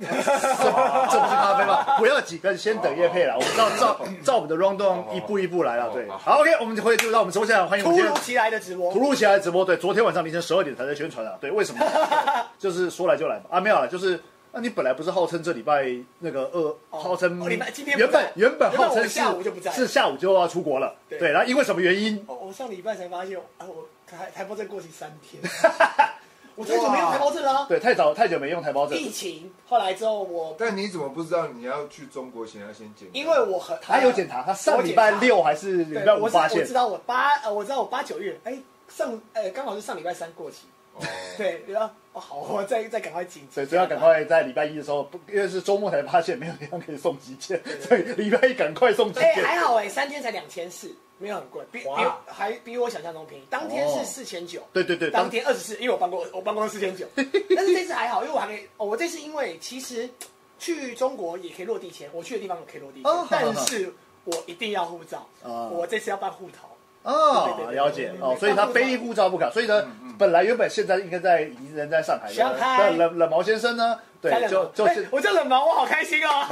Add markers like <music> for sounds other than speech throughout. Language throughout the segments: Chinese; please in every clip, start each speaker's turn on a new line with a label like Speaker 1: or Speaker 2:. Speaker 1: 这不是咖啡吗？不要急，跟先等叶配了。我们照照照我们的 round down 一步一步来了。对，好，OK，我们回就到我们直播现场，欢迎我
Speaker 2: 突
Speaker 1: 们今
Speaker 2: 如
Speaker 1: 天
Speaker 2: 其来的直播
Speaker 1: 突，如其来的直播。对，昨天晚上凌晨十二点才在宣传啊。对，为什么？对就是说来就来嘛。啊，没有了，就是。那、你本来不是号称这礼拜那个二、
Speaker 2: 哦
Speaker 1: 号称
Speaker 2: 哦礼拜今天不
Speaker 1: 原本
Speaker 2: 在
Speaker 1: 原本
Speaker 2: 原本
Speaker 1: 号
Speaker 2: 我
Speaker 1: 称是
Speaker 2: 下午就不在
Speaker 1: 是下午就要出国了，
Speaker 2: 对
Speaker 1: 对，然后因为什么原因
Speaker 2: 哦，我上礼拜才发现，哎，我台台胞证过期三
Speaker 1: <laughs>
Speaker 2: 天，我太久没用台胞证啦、
Speaker 1: 对，太早太久没用台胞证，
Speaker 2: 啊疫情，后来之后我
Speaker 3: 但你怎么不知道你要去中国前要先检查？
Speaker 2: 因为我很
Speaker 1: 他有检查，他上礼拜六还是礼
Speaker 2: 对，
Speaker 1: 拜五
Speaker 2: 我是
Speaker 1: 发
Speaker 2: 我
Speaker 1: 现
Speaker 2: 知，道我八呃，我知道我八九月，哎，上呃刚好是上礼拜三过期， <laughs>
Speaker 3: 哦
Speaker 2: 对，然后哦好，我再再赶快紧急，
Speaker 1: 所
Speaker 2: 哎
Speaker 1: 以所以要赶快在礼拜一的时候，不因为是周末才发现没有地方可以送急件，所以礼拜一赶快送急
Speaker 2: 哎、
Speaker 1: 件。
Speaker 2: 还好哎、三天才两千四，没有很贵，比比
Speaker 1: 哇哦
Speaker 2: 还比我想象中便宜。当天是四千九，
Speaker 1: 对对对，
Speaker 2: 当
Speaker 1: 当
Speaker 2: 天二十四，因为我办过我办过
Speaker 1: <laughs>
Speaker 2: 四千九，但是这次还好，因为我还没哦，我这次因为其实去中国也可以落地签，我去的地方也可以落地签，
Speaker 1: 哦好好
Speaker 2: 但
Speaker 1: 好
Speaker 2: 是我一定要护照，
Speaker 1: 哦
Speaker 2: 我这次要办护头。对对
Speaker 1: 哦，
Speaker 2: 对
Speaker 1: 了解
Speaker 2: 对对对嗯
Speaker 1: 哦，所以他非护照不可，所以呢，本来原本现在应该在已经人在上海
Speaker 2: 上
Speaker 1: 的，
Speaker 2: 海
Speaker 1: 但冷冷毛先生呢，
Speaker 2: 加
Speaker 1: 对，
Speaker 2: 冷
Speaker 1: 就
Speaker 2: 毛
Speaker 1: 就
Speaker 2: 哎
Speaker 1: 是。
Speaker 2: 我叫冷毛，我好开心
Speaker 1: 没有
Speaker 2: 哦。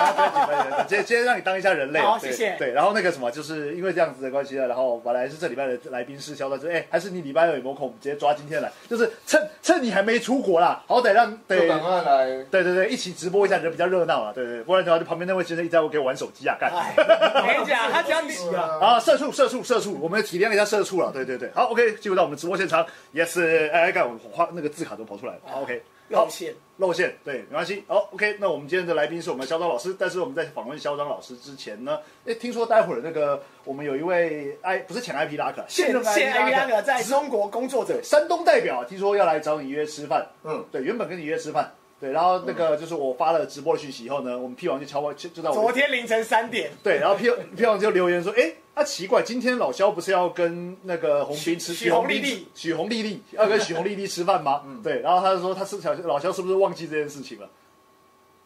Speaker 1: 没有没有没有直接直接让你当一下人类，啊
Speaker 2: 好
Speaker 1: 对
Speaker 2: 谢谢
Speaker 1: 对，然后那个什么，就是因为这样子的关系呢，然后本来是这礼拜的来宾是肖大，就哎，还是你礼拜二有没有空，我们直接抓今天来，就是趁趁你还没出国啦，好歹让
Speaker 3: 就
Speaker 1: 对
Speaker 3: 赶快来。
Speaker 1: 对对对，一起直播一下人比较热闹啊，对对，不然的话就旁边那位先生一直在给我玩手机啊，干。
Speaker 2: 哎， <laughs> 我跟你讲，他只要你
Speaker 3: 对啊
Speaker 1: 啊，社畜，社畜，社畜，我们体谅一下社畜了，对对对，好，OK，进入到我们直播现场，yes，哎，干，我花那个字卡都跑出来了好，OK，好
Speaker 2: 露，馅，
Speaker 1: 露馅，对，没关系，好，OK，那我们今天的来宾是我们肖张老师，但是我们在访问肖张老师之前呢，哎，听说待会儿那个我们有一位 I 不是前 IP 拉克，现
Speaker 2: 现
Speaker 1: 任
Speaker 2: 现
Speaker 1: IP 拉
Speaker 2: 那
Speaker 1: 克，
Speaker 2: 个在中国工作者
Speaker 1: 对，山东代表听说要来找你约吃饭，
Speaker 3: 嗯，
Speaker 1: 对，原本跟你约吃饭。对，然后那个就是我发了直播的讯息以后呢，我们 P 王就敲我，就就在我的
Speaker 2: 昨天凌晨三点，
Speaker 1: 对，然后票票就留言说，哎，啊奇怪，今天老肖不是要跟那个红兵吃
Speaker 2: 许许红嗯
Speaker 1: 兵
Speaker 2: 丽
Speaker 1: 吃
Speaker 2: 丽
Speaker 1: 许红丽丽要跟许红丽丽吃饭吗？对，然后他就说他是小老肖是不是忘记这件事情了？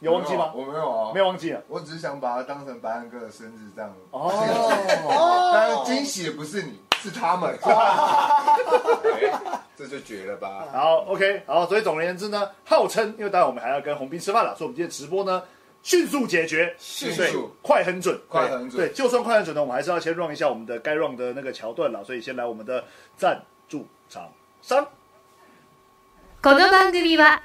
Speaker 1: 有忘记吗？
Speaker 3: 我没有啊，
Speaker 1: 没有忘记啊。
Speaker 3: 我只是想把它当成白安哥的生日这样。 <laughs>
Speaker 1: 哦，
Speaker 3: 但是惊喜也不是你，是他们。
Speaker 1: 哦
Speaker 3: <laughs> 哎这就绝了吧？
Speaker 1: 好，OK，好，所以总而言之呢，号称因为待会我们还要跟红兵吃饭了，所以我们今天直播呢。迅速解决，
Speaker 2: 迅
Speaker 3: 速
Speaker 1: 对快很准，
Speaker 3: 快很准
Speaker 1: 对，就算快很准呢，我们还是要先 run 一下我们的该 run 的那个桥段了，所以先来我们的赞助厂商。
Speaker 4: この番組は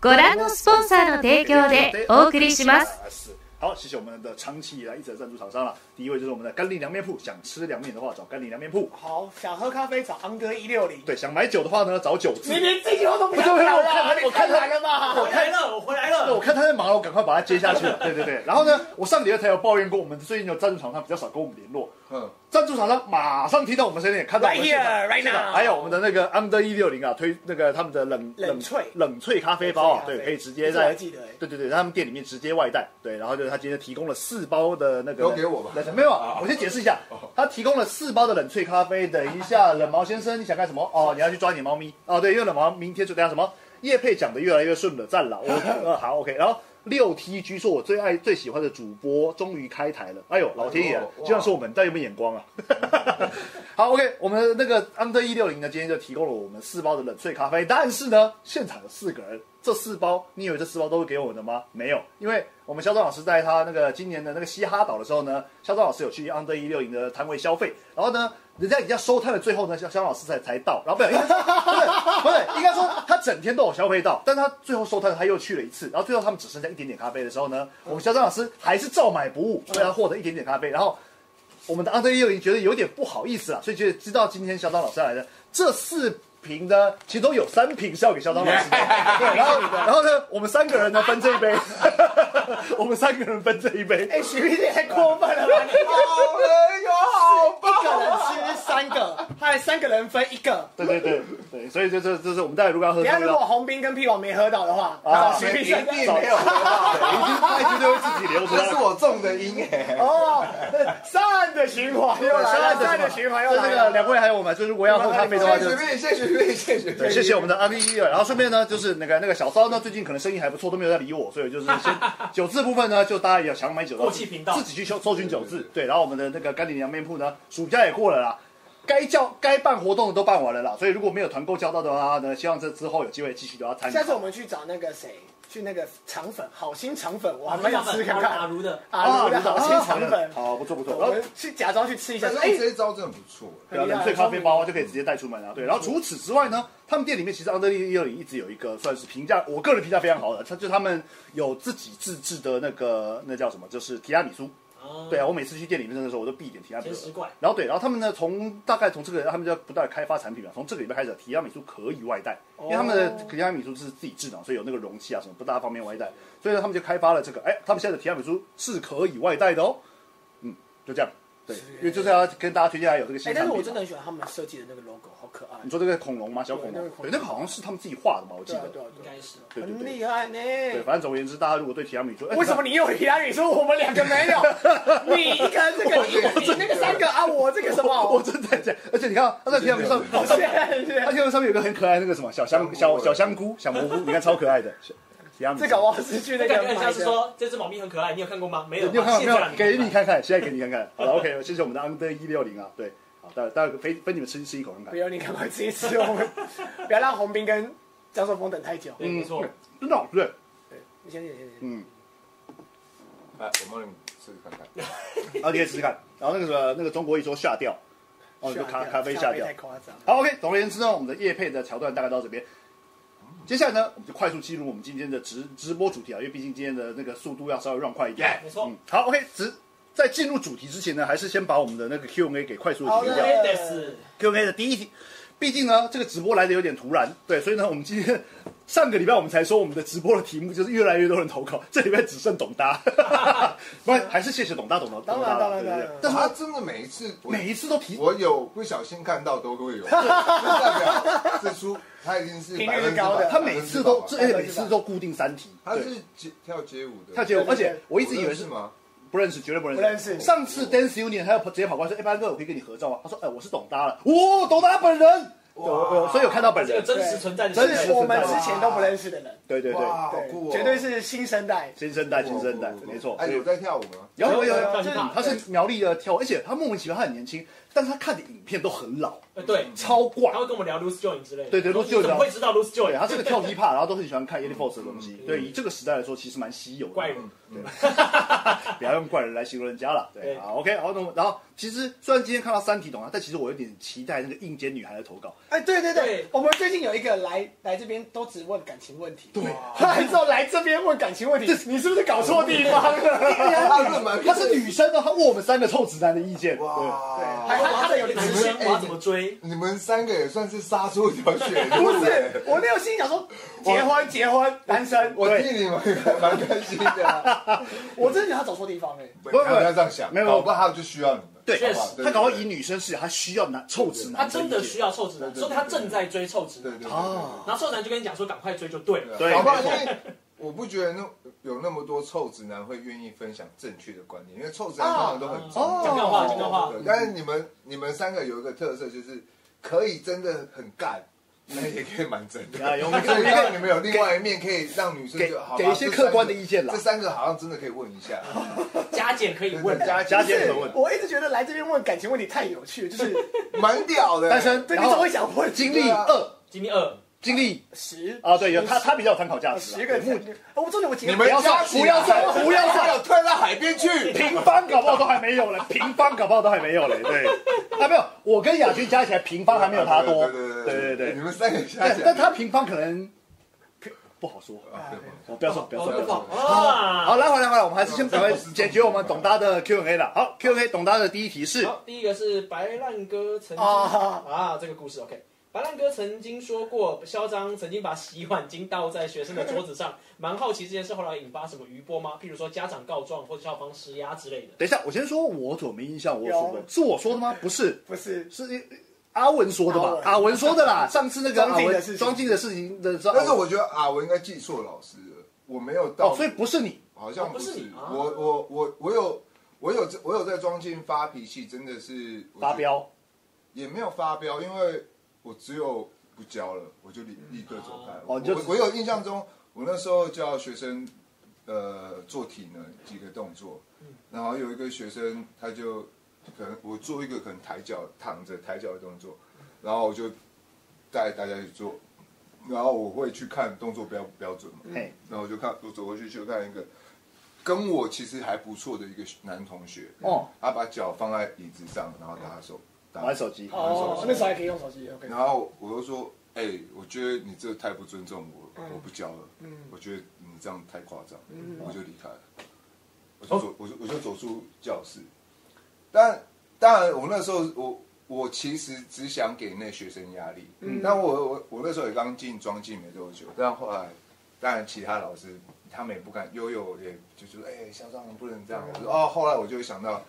Speaker 4: ご覧のスポンサーの提供でお送りします。
Speaker 1: 哎好，谢谢我们的长期以来一直的赞助厂商了。第一位就是我们的甘霖凉面铺，想吃凉面的话找甘霖凉面铺。
Speaker 2: 好，想喝咖啡找昂哥一六零。
Speaker 1: 对，想买酒的话呢找 <laughs> 酒字
Speaker 2: 你。连这句话都不
Speaker 1: 不
Speaker 2: 想
Speaker 1: 是不是
Speaker 2: 讲
Speaker 1: 我看他
Speaker 2: 了，
Speaker 1: 我看他
Speaker 2: 来了吧？
Speaker 1: 我看
Speaker 2: 了，我回来
Speaker 1: 对，
Speaker 2: 了。
Speaker 1: 我看他在忙了，我赶快把他接下去了。对对对。然后呢，我上礼拜才有抱怨过，我们最近有赞助厂商比较少跟我们联络。
Speaker 3: 嗯，
Speaker 1: 赞助厂商马上听到我们声音，也看到我们
Speaker 2: Right
Speaker 1: 现场
Speaker 2: here, right
Speaker 1: 是哎的
Speaker 2: now
Speaker 1: 还有我们的那个 Under 一六零啊，推那个他们的冷
Speaker 2: 冷萃
Speaker 1: 冷萃咖啡包啊，
Speaker 2: 冷萃咖啡
Speaker 1: 对，可以直接
Speaker 2: 这我
Speaker 1: 在
Speaker 2: 还记得欸
Speaker 1: 对对对，他们店里面直接外带，对，然后就是他今天提供了四包的那个
Speaker 3: 都给我吧
Speaker 1: 冷没有，啊我先解释一下，他提供了四包的冷萃咖啡。等一下，冷毛先生，你想干什么？哦，你要去抓你猫咪哦，对，因为冷毛明天就等一下什么叶佩讲的越来越顺了，赞了，
Speaker 2: <laughs>
Speaker 1: 我呃好 OK，然后。六 TG 是我最爱最喜欢的主播，终于开台了！哎呦，老天爷
Speaker 3: 哎呦，哇
Speaker 1: 就像是我们，但有没有眼光啊？ <laughs> 好，OK，我们那个 Under 一六零呢，今天就提供了我们四包的冷萃咖啡，但是呢，现场有四个人，这四包，你以为这四包都是给我的吗？没有，因为我们肖庄老师在他那个今年的那个嘻哈岛的时候呢，肖庄老师有去 Under 一六零的摊位消费，然后呢，人家已经要收摊了，最后呢，肖肖老师才才到，然后没有，应该对不对，应该说他整天都有消费到，但他最后收摊他又去了一次，然后最后他们只剩下一点点咖啡的时候呢，我们肖庄老师还是照买不误，为他获得一点点咖啡，然后。我们的 Under 一六零觉得有点不好意思啊了，所以就知道今天肖张老师来的这四瓶呢，其中有三瓶是要给肖张老师的。对，然后然后呢，我们三个人呢分这一杯， <laughs> 我们三个人分这一杯。
Speaker 2: 哎，许明这也太过分了吧！你
Speaker 3: 好人有哎好报。
Speaker 2: 一个人吃三个，他还三个人分一个。
Speaker 1: 对对对对，所以这这这是我们待会如果要喝，
Speaker 2: 等一下如
Speaker 1: 要
Speaker 2: 果红兵跟屁王没喝到的话，
Speaker 1: 啊
Speaker 2: 找许明
Speaker 3: 一定
Speaker 2: 生。
Speaker 3: 没有，
Speaker 1: 已经他绝对会自己流出
Speaker 3: 这
Speaker 1: 来
Speaker 3: 是。我中的音哎。
Speaker 2: 哦，善的循环又来了，善的循环又
Speaker 1: 所以
Speaker 2: 来
Speaker 1: 那个
Speaker 2: 了。哎
Speaker 1: 两位还有我们，就是如果要喝咖啡的话，
Speaker 3: 谢
Speaker 1: 就
Speaker 3: 谢学妹，
Speaker 1: 是
Speaker 3: 谢谢学妹，谢谢学妹。
Speaker 1: 对，谢谢我们的阿 V 一然后顺便呢，就是那个那个小骚呢，最近可能生意还不错，都没有在理我，所以就是先
Speaker 2: <laughs>
Speaker 1: 酒字部分呢，就大家也想买酒的话
Speaker 5: 过气频道
Speaker 1: 自己去搜搜寻酒字。对，然后我们的那个干顶凉面铺呢，暑假也过了啦。该叫该办活动的都办完了啦，所以如果没有团购叫到的话呢，希望这之后有机会继续都要参与。
Speaker 2: 下次我们去找那个谁，去那个肠粉，好心肠粉，我还蛮想吃看看。
Speaker 5: 阿如的，
Speaker 2: 阿如的好心肠粉，
Speaker 1: 啊好不错不错。
Speaker 2: 我
Speaker 1: 然后
Speaker 2: 们去假装去吃一下，说
Speaker 3: 但
Speaker 2: 哎
Speaker 3: 是，这一招真的不错，
Speaker 1: 对啊，冷萃咖啡包啊就可以直接带出门啊。对，然后除此之外呢，他们店里面其实安德利一二零一直有一个算是评价，我个人评价非常好的，他就他们有自己自制的那个那叫什么，就是提拉米苏。
Speaker 2: 哦
Speaker 5: 啊
Speaker 1: 对啊，我每次去店里面的时候，我都必点提拉米
Speaker 5: 前十
Speaker 1: 苏。
Speaker 5: 怪，
Speaker 1: 然后对，然后他们呢，从大概从这个他们就要不断地开发产品嘛，从这个礼拜开始，提拉米苏可以外带，因为他们的提拉米苏是自己制的，所以有那个容器啊什么不大方便外带，所以呢，他们就开发了这个，哎，他们现在的提拉米苏是可以外带的哦，嗯，就这样，对，因为就是要跟大家推荐还有这个新
Speaker 2: 哎，
Speaker 1: 产
Speaker 2: 但
Speaker 1: 品
Speaker 2: 是
Speaker 1: 嘛。
Speaker 2: 我真的很喜欢他们设计的那个 logo，好可爱
Speaker 1: 你。说这个恐龙吗？小恐
Speaker 2: 对那
Speaker 1: 龙
Speaker 2: 个，恐龙
Speaker 1: 对，那个好像是他们自己画的吧？我记
Speaker 2: 对啊
Speaker 1: 得，
Speaker 2: 对啊
Speaker 5: 应
Speaker 2: 对啊
Speaker 5: 该是
Speaker 1: 对对
Speaker 2: 很
Speaker 1: 对
Speaker 2: 厉害呢。
Speaker 1: 对，反正总而言之，大家如果对提拉米苏，哎
Speaker 2: 为什么？你有提拉米苏，我们两个没有？你一个这个，你你那个三个啊，我这个什
Speaker 1: <laughs>
Speaker 2: 么？
Speaker 1: 我真的这样，而且你看，他在提拉米苏上，
Speaker 3: 我
Speaker 1: 他
Speaker 2: 我现在
Speaker 1: 他提拉米苏上面有个很可爱的那个什么小香
Speaker 3: 香
Speaker 1: 小
Speaker 3: 菇
Speaker 1: 小香菇小蘑菇，你看超可爱的。小提拉米
Speaker 2: 这
Speaker 1: 苏
Speaker 2: 搞不好是去那
Speaker 5: 那
Speaker 2: 个
Speaker 5: 感觉
Speaker 2: 买
Speaker 5: 很像是
Speaker 2: 的。
Speaker 5: 说这只猫咪很可爱，你有看过吗？没有，啊
Speaker 1: 你有看到没
Speaker 5: 现
Speaker 1: 有
Speaker 5: 在让？
Speaker 1: 给你看看，现在给你看看。好了，OK，谢谢 <laughs> 我们的 Under 一六零啊，对，好，待会待会分分你们吃吃一口看看
Speaker 2: 不。用，你赶快吃一吃，我们不要让红兵跟张寿峰等太久。
Speaker 5: 对，没错，
Speaker 1: 真的哦好吃，
Speaker 2: 对，你先，你先，你先。
Speaker 1: 嗯，
Speaker 3: 来，啊我帮你们试试看看。
Speaker 1: 啊，你也试试看。然后那个什么那个中国一说下掉，哦，就咖咖啡下掉
Speaker 2: 太。夸张。
Speaker 1: 好，OK，总而言之呢，我们的叶配的桥段大概到这边。接下来呢，我们就快速进入我们今天的直直播主题啊，因为毕竟今天的那个速度要稍微让快一点。
Speaker 5: 没错
Speaker 1: 嗯，好，OK，直在进入主题之前呢，还是先把我们的那个 Q&A 给快速的
Speaker 2: 好
Speaker 1: 解决
Speaker 2: 的
Speaker 1: 掉。
Speaker 5: 对的是，
Speaker 1: Q&A 的第一题，毕竟呢，这个直播来的有点突然，对，所以呢，我们今天上个礼拜我们才说我们的直播的题目就是越来越多人投稿，这礼拜只剩董
Speaker 2: <laughs>
Speaker 1: 大，不然还是谢谢董大，董大，
Speaker 2: 当
Speaker 1: 董
Speaker 2: 然
Speaker 1: 大，
Speaker 2: 当然
Speaker 1: 对
Speaker 2: 当
Speaker 1: 对
Speaker 2: 然
Speaker 1: 对。
Speaker 3: 但
Speaker 1: 但是
Speaker 3: 是
Speaker 1: 他
Speaker 3: 他真的每一次，我
Speaker 1: 每一次都提，
Speaker 3: 我有不小心看到都
Speaker 1: <laughs>
Speaker 3: 会有，这代表这出他已经是
Speaker 2: 频
Speaker 3: 百
Speaker 2: 率
Speaker 3: 分
Speaker 2: 是
Speaker 3: 之
Speaker 2: 高的
Speaker 3: 百，
Speaker 1: 他每次都，
Speaker 3: 百分之百
Speaker 1: 这而
Speaker 2: 哎
Speaker 1: 且每次都固定三题，
Speaker 3: 他
Speaker 1: 对
Speaker 3: 是街跳街舞的，
Speaker 1: 跳街舞，
Speaker 2: 对对对
Speaker 1: 而且我一直以为
Speaker 3: 认
Speaker 1: 是
Speaker 3: 识吗？
Speaker 1: 不认识，绝对不认识。
Speaker 2: 不认识
Speaker 1: 上次 Dance Union 他要直接跑过来说：“哎、班哥，我可以跟你合照吗？”他说：“哎、我是董大了。哦”董大本人，对我我所以有看到本
Speaker 5: 这个
Speaker 1: 人。
Speaker 5: 真实存在的
Speaker 1: 真
Speaker 5: 世
Speaker 1: 实
Speaker 2: 是
Speaker 5: 界
Speaker 2: 我们之前都不认识的人，
Speaker 1: 对对对，
Speaker 3: 哇，好
Speaker 2: 对
Speaker 3: 酷哦！
Speaker 2: 绝对是新生代。
Speaker 1: 新生代，新生代，没错。
Speaker 3: 哎，
Speaker 1: 所以
Speaker 3: 有在跳舞
Speaker 1: <laughs>
Speaker 3: 吗？
Speaker 1: 有有有有，
Speaker 5: 有
Speaker 1: 就是
Speaker 5: 有
Speaker 1: 他是苗栗的跳舞，而且他莫名其妙他很年轻，但是他看的影片都很老，
Speaker 5: 呃对，
Speaker 1: 超怪
Speaker 5: 他。会跟我们聊 Loose Join 之类的，
Speaker 1: 对对
Speaker 5: 我说
Speaker 1: Loose Join
Speaker 5: 你怎么会知道 Loose
Speaker 1: 对，啊
Speaker 5: Join？
Speaker 1: 他是个跳 hiphop，然后都很喜欢看 e l i f o r c e 的东西。对，以这个时代来说，其实蛮稀有的。
Speaker 5: 怪人，
Speaker 1: 不要用怪人来形容人家了。对，
Speaker 5: 对
Speaker 1: 好，OK，好，那我们然后其实虽然今天看到三体懂啊，但其实我有点期待那个硬件女孩的投稿。
Speaker 2: 哎，对对对
Speaker 5: 对，
Speaker 2: 我们最近有一个来来这边都只问感情问题，对，他还知道来这边问感情问题，你是不是搞错地方啊了？
Speaker 3: 他是啊蛮
Speaker 1: 啊她是女生呢，她问我们三个臭直男的意见。对
Speaker 3: 哇，
Speaker 1: 哎
Speaker 2: 还
Speaker 5: 我
Speaker 2: 还
Speaker 5: 要
Speaker 2: 还
Speaker 5: 在
Speaker 2: 有
Speaker 5: 有点
Speaker 2: 点
Speaker 5: 直
Speaker 2: 直
Speaker 5: 线，我要怎么追？
Speaker 3: 你们三个也算是杀出一条血
Speaker 2: <laughs> 不
Speaker 3: 路。
Speaker 2: 是，我那时候心里想说，结婚结婚，单身，我
Speaker 3: 我替你们蛮开心的啊，
Speaker 2: 我真的觉得他走错地方哎，
Speaker 3: 不
Speaker 1: 不
Speaker 3: 不要这样想，
Speaker 1: 没有
Speaker 3: 搞不好他就需要你们。
Speaker 1: 对，
Speaker 5: 确实
Speaker 3: 好吧
Speaker 1: 她搞到以女生视角，她需要男臭直
Speaker 5: 他
Speaker 1: 男
Speaker 5: 真
Speaker 1: 的
Speaker 5: 的
Speaker 1: 意
Speaker 5: 需
Speaker 1: 见。
Speaker 5: 要臭直男，
Speaker 3: 对对对
Speaker 5: 所以他正在追臭直
Speaker 3: 对
Speaker 5: 男
Speaker 3: 对，对
Speaker 1: 啊
Speaker 5: 然后臭直男就跟你讲说赶快追就对了，
Speaker 1: 对
Speaker 3: 啊搞不好因
Speaker 1: 没错
Speaker 3: 为我不觉得那有那么多臭直男会愿意分享正确的观点，因为臭直男通常都很中
Speaker 1: 哦
Speaker 3: 立
Speaker 5: 讲干话讲干话
Speaker 3: 对，但是你们你们三个有一个特色，就是可以真的很干，那也可以蛮真的。
Speaker 1: <laughs> 啊有
Speaker 3: 所以让你们有另外一面，可以让女生
Speaker 1: 给
Speaker 3: 就好吧
Speaker 1: 给一些客观的意见啦
Speaker 3: 这三个好像真的可以问一
Speaker 1: <laughs>
Speaker 3: 下，
Speaker 5: 加减可以问
Speaker 3: 问，加
Speaker 1: 加
Speaker 2: 不
Speaker 1: 减
Speaker 2: 是
Speaker 1: 可问，
Speaker 2: 我一直觉得来这边问感情问题太有趣了，就是
Speaker 3: 蛮屌的。
Speaker 1: 单身，
Speaker 2: 对你
Speaker 1: 然
Speaker 2: 总
Speaker 1: 后
Speaker 2: 会想问
Speaker 1: 经历
Speaker 3: 对啊
Speaker 1: 二，
Speaker 5: 今天二
Speaker 1: 经历
Speaker 2: 十
Speaker 1: 啊，对，有他他比较有参考价值啦。
Speaker 2: 十个
Speaker 1: 目
Speaker 2: 人，哦我重点我结
Speaker 3: 你
Speaker 2: 婚
Speaker 3: 们
Speaker 1: 不要算
Speaker 3: 加起来
Speaker 1: 不要算不要算
Speaker 3: 还有推到海边去，
Speaker 1: 平方搞不好都还没有嘞，平方搞不好都还没有嘞，对，啊没有，我跟雅君加起来平方还没有他多，
Speaker 3: 对对
Speaker 1: 对对对
Speaker 3: 你们三个加
Speaker 1: 但
Speaker 3: 起来
Speaker 1: 但他平方可能不好说，
Speaker 2: 哎
Speaker 1: 哦不要说不要说不要说。
Speaker 5: 啊，
Speaker 1: 好，来回来回来，我们还是先赶快解决我们董大的 Q&A 了。好，Q&A 董大的第一题是，
Speaker 5: 好，第一个是白烂哥曾经
Speaker 2: 啊
Speaker 5: 啊，这个故事 OK。白烂哥曾经说过，嚣张曾经把洗碗巾倒在学生的桌子上，蛮好奇这件事后来引发什么余波吗？譬如说家长告状或者校方施压之类的。
Speaker 1: 等一下，我先说我怎么没印象，我有说过
Speaker 2: 有
Speaker 1: 是我说的吗？不是，
Speaker 2: 不是
Speaker 1: 是阿文说的
Speaker 2: 阿
Speaker 1: 吧
Speaker 2: 文？
Speaker 1: 阿文说的啦，上次那个阿
Speaker 2: 装进的
Speaker 1: 文
Speaker 2: 事情
Speaker 1: 装进的事情的时候，哦
Speaker 3: 但是我觉得啊，我应该记错老师了，我没有到，
Speaker 1: 哦，所以不是你，
Speaker 3: 好像
Speaker 5: 哦不
Speaker 3: 是。
Speaker 5: 是你啊
Speaker 3: 我我我我有我有我有在装进发脾气，真的是我觉得
Speaker 1: 达标，
Speaker 3: 也没有发飙，因为我只有不教了，我就立立刻走开。
Speaker 1: 哦
Speaker 3: 我
Speaker 1: 你就
Speaker 3: 我我有印象中，我那时候教学生
Speaker 1: 嗯
Speaker 3: 呃做体能几个动作，然后有一个学生他就可能我做一个可能抬脚躺着抬脚的动作，
Speaker 1: 嗯
Speaker 3: 然后我就带大家去做，然后我会去看动作标标准嘛，
Speaker 1: 嘿，
Speaker 3: 然后我就看我走过去就看一个跟我其实还不错的一个男同学，
Speaker 1: 哦，
Speaker 3: 他把脚放在椅子上，然后打手打
Speaker 1: 玩手机，
Speaker 2: 哦，那时候还可以用手机，OK。
Speaker 3: 然后我就说，哎、我觉得你这太不尊重我，
Speaker 2: 嗯
Speaker 3: 我不教了。
Speaker 2: 嗯
Speaker 3: 我觉得你这样太夸张，
Speaker 2: 嗯
Speaker 3: 我就离开了。我就走，我就我就走出教室。但当然，我那时候我我其实只想给那学生压力。
Speaker 2: 嗯
Speaker 3: 但我我我那时候也刚进装进没多久，但后来当然其他老师他们也不敢，悠悠也就说，哎、校长不能这
Speaker 2: 嗯
Speaker 3: 样。我说哦，后来我就想到。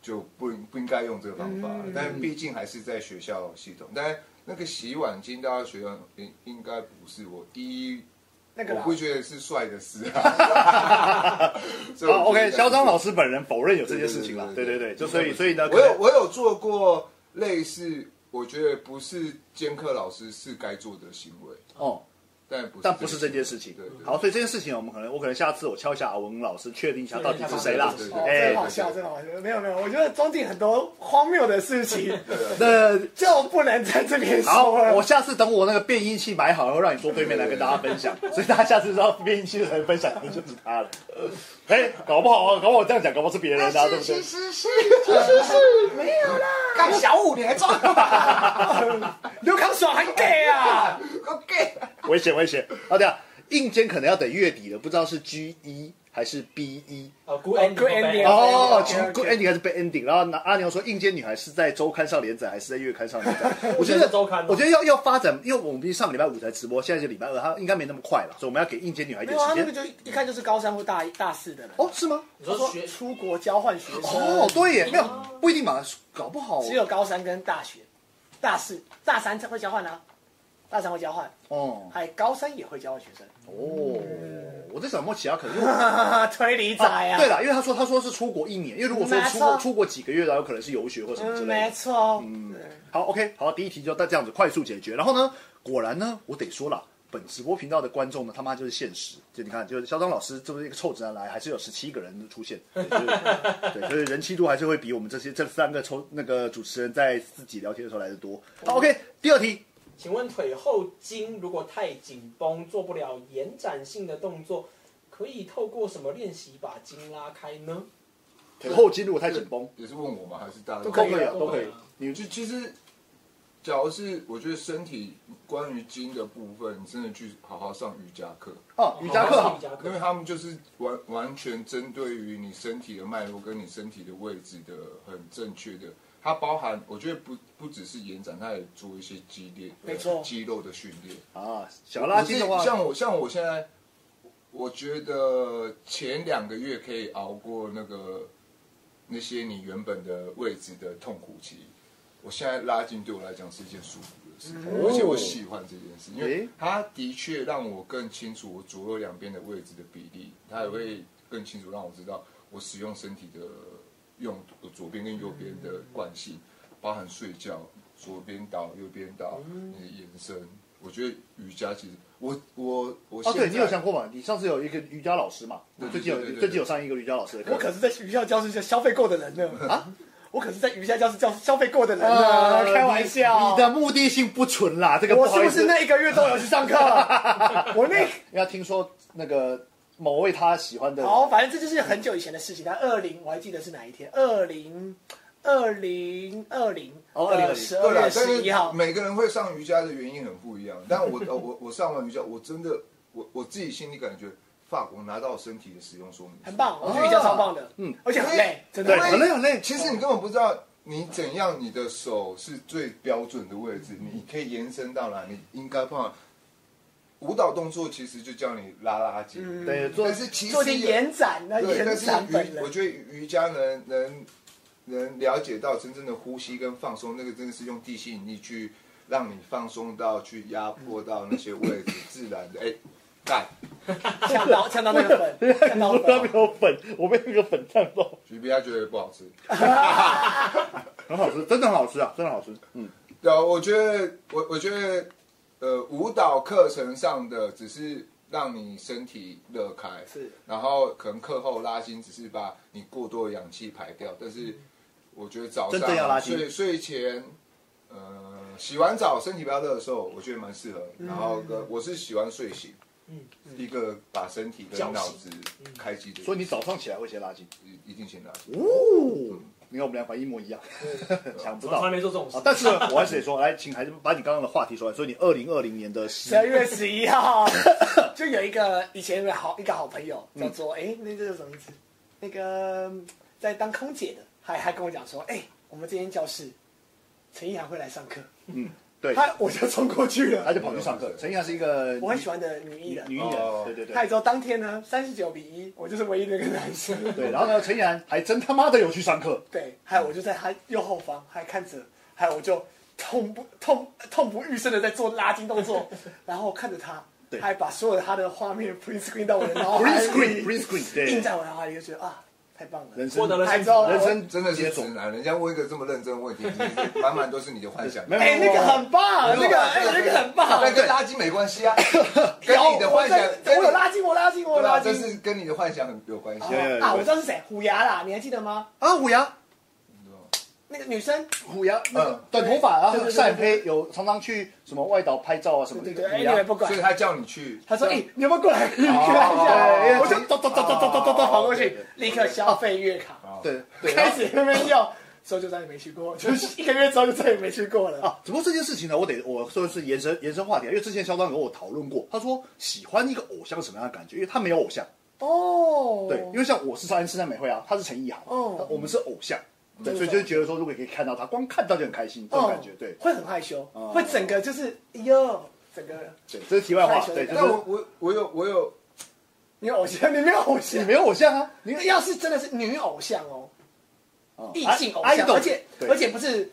Speaker 3: 就不应不应该用这个方法，
Speaker 2: 嗯
Speaker 3: 但毕竟还是在学校系统。但那个洗碗巾到学校应应该不是我第一，
Speaker 2: 那个
Speaker 3: 我
Speaker 2: 啦
Speaker 3: 不觉得是帅的事啊。
Speaker 1: <laughs>
Speaker 3: 所以
Speaker 1: 好
Speaker 3: 我觉得
Speaker 1: 哦，OK，肖张老师本人否认有
Speaker 3: 对
Speaker 1: 这
Speaker 3: 对
Speaker 1: 件事情了，对
Speaker 3: 对对
Speaker 1: 对对，
Speaker 3: 对
Speaker 1: 就所以所以呢，
Speaker 3: 我有我有做过类似，我觉得不是兼课老师是该做的行为，
Speaker 1: 哦，
Speaker 3: 但不
Speaker 1: 但不是这件事情
Speaker 3: 对对。，
Speaker 1: 好，所以这件事情我们可能我可能下次我敲一下阿文老师，确定一下到底是谁啦
Speaker 3: 对对。
Speaker 2: 哦，
Speaker 1: 哎
Speaker 2: 真，好笑，真好笑。没有没有，我觉得中鼎很多荒谬的事情
Speaker 1: 那
Speaker 2: <laughs> 就不能在这边
Speaker 1: 好
Speaker 2: 说，
Speaker 1: 我
Speaker 2: 了。
Speaker 1: 下次等我那个变音器买好，然后让你坐对面来跟大家分享。所以大家下次知道变音器的人分享，可能就是他了。哎，搞不好啊，搞不好我这样讲，搞 <laughs> 不好是别人啊，对不对？
Speaker 3: 是是，
Speaker 2: 干小五你还装？刘康爽还 gay 啊？
Speaker 1: 危险危险！好，等一下硬件可能要等月底了，不知道是 G 一还是 B 一。
Speaker 5: 呃，good
Speaker 2: 哦
Speaker 5: ending，
Speaker 2: good ending
Speaker 5: 哦
Speaker 1: 哦，
Speaker 2: OK，OK，OK
Speaker 1: 其 <laughs> 实 good ending 还是 bad ending。然后那阿牛说，硬件女孩是在周刊上连载还是在月刊上连载？我觉
Speaker 5: 这
Speaker 1: 得
Speaker 5: 是周刊吗
Speaker 1: 我觉得要要发展，因为我们毕竟上个礼拜五才直播，现在就礼拜二，它应该没那么快了，所以我们要给硬件女孩一
Speaker 2: 没
Speaker 1: 点
Speaker 2: 有啊，
Speaker 1: 时
Speaker 2: 那个
Speaker 1: 间。
Speaker 2: 就一看就是高三或大一大四的人。
Speaker 1: 哦，是吗？
Speaker 5: 你
Speaker 2: 他
Speaker 5: 说
Speaker 2: 说
Speaker 5: 学
Speaker 2: 出国交换学生，
Speaker 1: 哦，对耶，没有不一定嘛，搞不好
Speaker 2: 只有高三跟大学，大四、大三才会交换啊，大三会交换，
Speaker 1: 哦
Speaker 2: 还高三也会交换学 <laughs> 生。
Speaker 1: 哦。我在想有没有其他可能，因为
Speaker 2: 推理仔
Speaker 1: 啊
Speaker 2: 啊，
Speaker 1: 对了，因为他说他说是出国一年，因为如果说出国
Speaker 2: 没错
Speaker 1: 出国几个月，然后有可能是游学或什么之
Speaker 2: 嗯，
Speaker 1: 类的。
Speaker 2: 没错，
Speaker 1: 好，OK，好，第一题就到这样子快速解决。然后呢，果然呢，我得说了，本直播频道的观众呢，他妈就是现实。就你看，就是肖张老师这么一个臭直男来，还是有十七个人出
Speaker 2: <laughs>
Speaker 1: 现，对，就是对所以人气度还是会比我们这些这三个抽那个主持人在自己聊天的时候来的多。好，OK，第二题，
Speaker 5: 请问腿后筋如果太紧绷，做不了延展性的动作，可以透过什么练习把筋拉开呢？
Speaker 1: 腿后筋如果太紧绷，
Speaker 3: <laughs> 也是问我吗？还是大家
Speaker 1: 都
Speaker 2: 可
Speaker 1: 可
Speaker 2: 以
Speaker 1: 以啊，
Speaker 2: 啊
Speaker 1: 都可以
Speaker 5: 都可以啊。
Speaker 1: 你
Speaker 3: 就其实，假如是我觉得身体关于筋的部分，你真的去好好上瑜伽课，
Speaker 1: 啊，瑜伽课好
Speaker 5: 瑜，伽课
Speaker 3: 因为他们就是完完全针对于你身体的脉络跟你身体的位置的很正确的，它包含我觉得不不只是延展，它也做一些激烈
Speaker 2: 没错
Speaker 3: 肌肉的训练。
Speaker 1: 啊，小拉筋的
Speaker 3: 我
Speaker 1: 话嗯
Speaker 3: 自己，像我像我现在，我觉得前两个月可以熬过那个那些你原本的位置的痛苦期。我现在拉筋对我来讲是一件舒服的事，而且我喜欢这件事，因为
Speaker 1: 嗯哦诶
Speaker 3: 它的确让我更清楚我左右两边的位置的比例，它也会更清楚让我知道我使用身体的用我左边跟右边的惯性，包含睡觉，左边倒右边倒，
Speaker 2: 嗯
Speaker 3: 你的延伸。我觉得瑜伽其实，我我我
Speaker 1: 哦，
Speaker 3: 现在、
Speaker 1: 对你有想过吗？你上次有一个瑜伽老师嘛？
Speaker 3: 对
Speaker 1: 最近有
Speaker 3: 对对对
Speaker 1: 最近有上一个瑜伽老师的课，
Speaker 2: 我可是在瑜伽教室就消费过的人呢啊！我可是在瑜伽教室教消费过的人
Speaker 1: 啊
Speaker 2: 呢，，开玩
Speaker 1: 你，
Speaker 2: 笑
Speaker 1: 你。的目的性不纯啦，这个
Speaker 2: 我
Speaker 1: 好
Speaker 2: 是
Speaker 1: 意
Speaker 2: 不
Speaker 1: 思
Speaker 2: 是那一个月都有去上课？我那
Speaker 1: <laughs> 要听说那个某位他喜欢的，
Speaker 2: 好，反正这就是很久以前的事情。但二零我还记得是哪一天，二零二零二零呃
Speaker 1: 哦2020
Speaker 2: 十
Speaker 3: 对
Speaker 2: 二
Speaker 3: 啦
Speaker 2: 月
Speaker 3: 但
Speaker 2: 十一
Speaker 3: 是
Speaker 2: 号，
Speaker 3: 每个人会上瑜伽的原因很不一样。但
Speaker 2: <laughs>
Speaker 3: 我呃我我上完瑜伽，我真的我我自己心里感觉，法我拿到身体的使用说明书，哦
Speaker 2: 很棒，我觉得瑜伽超棒的，嗯，而且很累，真的
Speaker 1: 对，很累很累。
Speaker 3: 其实你根本不知道你怎样，你的手是最标准的位置，
Speaker 2: 嗯
Speaker 3: 你可以延伸到哪，你应该放。舞蹈动作其实就叫你拉拉筋，
Speaker 1: 对，做
Speaker 3: 但是其实
Speaker 2: 嗯做一点
Speaker 3: 有
Speaker 2: 延展，那
Speaker 3: 对，
Speaker 2: 延
Speaker 3: 但是
Speaker 2: 展本
Speaker 3: 瑜，我
Speaker 2: 人。
Speaker 3: 觉得瑜伽能能能了解到真正的呼吸跟放松，那个真的是用地吸引力去让你放松到去压迫到那些位置，自然的哎，干
Speaker 2: 呛到呛到那个粉，呛到
Speaker 1: 我他没
Speaker 2: 粉，
Speaker 1: 有粉，我被那个粉烫到，
Speaker 3: <laughs> 徐碧他觉得不好吃。
Speaker 1: 很好吃，真的很好吃啊，真的好吃。嗯，
Speaker 3: 对啊，我觉得我我觉得呃，舞蹈课程上的只是让你身体热开，
Speaker 2: 是，
Speaker 3: 然后可能课后拉筋只是把你过多的氧气排掉，但是。我觉得早
Speaker 1: 嗯真正要拉
Speaker 3: 上
Speaker 1: 筋
Speaker 3: 睡睡前，呃，洗完澡身体比较热的时候，我觉得蛮适合。
Speaker 1: 嗯
Speaker 3: 然后跟我是喜欢睡醒，
Speaker 5: 嗯
Speaker 3: 一个把身体跟脑子开机的，
Speaker 1: 嗯所以你早上起来会先拉筋。
Speaker 3: 一一定先拿起来。
Speaker 1: 哦，你看我们两款一模一样， <laughs> 想不
Speaker 5: 我从
Speaker 1: 到。
Speaker 5: 来没做这种事
Speaker 1: 啊，。但是呢我还是得说，来，请还是把你刚刚的话题说完。所以你二零二零年的十
Speaker 2: 十二月十一
Speaker 1: <laughs>
Speaker 2: 号，就有一个以前有个好一个好朋友
Speaker 1: 嗯
Speaker 2: 叫做哎、那这是什么名字？那个嗯在当空姐的，还还跟我讲说，哎、我们这间教室陈意涵会来上课，
Speaker 1: 嗯，对，
Speaker 2: 他我就冲过去
Speaker 1: 他
Speaker 2: 了。
Speaker 1: 就跑去上课。陈意涵是一个
Speaker 2: 我很喜欢的女艺
Speaker 1: 女
Speaker 2: 人，
Speaker 1: 女艺
Speaker 3: 哦
Speaker 1: 人，对对
Speaker 2: 她也
Speaker 1: 对
Speaker 2: 知道当天呢三十九比一，我就是唯一的一个男生。
Speaker 1: 对。然后呢，陈意涵还真他妈的有去上课，
Speaker 2: <laughs> 对，还有我就在他右后方，还看着，还有我就痛不痛痛不欲生的在做拉筋
Speaker 1: <laughs>
Speaker 2: 动作，然后看着他，
Speaker 1: 对
Speaker 2: 还把所有他的画面 print screen 到我的脑
Speaker 1: green
Speaker 2: 海
Speaker 1: <laughs> screen
Speaker 2: 里，
Speaker 1: green screen，
Speaker 2: 哦印哦
Speaker 1: 对，
Speaker 2: 在我脑海里，就觉得啊，太棒了。
Speaker 1: 人
Speaker 5: 获
Speaker 1: 生
Speaker 5: 得了
Speaker 2: 拍
Speaker 5: 幸
Speaker 2: 照
Speaker 5: 福，
Speaker 1: 人生
Speaker 3: 真的是
Speaker 1: 接
Speaker 3: 直
Speaker 1: 种，
Speaker 3: 男，人家问一个这么认真的问
Speaker 1: <laughs>
Speaker 3: 题，你满满都是你的幻想。
Speaker 1: 没有
Speaker 2: 哎，那个很棒，那个哎，那个很
Speaker 1: 啊
Speaker 2: 棒。
Speaker 3: 但跟垃圾没关系
Speaker 1: <laughs>
Speaker 3: 啊，跟
Speaker 2: 有
Speaker 3: 你的幻想
Speaker 2: 我，在
Speaker 3: 跟
Speaker 2: 我
Speaker 3: 你
Speaker 2: 有拉筋，我拉筋，我
Speaker 3: 对
Speaker 2: 拉
Speaker 3: 啊，
Speaker 2: 筋
Speaker 3: 这。是跟你的幻想很有关系
Speaker 1: 哦有有
Speaker 3: 啊。
Speaker 1: 有
Speaker 2: 啊，我知道是谁，虎牙啦，你还记得吗？
Speaker 1: 啊，虎牙，
Speaker 2: 那个女生，
Speaker 1: 虎牙，嗯
Speaker 3: 嗯，
Speaker 1: 短头发，然
Speaker 2: 对
Speaker 1: 后
Speaker 2: 对对
Speaker 1: 晒黑，有常常去什么外岛拍照啊什么
Speaker 2: 对
Speaker 1: 的。
Speaker 2: 对对，哎，
Speaker 1: 虎
Speaker 2: 你
Speaker 1: 牙啊
Speaker 2: 也不管
Speaker 3: 所以。他叫你去，
Speaker 2: 他说：“哎、 <laughs> 你要不要过来看一
Speaker 3: 哦
Speaker 2: 下？”我就
Speaker 1: 哎对
Speaker 2: 咚咚咚咚咚咚咚咚跑过
Speaker 1: 对
Speaker 2: 去
Speaker 1: 对，
Speaker 2: 立刻消费月卡，
Speaker 3: 哦
Speaker 1: 对
Speaker 2: <laughs>
Speaker 1: 对，然
Speaker 2: 开
Speaker 1: 后
Speaker 2: 始那边用，之后就再也没去过，
Speaker 1: <laughs>
Speaker 2: 就是一个月之后就再也没去过了。
Speaker 1: 啊，只不过这件事情呢，我得我说的是延伸延伸话题啊，因为之前肖张跟我讨论过，他说喜欢一个偶像是什么样的感觉，因为他没有偶像，
Speaker 2: 哦，
Speaker 1: 对，因为像我是上安室奈美惠啊，他是陈意涵，
Speaker 2: 哦
Speaker 1: 我们是偶像，对，
Speaker 2: 嗯
Speaker 1: 所以就觉得说如果可以看到他，光看到就很开心，这种感觉，对
Speaker 2: 哦会很害羞，
Speaker 1: 哦
Speaker 2: 会整个就是哎呦，整个
Speaker 1: 对，这是题外话
Speaker 2: 害，羞的
Speaker 1: 对，就
Speaker 2: 感
Speaker 1: 是
Speaker 3: 但我我我有我有
Speaker 2: 你有偶像，你没有偶
Speaker 1: 你
Speaker 2: 像，
Speaker 1: 没有偶像啊，
Speaker 2: 你要是真的是女偶像哦，
Speaker 1: 啊
Speaker 2: 异性偶
Speaker 1: 啊
Speaker 2: 像，
Speaker 1: idol，
Speaker 2: 而且
Speaker 1: 对
Speaker 2: 而且不是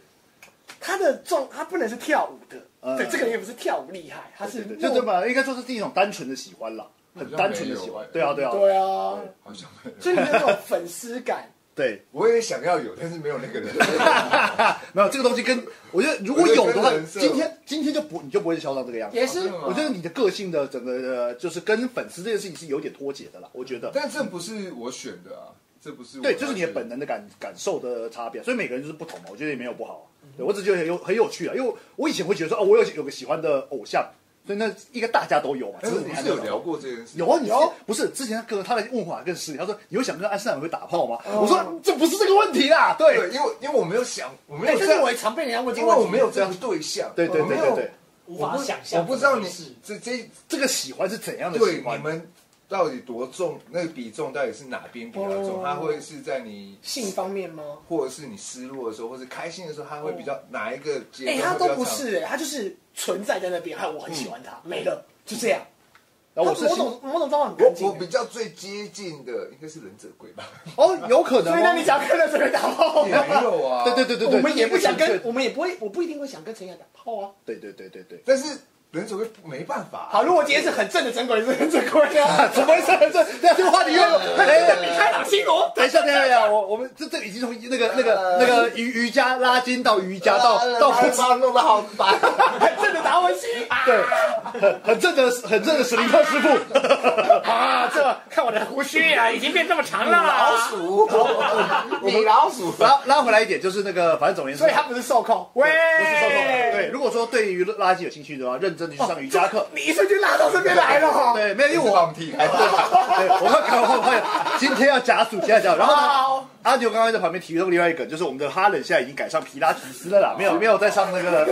Speaker 2: 她的重，她不能是跳舞的，
Speaker 1: 嗯
Speaker 2: 对，这个人也不是跳舞厉害，她
Speaker 1: 对
Speaker 2: 是
Speaker 1: 对对就这么应该说是一种单纯的喜欢啦，很单纯的喜
Speaker 3: 好
Speaker 1: 欢，
Speaker 3: 像哎
Speaker 1: 对啊对啊
Speaker 2: 对啊，
Speaker 3: 好像没有，
Speaker 2: 所以你有那种粉丝
Speaker 1: <laughs>
Speaker 2: 感。
Speaker 1: 对，啊
Speaker 3: 我也想要有，但是没有那个人。
Speaker 1: 没有这个东西跟我觉得如果有的
Speaker 3: 我觉得
Speaker 1: 话
Speaker 3: 跟，人设
Speaker 1: 今天今天就不你就不会嚣张这个样子。
Speaker 2: 也是
Speaker 3: 真的吗
Speaker 1: 我觉得你的个性的整个呃，就是跟粉丝这件事情是有点脱节的啦。我觉得，
Speaker 3: 但这不是我选的啊，这不是我
Speaker 1: 对，就是你的
Speaker 3: 选
Speaker 1: 本能的感感受的差别，所以每个人就是不同嘛。我觉得也没有不好、啊，对我只是觉得很有很有趣啊，因为我我以前会觉得说，哦，我有有个喜欢的偶像，所以那应该大家都有嘛。
Speaker 3: 但
Speaker 1: 只
Speaker 3: 是
Speaker 1: 是
Speaker 3: 哎我们
Speaker 1: 你还
Speaker 3: 是
Speaker 1: 没
Speaker 3: 有
Speaker 1: 到
Speaker 3: 聊过这件事，
Speaker 1: 有啊，你要不是之前哥他的问法更是，他说你会想跟安室奈美惠打炮吗？我说这不是这个问题啦，对
Speaker 3: 对，因为因为我没有想，我没
Speaker 2: 哎，
Speaker 3: 有
Speaker 2: 这
Speaker 3: 这
Speaker 2: 是
Speaker 3: 样，
Speaker 2: 我也常被人家问这
Speaker 3: 因
Speaker 2: 个
Speaker 3: 为
Speaker 2: 问题，
Speaker 3: 我没有这样对哦象，
Speaker 1: 对对
Speaker 3: 我
Speaker 1: 对
Speaker 3: 没
Speaker 1: 对
Speaker 3: 有
Speaker 1: 对，，
Speaker 5: 无
Speaker 3: 我
Speaker 5: 法
Speaker 3: 不
Speaker 5: 想象，
Speaker 3: 我不知道你
Speaker 5: 是
Speaker 3: 这这
Speaker 1: 这个喜欢是怎样的
Speaker 3: 对
Speaker 1: 喜
Speaker 3: 你
Speaker 1: 欢？
Speaker 3: 们到底多重，那个比重到底是哪边比较重？
Speaker 2: 哦
Speaker 3: 它会是在你
Speaker 2: 性方面吗？
Speaker 3: 或者是你失落的时候，或是开心的时候，它会比较哪一个阶
Speaker 2: 哎、
Speaker 3: 段？
Speaker 2: 他都不。是、哎，他就是存在在那边，哎还有我很喜欢他，没了，就这样。
Speaker 1: 然嗯后我
Speaker 2: 他
Speaker 1: 是
Speaker 2: 某
Speaker 1: 喜
Speaker 2: 种某种方法很干
Speaker 3: 我
Speaker 2: 净
Speaker 3: 我比
Speaker 2: 的。
Speaker 3: 较最接近的应该是忍者龟吧，
Speaker 1: 哦，有可能、哦。
Speaker 2: 所以那你想跟着谁打
Speaker 3: <laughs>
Speaker 2: 炮
Speaker 3: 也？没有 <laughs> 啊。
Speaker 1: <laughs> 对对对对对，
Speaker 2: <laughs> 我们也不想
Speaker 1: 这
Speaker 2: 跟
Speaker 1: 个，
Speaker 2: 我们也不会，我不一定会想跟陈雅打炮啊。
Speaker 1: 对对对对对。
Speaker 3: 但是忍者龟没办法啊。
Speaker 2: 好，如果今天是很正的珍贵，是很珍贵啊。
Speaker 1: 怎么回事？这这个话题又有
Speaker 2: 你
Speaker 1: 哎，
Speaker 2: 开朗西罗，
Speaker 1: 等一下，等一下，等一下，我我们这这已经从那个那个那个瑜瑜伽拉筋到瑜伽到到
Speaker 3: 把它弄得好白。
Speaker 2: 很正的达文西啊！
Speaker 1: 对，很很正的很正的史林特师傅，
Speaker 2: 啊，这看我的胡须啊，已经变这么长
Speaker 3: 老
Speaker 2: 了。
Speaker 3: <laughs> 鼠，米老鼠。
Speaker 1: 拉拉回来一点，就是那个反正总而言之，
Speaker 2: 所以他不是受控，喂，
Speaker 1: 不是受控。对，如果说对于拉筋有兴趣的话，认真的去上瑜伽课。
Speaker 2: 你一瞬间拉到这边来了。
Speaker 1: 对，没有，因
Speaker 3: 因
Speaker 1: 为
Speaker 3: 为
Speaker 1: 我
Speaker 3: 我把我们踢开，
Speaker 1: 对，我们赶快快，今天要假暑，今天要假暑。然后呢
Speaker 2: 好，
Speaker 1: 阿牛刚刚在旁边提出另外一个，就是我们的哈冷现在已经改上皮拉提斯了啦，没有没有再上那个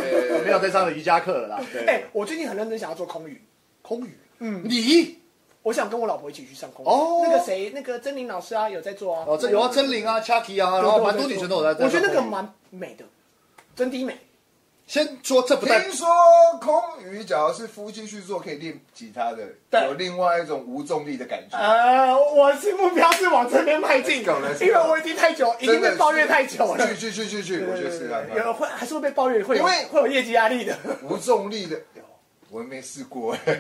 Speaker 1: 没有再上瑜伽课了啦。
Speaker 2: 哎、
Speaker 1: 对，
Speaker 2: 我最近很认真想要做空余，
Speaker 1: 空余，嗯，你
Speaker 2: 我想跟我老婆一起去上空。
Speaker 1: 哦
Speaker 2: 那个谁，那个珍玲老师啊，有在做啊。
Speaker 1: 哦，这有啊，真灵啊，Chucky 啊，
Speaker 2: 对，
Speaker 1: 然后
Speaker 2: 对
Speaker 1: 蛮多女生都有在。
Speaker 2: 我觉得
Speaker 1: 在
Speaker 2: 那个
Speaker 1: 空余
Speaker 2: 蛮美的，真的美。
Speaker 1: 先说这不代
Speaker 3: 听说空余，假如是夫妻去做，可以练吉他的，
Speaker 2: 对
Speaker 3: 有另外一种无重力的感觉。
Speaker 2: 呃，我是目标是往这边迈
Speaker 3: Let's
Speaker 2: 进，
Speaker 3: go, let's go
Speaker 2: 因为我已经太久，已经
Speaker 3: 真的
Speaker 2: 被
Speaker 3: 是
Speaker 2: 抱怨太久了。
Speaker 3: 去去去去去，我觉得是看
Speaker 2: 有
Speaker 3: 看
Speaker 2: 会还是会被抱怨，会有
Speaker 3: 因为
Speaker 2: 会有业绩压力的。
Speaker 3: 无重力的，我没试 <laughs> 过哎。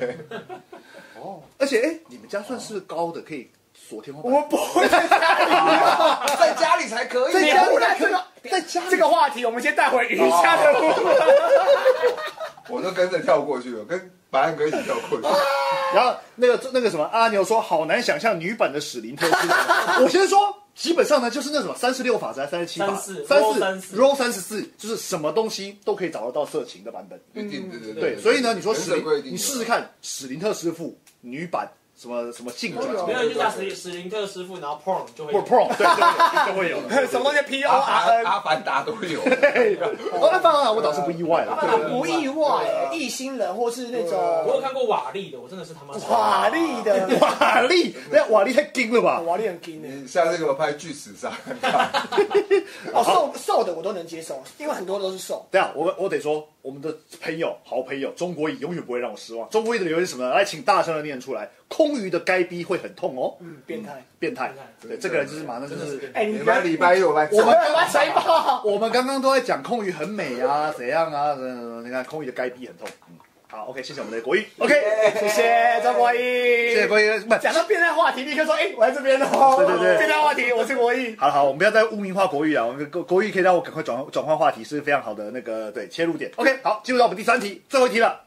Speaker 1: 而且哎，你们家算是高的，可以锁天花板。
Speaker 2: 我不 <laughs> 会在家里
Speaker 3: 在家里才可以，
Speaker 2: 在
Speaker 1: 家里
Speaker 2: 不然这个
Speaker 1: 在家里
Speaker 2: 这个话题，我们先带回瑜伽的部分。
Speaker 3: 我都跟着跳过去了，跟白安哥一起跳过去。
Speaker 1: <laughs> 然后那个那个什么阿牛说，好难想象女版的史林特斯。我先说，基本上呢，就是那什么三十六法则还是三十七法
Speaker 5: 34
Speaker 1: 三
Speaker 5: roll 34
Speaker 1: roll 三十四，就是什么东西都可以找得到色情的版本。
Speaker 3: 一定嗯对对
Speaker 1: 对，所以呢，你说
Speaker 3: 人
Speaker 1: 史
Speaker 3: 生规
Speaker 1: 林，
Speaker 3: 定啊
Speaker 1: 你
Speaker 3: 的
Speaker 1: 试试看史林特师傅女版什么什么镜转，
Speaker 2: 都有
Speaker 5: 没有
Speaker 1: 或
Speaker 5: 你就打史史林特师傅，然后 porn 就会
Speaker 1: 者 pro 对对对，都会有。
Speaker 2: <laughs>
Speaker 1: <laughs>
Speaker 2: 什么东西 P O
Speaker 3: 阿
Speaker 2: R
Speaker 3: 凡
Speaker 2: N，
Speaker 3: 阿凡达都有，
Speaker 1: 哦，那当然我倒是不意外了。<laughs>
Speaker 5: 对
Speaker 1: 对
Speaker 5: 对对
Speaker 2: 不意外，异星人或是那
Speaker 5: 我有
Speaker 2: 种
Speaker 5: 看过瓦力的，我真的是他妈
Speaker 2: 瓦力的，
Speaker 1: 瓦力，那瓦力太精了吧？
Speaker 2: 瓦力很劲的。
Speaker 3: 你下次给我拍巨齿鲨， <laughs>
Speaker 2: 哦，瘦瘦的我都能接受，因为很多都是瘦。
Speaker 1: 对啊，我我得说，我们的朋友、好朋友中国乙永远不会让我失望。中国乙的留言是什么呢？来，请大声的念出来。空余的该逼会很痛哦，
Speaker 2: 嗯，变态。
Speaker 1: 变态
Speaker 5: 变态。
Speaker 1: 对，这个人就是马上就
Speaker 5: 真的是
Speaker 1: 是
Speaker 5: 变态。
Speaker 2: 哎，你
Speaker 3: 礼拜礼拜六来，
Speaker 1: 我们
Speaker 2: 玩谁
Speaker 1: <laughs>
Speaker 2: 吧？
Speaker 1: 我们刚刚都在讲空余很美啊，怎样啊？嗯，你看空余的该逼很痛。嗯，好，OK，谢谢我们的国一，OK，
Speaker 2: 谢谢张国义。
Speaker 1: 哎谢谢国一。不，
Speaker 2: <laughs> 讲到变态话题，立刻说，哎，我在这边哦。
Speaker 1: 对对对
Speaker 2: 变态话题，我是国义。
Speaker 1: 好了好，我们不要再污名化国语啊，我们国国语可以让我赶快转换转换话题，是非常好的那个对切入点。OK，好，进入到我们第三题，最后一题了。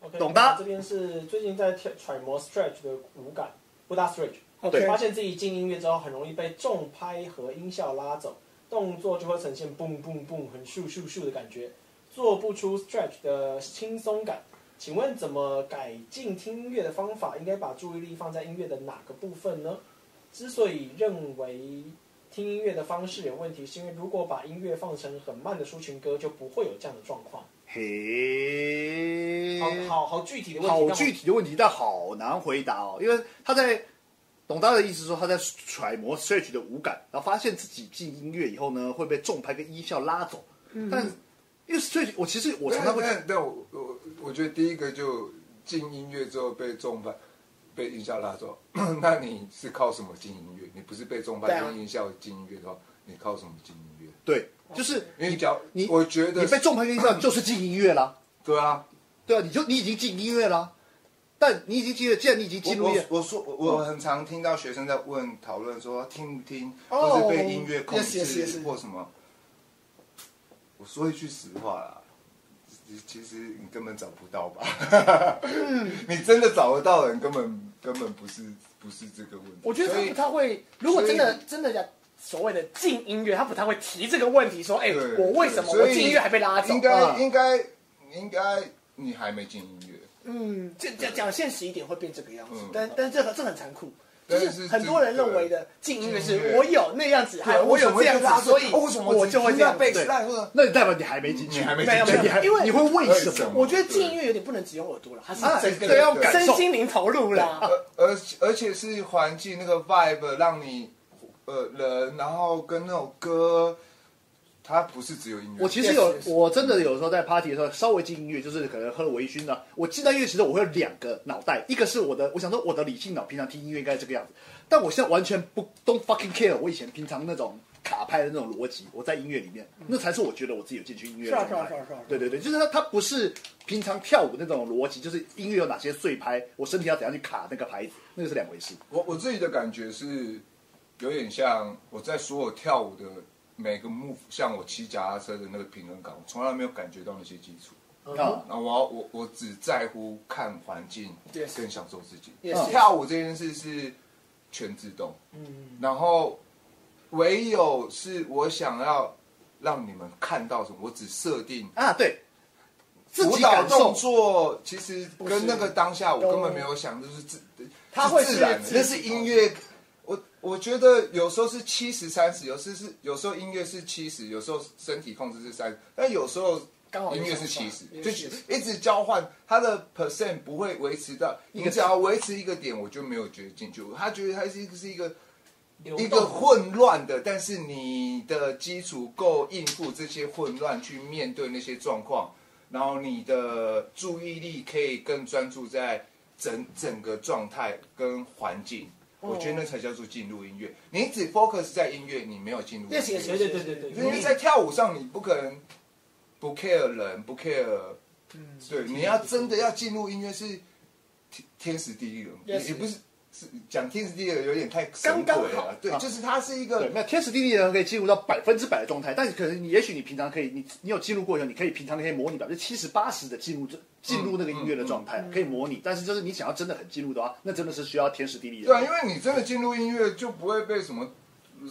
Speaker 5: OK，
Speaker 1: 懂的
Speaker 5: 这边是最近在揣揣摩 Stretch 的五感，不大 Stretch。
Speaker 1: 对
Speaker 5: 发现自己进音乐之后，很容易被重拍和音效拉走，动作就会呈现蹦蹦蹦，很咻咻咻的感觉，做不出 stretch 的轻松感。请问怎么改进听音乐的方法？应该把注意力放在音乐的哪个部分呢？之所以认为听音乐的方式有问题，是因为如果把音乐放成很慢的抒情歌，就不会有这样的状况。
Speaker 1: 嘿，
Speaker 5: 好好好具体的问题，
Speaker 1: 嗯好
Speaker 5: 让我
Speaker 1: 具体的问题，但好难回答哦，因为他在董大的意思说他在揣摩 search 的五感，然后发现自己进音乐以后呢，会被重拍跟音效拉走，
Speaker 3: 嗯
Speaker 1: 但因为 search 我其实我常常会
Speaker 3: 但但但我我我觉得第一个就进音乐之后被重拍，被音效拉走， <clears throat> 那你是靠什么进音乐？你不是被重
Speaker 2: 对
Speaker 3: 拍
Speaker 2: 啊
Speaker 3: 跟音效进音乐的话，你靠什么进音乐？
Speaker 1: 对，
Speaker 3: 哦
Speaker 1: 就是
Speaker 3: 因为脚，
Speaker 1: 你
Speaker 3: 我觉得
Speaker 1: 你被重拍跟音效就是进音乐啦，
Speaker 3: 对啊，
Speaker 1: 对啊，你就你已经进音乐啦，但你已经进了，既然你已经进入
Speaker 3: 我
Speaker 1: 音乐，
Speaker 3: 我我说我我很常听到学生在问讨论说听不听，
Speaker 2: 哦
Speaker 3: 或是被音乐控
Speaker 2: yes, yes,
Speaker 3: 制
Speaker 2: yes
Speaker 3: 或什么。我说一句实话啦，其其实你根本找不到吧？
Speaker 2: 嗯
Speaker 3: <laughs> 你真的找得到的人，根本根本不是不是这个问题。
Speaker 2: 我觉得
Speaker 3: 所
Speaker 2: 他
Speaker 3: 以
Speaker 2: 不太会，如果真的
Speaker 3: 所以
Speaker 2: 真的讲所谓的进音乐，他不太会提这个问题，说，哎
Speaker 3: 对，
Speaker 2: 我为什么
Speaker 3: 所
Speaker 2: 我
Speaker 3: 以
Speaker 2: 进音乐还被拉走
Speaker 3: 应？
Speaker 1: 啊
Speaker 3: 该应该应该你还没进音乐，
Speaker 2: 嗯，这讲讲现实一点会变这个样子
Speaker 3: 嗯，
Speaker 2: 但但这个这很残酷。就
Speaker 3: 但是
Speaker 2: 是很多人认为的进音乐
Speaker 3: 进音
Speaker 2: 是
Speaker 3: 乐
Speaker 2: 我有那样子，还
Speaker 3: 对啊
Speaker 2: 我
Speaker 3: 为什
Speaker 2: 有
Speaker 3: 么
Speaker 2: 这
Speaker 3: 会
Speaker 2: 样
Speaker 3: 被拉
Speaker 2: 子，啊所以
Speaker 3: 哦走为什么
Speaker 2: 我
Speaker 3: 只
Speaker 2: 就会
Speaker 3: 听到
Speaker 2: 这样子。
Speaker 3: 贝
Speaker 2: 对
Speaker 3: 斯烂或者
Speaker 1: 那你代表你还没进去，
Speaker 3: 你还没
Speaker 2: 没有
Speaker 3: 进去
Speaker 2: 没有，因为
Speaker 1: 你会为什
Speaker 3: 为什
Speaker 1: 么
Speaker 3: 么？
Speaker 2: 我觉得进音乐有点不能只用耳朵了，它是
Speaker 1: 啊
Speaker 2: 整个
Speaker 1: 对要
Speaker 2: 人
Speaker 1: 感受
Speaker 2: 身心灵投入啦。
Speaker 3: 而而且是环境那个 vibe 让你呃人，然后跟那首歌，它不是只有音乐。
Speaker 1: 我其实有
Speaker 2: Yes, yes.，
Speaker 1: 我真的有时候在 party 的时候稍微进音乐，就是可能喝了微醺呢。我进到音乐其实我会有两个脑袋，一个是我的，我想说我的理性脑平常听音乐应该这个样子，但我现在完全不 don't fucking care 我以前平常那种卡拍的那种逻辑，我在音乐里面，那才是我觉得我自己有进去音乐的
Speaker 2: 嗯是啊
Speaker 1: 状态
Speaker 2: 是啊是啊是啊。
Speaker 1: 对对对，就是它它不是平常跳舞那种逻辑，就是音乐有哪些碎拍，我身体要怎样去卡那个拍子，那个是两回事。
Speaker 3: 我我自己的感觉是，有点像我在所有跳舞的每个 move，像我骑脚踏车的那个平衡感，我从来没有感觉到那些基础。
Speaker 2: 嗯
Speaker 1: 啊，
Speaker 3: 那我要我我只在乎看环境
Speaker 2: Yes
Speaker 3: 更享受自己。
Speaker 2: Yes
Speaker 3: 跳舞这件事是全自动，
Speaker 5: 嗯，
Speaker 3: 然后唯有是我想要让你们看到什么，我只设定
Speaker 1: 啊，对，自
Speaker 3: 舞
Speaker 1: 己
Speaker 3: 蹈
Speaker 1: 感受
Speaker 3: 动。作，其实跟那个当下我根本没有想，就是自
Speaker 2: 它会
Speaker 3: 是
Speaker 2: 是
Speaker 3: 自然的，
Speaker 2: 自
Speaker 3: 那是音乐。我我觉得有时候是七十三十，有时是有时候音乐是七十，有时候身体控制是三十，但有时候
Speaker 2: 刚好
Speaker 3: 音乐
Speaker 2: 相
Speaker 3: 是七
Speaker 2: 反
Speaker 3: 十，
Speaker 2: 也
Speaker 3: 就是一直交换，它的 percent 不会维持到，你只要维持一个点，我就没有觉得进去。他觉得它是一个是一个
Speaker 5: 流动
Speaker 3: 一个混乱的，但是你的基础够应付这些混乱，去面对那些状况，然后你的注意力可以更专注在整整个状态跟环境。我觉得那才叫做进入音乐。你只 focus 在音乐，你没有进入音乐。
Speaker 2: Yes, yes,
Speaker 5: 对对对对对，
Speaker 3: 因为在跳舞上，你不可能不 care 人，不 care，
Speaker 2: 嗯，
Speaker 3: 对，你要真的要进入音乐是天天时地利人，也
Speaker 2: Yes,
Speaker 3: 也不是是讲天时地利人有点太
Speaker 2: 刚刚
Speaker 3: 神鬼
Speaker 2: 好
Speaker 3: 了，对
Speaker 1: 啊，
Speaker 3: 就是它是一
Speaker 1: 对，
Speaker 3: 个
Speaker 1: 没有天时地利人和可以进入到百分之百的状态，但是可能你也许你平常可以，你你有进入过以后，你可以平常可以模拟百分之七十八十的进入这进入那个音乐的状态，可以模拟。但是就是你想要真的很进入的话，那真的是需要天时地利人。
Speaker 3: 对啊，因为你真的进入音乐就不会被什么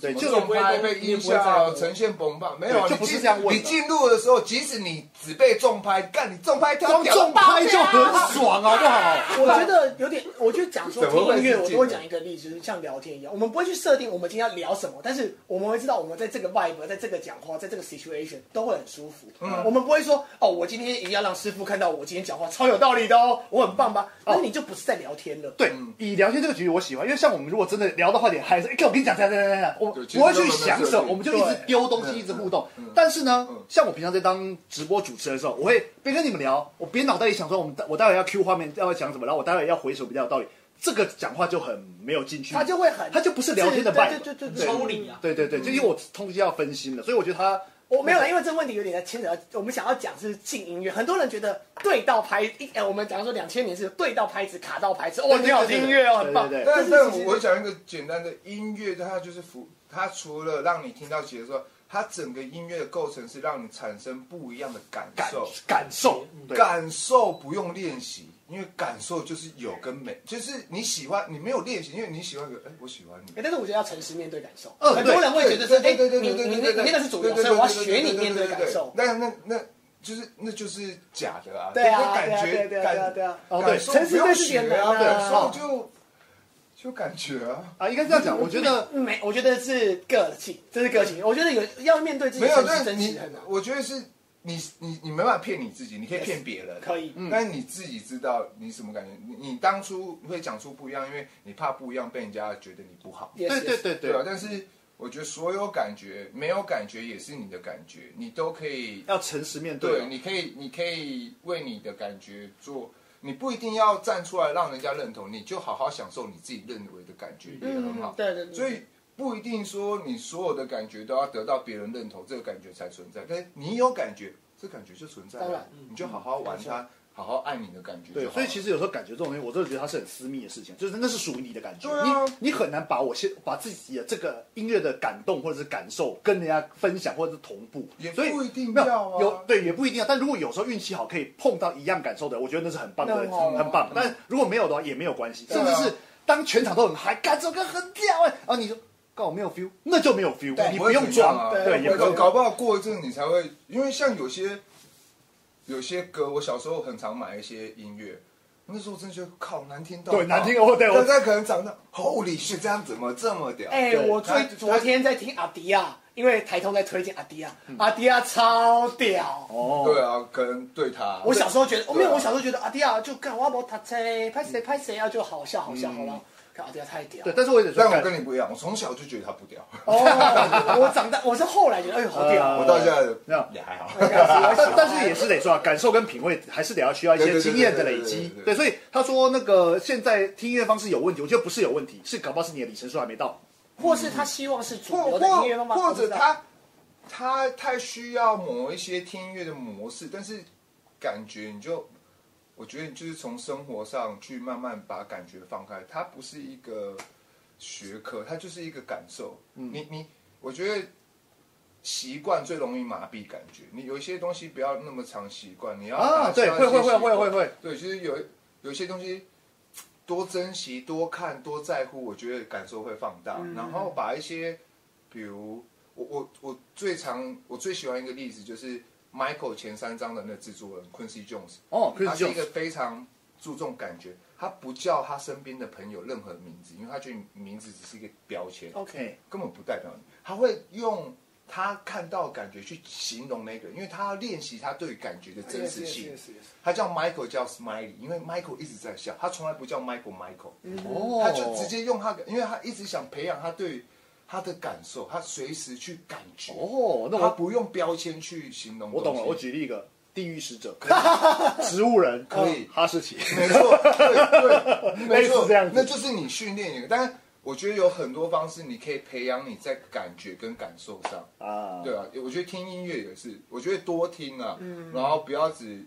Speaker 1: 对
Speaker 3: 什么
Speaker 1: 就
Speaker 3: 重拍被音效呈现崩棒，没有啊，
Speaker 1: 对
Speaker 3: 你
Speaker 1: 就不是
Speaker 3: 进
Speaker 1: 这样问的
Speaker 3: 你进入的时候，即使你只被重拍，干你重拍挑
Speaker 1: 光
Speaker 3: 屌
Speaker 1: 重拍就很爽，啊好不好？
Speaker 2: 我觉得有点，我就讲说
Speaker 3: 怎么会
Speaker 2: 听音乐，
Speaker 3: 是
Speaker 2: 我
Speaker 3: 记得
Speaker 2: 都会讲一个例子，就是像聊天一样，我们不会去设定我们今天要聊什么，但是我们会知道我们在这个 vibe，在这个讲话，在这个 situation 都会很舒服。
Speaker 1: 嗯
Speaker 2: 我们不会说哦，我今天一定要让师傅看到我今天讲话超有道理的哦，我很棒吧？那你就不是在聊天了。
Speaker 1: 对，以聊天这个局我喜欢，因为像我们如果真的聊到话点嗨，说，哎，我跟你讲，这样这样这样这样，我
Speaker 3: 对其
Speaker 1: 不
Speaker 3: 实
Speaker 1: 会
Speaker 3: 都
Speaker 1: 去
Speaker 3: 没有
Speaker 1: 想
Speaker 3: 设
Speaker 1: 什么，
Speaker 3: 定
Speaker 1: 我们就一直
Speaker 2: 对
Speaker 1: 丢东西，一直互动。但是呢，像我平常在当直播主持的时候，我会边跟你们聊，我边脑袋里想说，我们我待会要 Q 画面，要讲什么，然后我待会要回什么比较有道理。这个讲话就很没有进去，
Speaker 2: 他就会很
Speaker 1: 他就不是聊天的伴，
Speaker 2: 对对对对对
Speaker 5: 抽离啊，
Speaker 1: 对对对，就因为我东西要分心了，所以我觉得他
Speaker 2: 我没有啦，因为这个问题有点在牵扯到我们想要讲是进音乐，很多人觉得对到拍一，哎，我们讲说两千年是对到拍子、卡到拍子，哦，
Speaker 1: 对对对
Speaker 2: 挺好听音乐哦，
Speaker 1: 对对
Speaker 2: 很棒。
Speaker 1: 对对
Speaker 3: <laughs> 但
Speaker 2: 是
Speaker 3: 但
Speaker 2: 其实
Speaker 3: 我讲一个简单的音乐，它就是服，它除了让你听到节奏，它整个音乐的构成是让你产生不一样的感
Speaker 1: 感
Speaker 3: 受。
Speaker 1: 感受，对
Speaker 3: 感受不用练习，因为感受就是有跟没，就是你喜欢，你没有练习，因为你喜欢个，哎，我喜欢你
Speaker 2: 哎。但是我觉得要诚实面对感受，
Speaker 1: 嗯
Speaker 2: 很多人会觉得是，哎，
Speaker 3: 哦对对对
Speaker 2: 你
Speaker 3: 对对
Speaker 2: 你你
Speaker 3: 对对，
Speaker 2: 那个是主流，所以我要学你面对感受。
Speaker 3: 那那那就是那就是假的啊，
Speaker 2: 对啊，
Speaker 3: 感
Speaker 2: 对
Speaker 3: 觉
Speaker 2: 啊对啊，对啊，
Speaker 3: 感
Speaker 2: 对啊。
Speaker 1: 哦对
Speaker 3: 感受不用学啊，感
Speaker 2: 哦
Speaker 3: 受就就感觉啊。
Speaker 1: 啊，应该这样讲，我觉得
Speaker 2: 没，我觉得是个性，这是个性。我觉得有要面对自己
Speaker 3: 没有，
Speaker 2: 诚
Speaker 3: 那
Speaker 2: 实真
Speaker 3: 你
Speaker 2: 实很难。
Speaker 3: 我觉得是你你你没办法骗你自己，你可以骗别人，
Speaker 2: 可以
Speaker 3: 但是你自己知道你什么感觉。你你当初会讲出不一样，因为你怕不一样被人家觉得你不好，
Speaker 2: 也
Speaker 1: 对
Speaker 2: 是
Speaker 1: 对对
Speaker 3: 对
Speaker 1: 对
Speaker 3: 吧？，但是我觉得所有感觉，没有感觉也是你的感觉，你都可以，
Speaker 1: 要诚实面对
Speaker 3: 对，
Speaker 2: 哦
Speaker 3: 你可以，你可以为你的感觉做。你不一定要站出来让人家认同，你就好好享受你自己认为的感觉也很好。
Speaker 2: 嗯对对对。
Speaker 3: 所以不一定说你所有的感觉都要得到别人认同，这个感觉才存在。但是你有感觉，这感觉就存在
Speaker 2: 当然嗯
Speaker 3: 了，你就好好玩它，好好爱你的感觉
Speaker 1: 对
Speaker 3: 就，好
Speaker 1: 所
Speaker 3: 了。
Speaker 1: 以其实有时候感觉这种东西，我真的觉得它是很私密的事情，就是那是属于你的感觉，
Speaker 3: 对啊
Speaker 1: 你你很难把我现把自己的这个音乐的感动或者是感受跟人家分享或者是同步，
Speaker 3: 也
Speaker 1: 所以
Speaker 3: 不一定
Speaker 1: 没有
Speaker 3: 要啊
Speaker 1: 有对也不一定要，但如果有时候运气好可以碰到一样感受的，我觉得那是很棒的，
Speaker 2: 那很好啊
Speaker 1: 很棒。但如果没有的话也没有关系，
Speaker 3: 对
Speaker 1: 甚
Speaker 3: 啊
Speaker 1: 至是当全场都很嗨，干这首歌很屌哎、然后你说刚我没有 feel，那就没有 feel，
Speaker 2: 对
Speaker 3: 不
Speaker 1: 你不
Speaker 3: 会
Speaker 1: 用
Speaker 3: 怎样啊
Speaker 1: 装，
Speaker 2: 对
Speaker 1: 也不
Speaker 3: 搞
Speaker 1: 用
Speaker 2: 会
Speaker 3: 搞不好过一阵你才会，因为像有些有些歌，我小时候很常买一些音乐。那时候真的觉得靠难听到爆，
Speaker 1: 对难听哦对我
Speaker 3: 大家可能长大，Holy shit，这样怎么这么屌？
Speaker 2: 哎、
Speaker 1: 对
Speaker 2: 我最
Speaker 3: 他
Speaker 2: 昨天在听阿迪亚，因为台通在推荐阿迪亚，
Speaker 3: 嗯
Speaker 2: 阿迪亚超屌。
Speaker 1: 哦
Speaker 3: 对啊，可能对他，
Speaker 2: 我小时候觉得，
Speaker 3: 对
Speaker 2: 哦
Speaker 3: 啊嗯
Speaker 2: 没有，我小时候觉得阿迪亚就干，我要不要他车拍谁拍谁啊，就好笑好笑好了。看阿迪亚太屌
Speaker 1: 对，。但是我也得说
Speaker 3: 但
Speaker 1: 感
Speaker 3: 我跟你不一样，我从小就觉得他不屌，
Speaker 2: 哦，我长大我是后来觉得，哎呦好屌。
Speaker 1: 呃
Speaker 3: 我到现
Speaker 1: 没有
Speaker 3: 在也还好。
Speaker 1: 但但是也是得说啊，感受跟品味还是得要需要一
Speaker 3: 对
Speaker 1: 些
Speaker 3: 对对
Speaker 1: 经验的累
Speaker 3: 对对
Speaker 1: 积。
Speaker 3: 对对
Speaker 1: 对，所以他说那个现在听音乐方式有问题，我觉得不是有问题，是搞不好是你的里程数还没到。
Speaker 2: 或是他希望是主
Speaker 3: 或
Speaker 2: 流的音乐方
Speaker 3: 或
Speaker 2: 法，
Speaker 3: 或
Speaker 2: 我不知
Speaker 3: 者
Speaker 2: 道
Speaker 3: 他他太需要某一些听音乐的模式，但是感觉你就，我觉得你就是从生活上去慢慢把感觉放开，它不是一个学科，它就是一个感受。
Speaker 1: 嗯
Speaker 3: 你你，我觉得。习惯最容易麻痹感觉，你有一些东西不要那么常习惯，你要
Speaker 1: 啊
Speaker 3: 打消
Speaker 1: 对会
Speaker 3: 一些
Speaker 1: 会
Speaker 3: 习
Speaker 1: 会
Speaker 3: 惯
Speaker 1: 会会，
Speaker 3: 对，就是有有一些东西多珍惜、多看、多在乎，我觉得感受会放大。然后把一些，比如我我我最常我最喜欢一个例子就是 Michael 前三章的那制作人 Quincy Jones，
Speaker 1: 哦
Speaker 3: 他
Speaker 1: ，Chris
Speaker 3: 是一
Speaker 1: Jones，
Speaker 3: 个非常注重感觉，他不叫他身边的朋友任何名字，因为他觉得名字只是一个标签。
Speaker 1: OK，
Speaker 3: 根本不代表你，他会用他看到的感觉去形容那个，因为他要练习他对感觉的真实
Speaker 2: 啊
Speaker 3: 性。他叫 Michael 叫 Smiley，因为 Michael 一直在笑，他从来不叫 Michael Michael，、
Speaker 1: 哦
Speaker 3: 他就直接用他的，因为他一直想培养他对他的感受，他随时去感觉。
Speaker 1: 哦，那
Speaker 3: 他
Speaker 1: 我
Speaker 3: 不用标签去形容东
Speaker 1: 我
Speaker 3: 西。
Speaker 1: 懂了，我举例一个。地狱
Speaker 3: <laughs>
Speaker 1: 使者，植物人，嗯
Speaker 3: 可以
Speaker 1: 哈士奇，
Speaker 3: 没错，对对，
Speaker 1: <laughs>
Speaker 3: 没
Speaker 1: 类
Speaker 3: 错，
Speaker 1: 似这样子
Speaker 3: 那就是你训练一个。但是我觉得有很多方式，你可以培养你在感觉跟感受上。
Speaker 1: 啊，
Speaker 3: 对啊，我觉得听音乐也是，我觉得多听啊，然后不要只，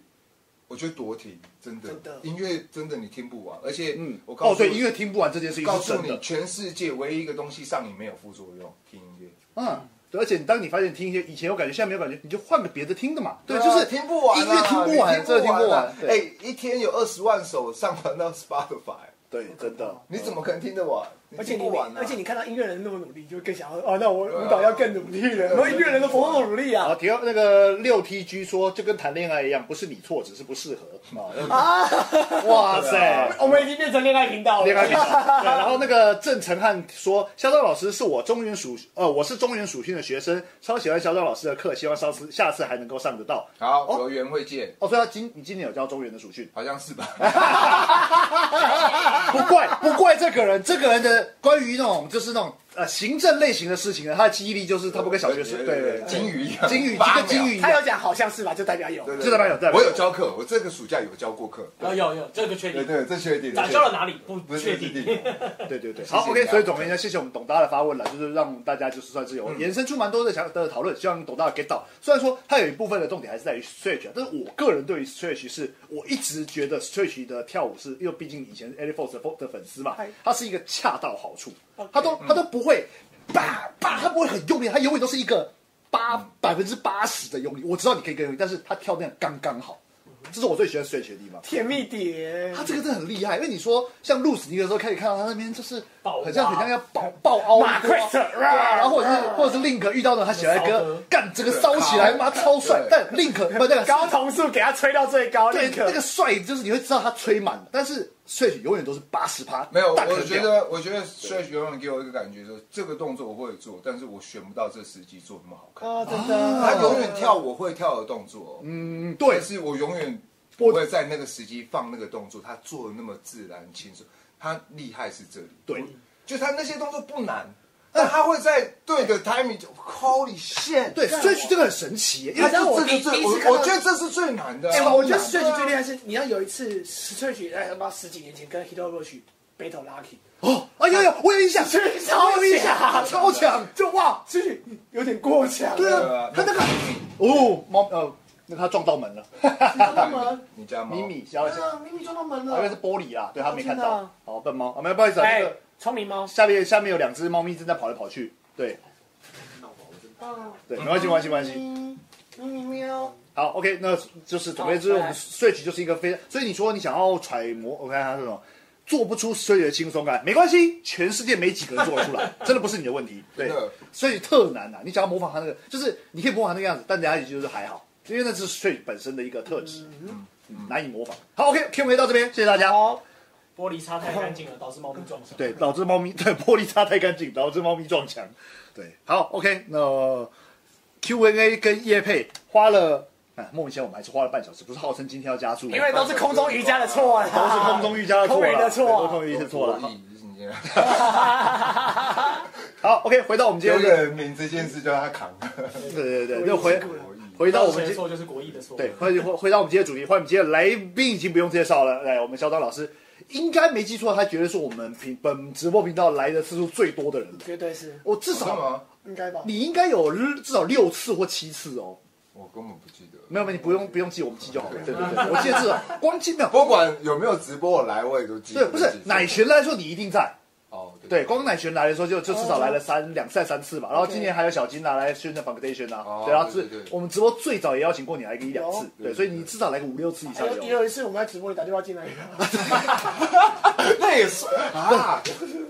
Speaker 3: 我觉得多听，真的，
Speaker 2: 嗯真的
Speaker 3: 音乐真的你听不完，而且，
Speaker 1: 嗯，
Speaker 3: 我告
Speaker 1: 哦，
Speaker 3: 诉
Speaker 1: 对，
Speaker 3: 你
Speaker 1: 音乐听不完这件事情
Speaker 3: 告
Speaker 1: 是
Speaker 3: 诉
Speaker 1: 真
Speaker 3: 你，
Speaker 1: 的，
Speaker 3: 全世界唯一一个东西上瘾没有副作用，听音乐，
Speaker 1: 嗯，对，而且你当你发现听一些以前有感觉，现在没有感觉，你就换个别的听的嘛，对，
Speaker 3: 啊
Speaker 1: 就是
Speaker 3: 听不完啊，
Speaker 1: 音乐听不完，
Speaker 3: 你
Speaker 1: 这个听不
Speaker 3: 啊
Speaker 1: 完，
Speaker 3: 哎
Speaker 1: 对，，
Speaker 3: 一天有二十万首上传到 Spotify，
Speaker 1: 嗯对，真的，
Speaker 3: 你怎么可能听得完？
Speaker 2: 而且你
Speaker 3: 不完啊
Speaker 2: 而且你看到音乐人那么努力，就更想要哦，那我
Speaker 3: 对啊
Speaker 2: 舞蹈要更努力了。然后音乐人都多么努
Speaker 1: <laughs>
Speaker 2: 力
Speaker 1: 啊，
Speaker 2: 啊！
Speaker 1: 提到那个六 TG 说，就跟谈恋爱一样，不是你错，只是不适合啊。 <laughs> 哇塞，
Speaker 2: 我们已经变成恋爱频道了。
Speaker 1: <laughs> 恋爱频道。对然后那个郑成汉说，肖照老师是我中原属呃，我是中原属性的学生，超喜欢肖照老师的课，希望上次下次还能够上得到。
Speaker 3: 好，有缘会见，
Speaker 1: 哦，所以他今你今年有教中原的属性，
Speaker 3: 好像是吧？
Speaker 1: 哎不怪不怪这个人，这个人的关于那种就是那种呃行政类型的事情呢，啊他的记忆力就是他不跟小学生对对
Speaker 3: 金鱼一样，
Speaker 1: 金鱼就
Speaker 3: 八
Speaker 1: 跟
Speaker 3: 秒
Speaker 1: 金鱼一
Speaker 2: 他有
Speaker 1: 样，
Speaker 2: 讲好像是吧，就代表有。
Speaker 3: 对对
Speaker 1: 这代表有代表有
Speaker 3: 我有教课，我这个暑假有教过课。
Speaker 5: 有有有，这个确
Speaker 3: 对
Speaker 5: 定。
Speaker 3: 对，这确定。
Speaker 5: 咋教了哪里不
Speaker 3: 不是
Speaker 5: 确定？
Speaker 1: <laughs> 对对对。好
Speaker 3: 谢谢
Speaker 1: ，OK，嗯
Speaker 3: 大家
Speaker 1: 所以总而言之，谢谢我们董大的发问了，就是让大家就是算是有延伸出蛮多的想的讨论，希望董大 get 到。虽然说他有一部分的重点还是在于 Stretch，啊但是我个人对于 Stretch 是我一直觉得 Stretch 的跳舞是，因为毕竟以前 e l i f o r c e 的粉丝嘛
Speaker 2: 嗨，
Speaker 1: 他是一个恰到好处，他都他都不会叭叭，他不会很用力，他永远都是一个八百分之八十的用力。我知道你可以更用力，但是他跳那样刚刚好，这是我最喜欢 Stretch 的地方。
Speaker 2: 甜蜜点，
Speaker 1: 他这个真的很厉害，因为你说像路死尼的时候，可以看到他那边就是
Speaker 5: 爆
Speaker 1: 很像
Speaker 5: 挖
Speaker 1: 很像要爆爆凹
Speaker 2: 马
Speaker 1: 对啊
Speaker 2: Chris，
Speaker 1: 对啊然后或者是或者是 Link 遇到那种他写的
Speaker 5: 骚
Speaker 1: 歌
Speaker 5: 歌，
Speaker 1: 干整个骚起来，
Speaker 3: 对
Speaker 1: 妈超帅
Speaker 3: 对。
Speaker 1: 但 Link 不那个
Speaker 2: 高同速给他吹到最高，
Speaker 1: 对
Speaker 2: 立刻
Speaker 1: 那个帅，就是你会知道他吹满了，但是 Switch 永远都是八十趴，
Speaker 3: 没有，
Speaker 1: 蛋
Speaker 3: 我
Speaker 1: 壳
Speaker 3: 觉
Speaker 1: 掉
Speaker 3: 得，我觉得 Stretch 永远给我一个感觉，说这个动作我会做，但是我选不到这时机做那么好看。
Speaker 2: 啊，真的，
Speaker 3: 他永远跳我会跳的动作，嗯，
Speaker 1: 嗯
Speaker 3: 但
Speaker 1: 对，
Speaker 3: 是我永远不会在那个时机放那个动作，他做的那么自然轻松。他厉害是这里，
Speaker 1: 对，
Speaker 3: 就他那些动作不
Speaker 2: 嗯
Speaker 3: 难，但他会在对的 timing 就 holy shit，
Speaker 1: 对 Switch 这个很神奇耶，因
Speaker 3: 他
Speaker 1: 为
Speaker 3: 是
Speaker 2: 我
Speaker 3: 这个
Speaker 2: 第
Speaker 3: 最
Speaker 2: 一
Speaker 3: 我
Speaker 2: 次看到
Speaker 3: 我觉得这是最难的啊。
Speaker 2: 哎、我觉得
Speaker 3: 超
Speaker 2: s
Speaker 3: 难
Speaker 2: t r 最厉害是，你要有一次 s t r 哎，他妈十几年前跟 Hitoroshi battle Lucky，
Speaker 1: 哦，哎呦呦，我有印象，
Speaker 2: 是
Speaker 1: 我有印象，
Speaker 2: 超强
Speaker 1: 超强，
Speaker 2: 就哇 s t 有点过强，
Speaker 1: 对
Speaker 3: 对啊，
Speaker 1: 啊他那个哦猫呃，那他撞到门了，
Speaker 2: 撞到门，
Speaker 3: 你家猫
Speaker 1: 米米小一下。
Speaker 2: 啊，明明撞到门
Speaker 1: 啊，因为是
Speaker 2: 了，
Speaker 1: 玻璃啦，对他没看
Speaker 2: 天
Speaker 1: 到
Speaker 2: 哪。
Speaker 1: 好，笨猫啊，没有，不好意思啊，那
Speaker 2: 哎
Speaker 1: 个，
Speaker 2: 聪明猫，
Speaker 1: 下面下面有两只猫咪正在跑来跑去，对
Speaker 2: 嗯，
Speaker 1: 对，没关系，没关系，没关系。
Speaker 2: 喵喵，
Speaker 1: 好，OK，那就是总而言之，
Speaker 2: 好
Speaker 1: 我
Speaker 2: 拜拜
Speaker 1: 们 Switch 就是一个非常，所以你说你想要揣摩，我看他这种做不出 Switch 的轻松感，没关系，全世界没几个人做得出来，真的不是你的问题，对
Speaker 3: 真的，
Speaker 1: 所以特难啊，你想要模仿他那个，就是你可以模仿那个样子，但人家也就是还好，因为那是 Switch 本身的一个特质，嗯难以模仿。好，OK，Q&A 到这边，谢谢大家。
Speaker 2: 好，
Speaker 5: 玻璃擦太干净了，导致猫咪撞上。
Speaker 1: 对，导致猫咪 <laughs> 对玻璃擦太干净，导致猫咪撞墙。对，好，OK，那 Q&A 跟叶配花了，啊，莫名其妙我们还是花了半小时，不是号称今天要加速吗，
Speaker 2: 因为都是空中瑜伽的错
Speaker 1: 都是
Speaker 2: 啦，
Speaker 1: 空中瑜伽的错
Speaker 2: 空
Speaker 1: 了，
Speaker 2: 人的错
Speaker 1: 对都是空人的错
Speaker 3: 我
Speaker 1: 了。
Speaker 3: 以为是你家
Speaker 1: 好，OK，回到我们今
Speaker 3: 有
Speaker 1: 天
Speaker 3: 一
Speaker 1: 的，
Speaker 3: 个人名这件事叫他扛，
Speaker 1: 对对对，又回
Speaker 3: 我以为
Speaker 1: 回到我们
Speaker 5: 谁
Speaker 1: 今
Speaker 5: 错就是国义的错。
Speaker 1: 对，回回回到我们今天的主题，欢迎我们今天的来宾已经不用介绍了，来，我们肖张老师应该没记错，他绝对是我们频本直播频道来的次数最多的人了，
Speaker 2: 绝对是，
Speaker 1: 我至
Speaker 3: 干
Speaker 1: 少
Speaker 3: 嘛？
Speaker 2: 应该吧？
Speaker 1: 你应该有至少六次或七次哦。
Speaker 3: 我根本不记得。
Speaker 1: 没有没有，你不用不用记，我们记就好了。对对对，我记得是光记没有，
Speaker 3: 不管有没有直播，我来我也都记得。
Speaker 1: 对，不是奶
Speaker 3: 昔
Speaker 1: 泉来说你一定在，
Speaker 3: 哦，
Speaker 1: 对，光奶泉来的时候就就至少来了三两三三次吧。然后今年还有小金拿来宣传 Foundation 啊
Speaker 3: 哦，
Speaker 1: 对，然后
Speaker 3: 对
Speaker 1: 最
Speaker 3: 对对
Speaker 1: 我们直播最早也邀请过你来个一两次
Speaker 2: 有，
Speaker 1: 对，所以你至少来个五六次以上
Speaker 2: 哎有
Speaker 1: 有。
Speaker 2: 有一次我们在直播里打电话 <laughs> 进来，
Speaker 3: <laughs> 那也是啊，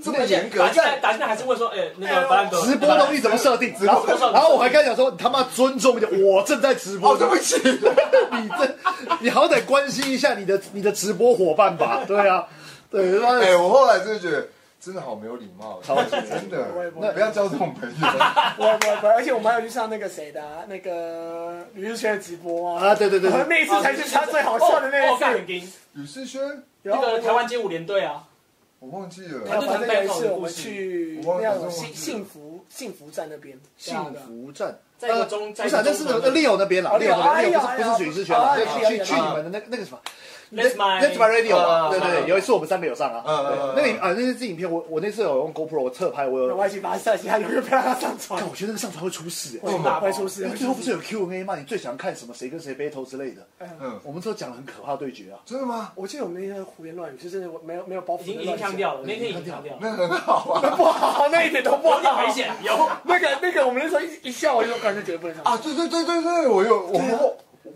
Speaker 3: 这么严格
Speaker 5: 打进来，
Speaker 3: 在
Speaker 5: 打进来还是问说，哎，那个法兰德
Speaker 1: 直播东西怎么设定？然后
Speaker 5: 直播上
Speaker 1: 然后我还跟他讲说，你他妈尊重一点，我正在直播。
Speaker 3: 哦，对不
Speaker 1: <laughs>
Speaker 3: 起，
Speaker 1: 你这你好歹关心一下你的你的直播伙伴吧，对啊，对，他妈的
Speaker 3: 哎，我后来真的觉得真的好没有礼貌，
Speaker 1: 超级
Speaker 3: 真的
Speaker 2: 我也，不会
Speaker 3: 不要交这种朋友。
Speaker 2: 不会不会不会，而且我们还有去上那个谁的啊那个吕志轩的直播啊，
Speaker 1: 啊，对对对
Speaker 2: 我
Speaker 1: 对
Speaker 2: 们。那一次才是他最好笑的那一
Speaker 5: 哦，干很
Speaker 2: 次。
Speaker 5: 硬
Speaker 3: 吕世轩，
Speaker 2: 有
Speaker 5: 那个台湾街舞联队啊，
Speaker 3: 我忘记
Speaker 2: 然
Speaker 3: 了
Speaker 1: 啊
Speaker 2: 后反正有一次我们去那种幸幸福幸福站那边，啊
Speaker 1: 幸福站，
Speaker 5: 在一个中
Speaker 1: 呃
Speaker 5: 在
Speaker 1: 不是啊，那
Speaker 5: 一个
Speaker 1: 是
Speaker 5: 中
Speaker 1: 那个 Leo 那边啦
Speaker 2: 哦
Speaker 1: Leo 那边
Speaker 2: ，Leo，
Speaker 1: ，Leo 不是不
Speaker 2: 哎呀
Speaker 1: 是许志轩啦，
Speaker 2: 哎
Speaker 1: 对
Speaker 2: 呀
Speaker 1: 去
Speaker 2: 哎呀
Speaker 1: 去你们的那个那个什么
Speaker 5: Let's My-
Speaker 1: Let's My Radio 嘛，
Speaker 5: 啊
Speaker 1: 对对
Speaker 5: 啊
Speaker 1: 对，有一次我们三个有上啊，
Speaker 3: 嗯嗯嗯
Speaker 1: 对那个啊那支影片我我那次有用 GoPro 我侧拍，我
Speaker 2: 然后
Speaker 1: 有，
Speaker 2: 我一起把他塞起来，永远不让他上
Speaker 1: 但
Speaker 2: 床，
Speaker 1: 我觉得那个上传会出事哎，
Speaker 2: 会会出事
Speaker 1: 因为。最后不是有 Q&A 吗？你最想看什么？谁跟谁 battle 之类的？
Speaker 3: 嗯，
Speaker 1: 我们都讲了很可怕的对决啊，
Speaker 3: 真的吗？
Speaker 2: 我记得我们那天胡言乱语，就真的没有没有包
Speaker 5: 已
Speaker 2: 袱
Speaker 5: 经
Speaker 2: 的
Speaker 5: 已
Speaker 2: 乱
Speaker 5: 经
Speaker 2: 讲
Speaker 5: 呛，掉了，那天已经呛掉了，
Speaker 3: 那很好啊
Speaker 2: 不好，那一点都不
Speaker 5: 有点
Speaker 2: 好
Speaker 5: 危。险，啊有。
Speaker 2: 那个那个，我们那时候一一笑，我就感觉绝对不能上。
Speaker 1: 啊
Speaker 3: 啊！对对对对对，我有我们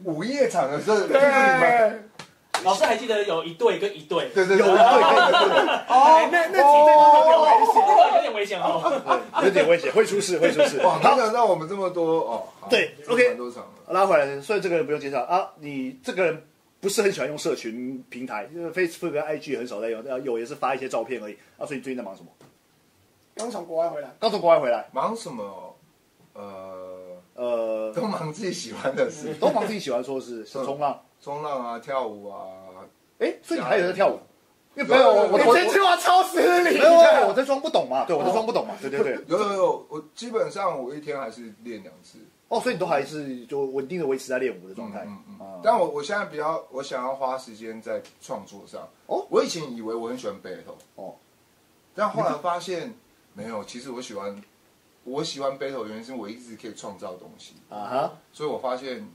Speaker 3: 午夜场的时候就是你们
Speaker 2: 对，
Speaker 5: 老师还记得有一对跟一对，
Speaker 3: 对对对，
Speaker 1: 啊
Speaker 2: 哦，那那几对都有危险。
Speaker 5: 这哦个有点危险哦。
Speaker 1: 有点危险，会出事，会出事。
Speaker 3: 哇，
Speaker 1: 好
Speaker 3: 没想到我们这么多哦。好
Speaker 1: 对
Speaker 3: 这么
Speaker 1: OK
Speaker 3: 蛮多场了。
Speaker 1: 拉回来，所以这个人不用介绍啊。你这个人不是很喜欢用社群平台，就是 Facebook 跟 IG 很少在用，呃有也是发一些照片而已。啊，所以你最近在忙什么？
Speaker 2: 刚从国外回来，
Speaker 1: 刚从国外回来，
Speaker 3: 忙什么？呃，
Speaker 1: 呃，
Speaker 3: 都忙自己喜欢的事，
Speaker 1: 都忙自己喜欢说的是冲浪。 <laughs>
Speaker 3: 冲浪啊，跳舞啊。
Speaker 1: 哎、所以你还有在跳舞？因为
Speaker 3: 有
Speaker 1: 没有我我
Speaker 2: 你
Speaker 1: 我
Speaker 2: 这句话超失
Speaker 1: 没
Speaker 2: 礼。
Speaker 1: 有没有我在装不懂嘛，对我哦在装不懂嘛，对对对。
Speaker 3: 有有有，我基本上我一天还是练两次。
Speaker 1: <laughs> 哦，所以你都还是就稳定的维持在练舞的状态。
Speaker 3: 嗯嗯
Speaker 1: 啊
Speaker 3: 嗯。但我我现在比较，我想要花时间在创作上。
Speaker 1: 哦
Speaker 3: 我以前以为我很喜欢 battle，
Speaker 1: 哦，
Speaker 3: 但后来发现没有，其实我喜欢。我喜欢 battle 原因是我一直可以创造东西，
Speaker 1: 啊哈，
Speaker 3: 所以我发现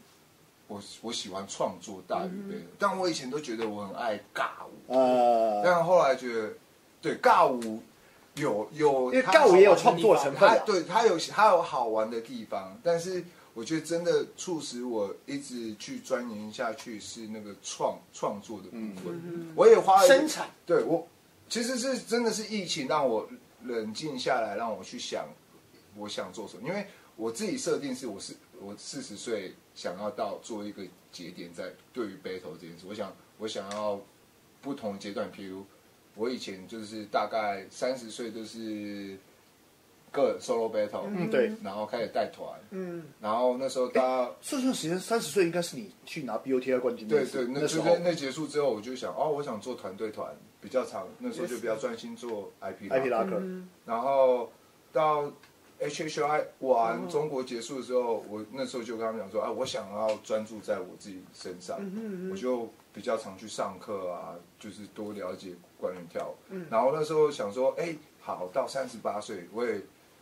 Speaker 3: 我我喜欢创作大于 battle，、但
Speaker 1: 嗯
Speaker 3: 我以前都觉得我很爱尬舞，
Speaker 1: 呃，
Speaker 3: 但后来觉得，对尬舞有有，
Speaker 1: 因为
Speaker 3: 它
Speaker 1: 尬舞也有创作
Speaker 3: 好玩的
Speaker 1: 成
Speaker 3: 地
Speaker 1: 分
Speaker 3: 方
Speaker 1: 啊
Speaker 3: 它对它有它有好玩的地方，但是我觉得真的促使我一直去钻研下去是那个创创作的部
Speaker 1: 嗯
Speaker 3: 分。我也花了
Speaker 2: 生产，
Speaker 3: 对我其实是真的是疫情让我冷静下来，让我去想我想做什么，因为我自己设定是我是我四十岁想要到做一个节点，在对于 battle 这件事，我想我想要不同阶段，譬如我以前就是大概三十岁就是个人 solo battle，
Speaker 1: 嗯对，
Speaker 3: 然后开始带团，
Speaker 2: 嗯，
Speaker 3: 然后那时候大家。
Speaker 1: 这段时间三十岁应该是你去拿 BOTI 冠军的
Speaker 3: 对
Speaker 1: 时候
Speaker 3: 对，那
Speaker 1: 那
Speaker 3: 就是
Speaker 1: 时候
Speaker 3: 那结束之后，我就想，哦，我想做团队团比较长，那时候就比较专心做 IP 啦
Speaker 1: IP 拉克。
Speaker 3: 然后到 HHI 玩中国结束的时候，我那时候就跟他们讲说，啊，我想要专注在我自己身上，
Speaker 1: 嗯
Speaker 3: 我就比较常去上课啊，就是多了解关于跳舞。
Speaker 1: 嗯
Speaker 3: 然后那时候想说，哎，好，到三十八岁，我也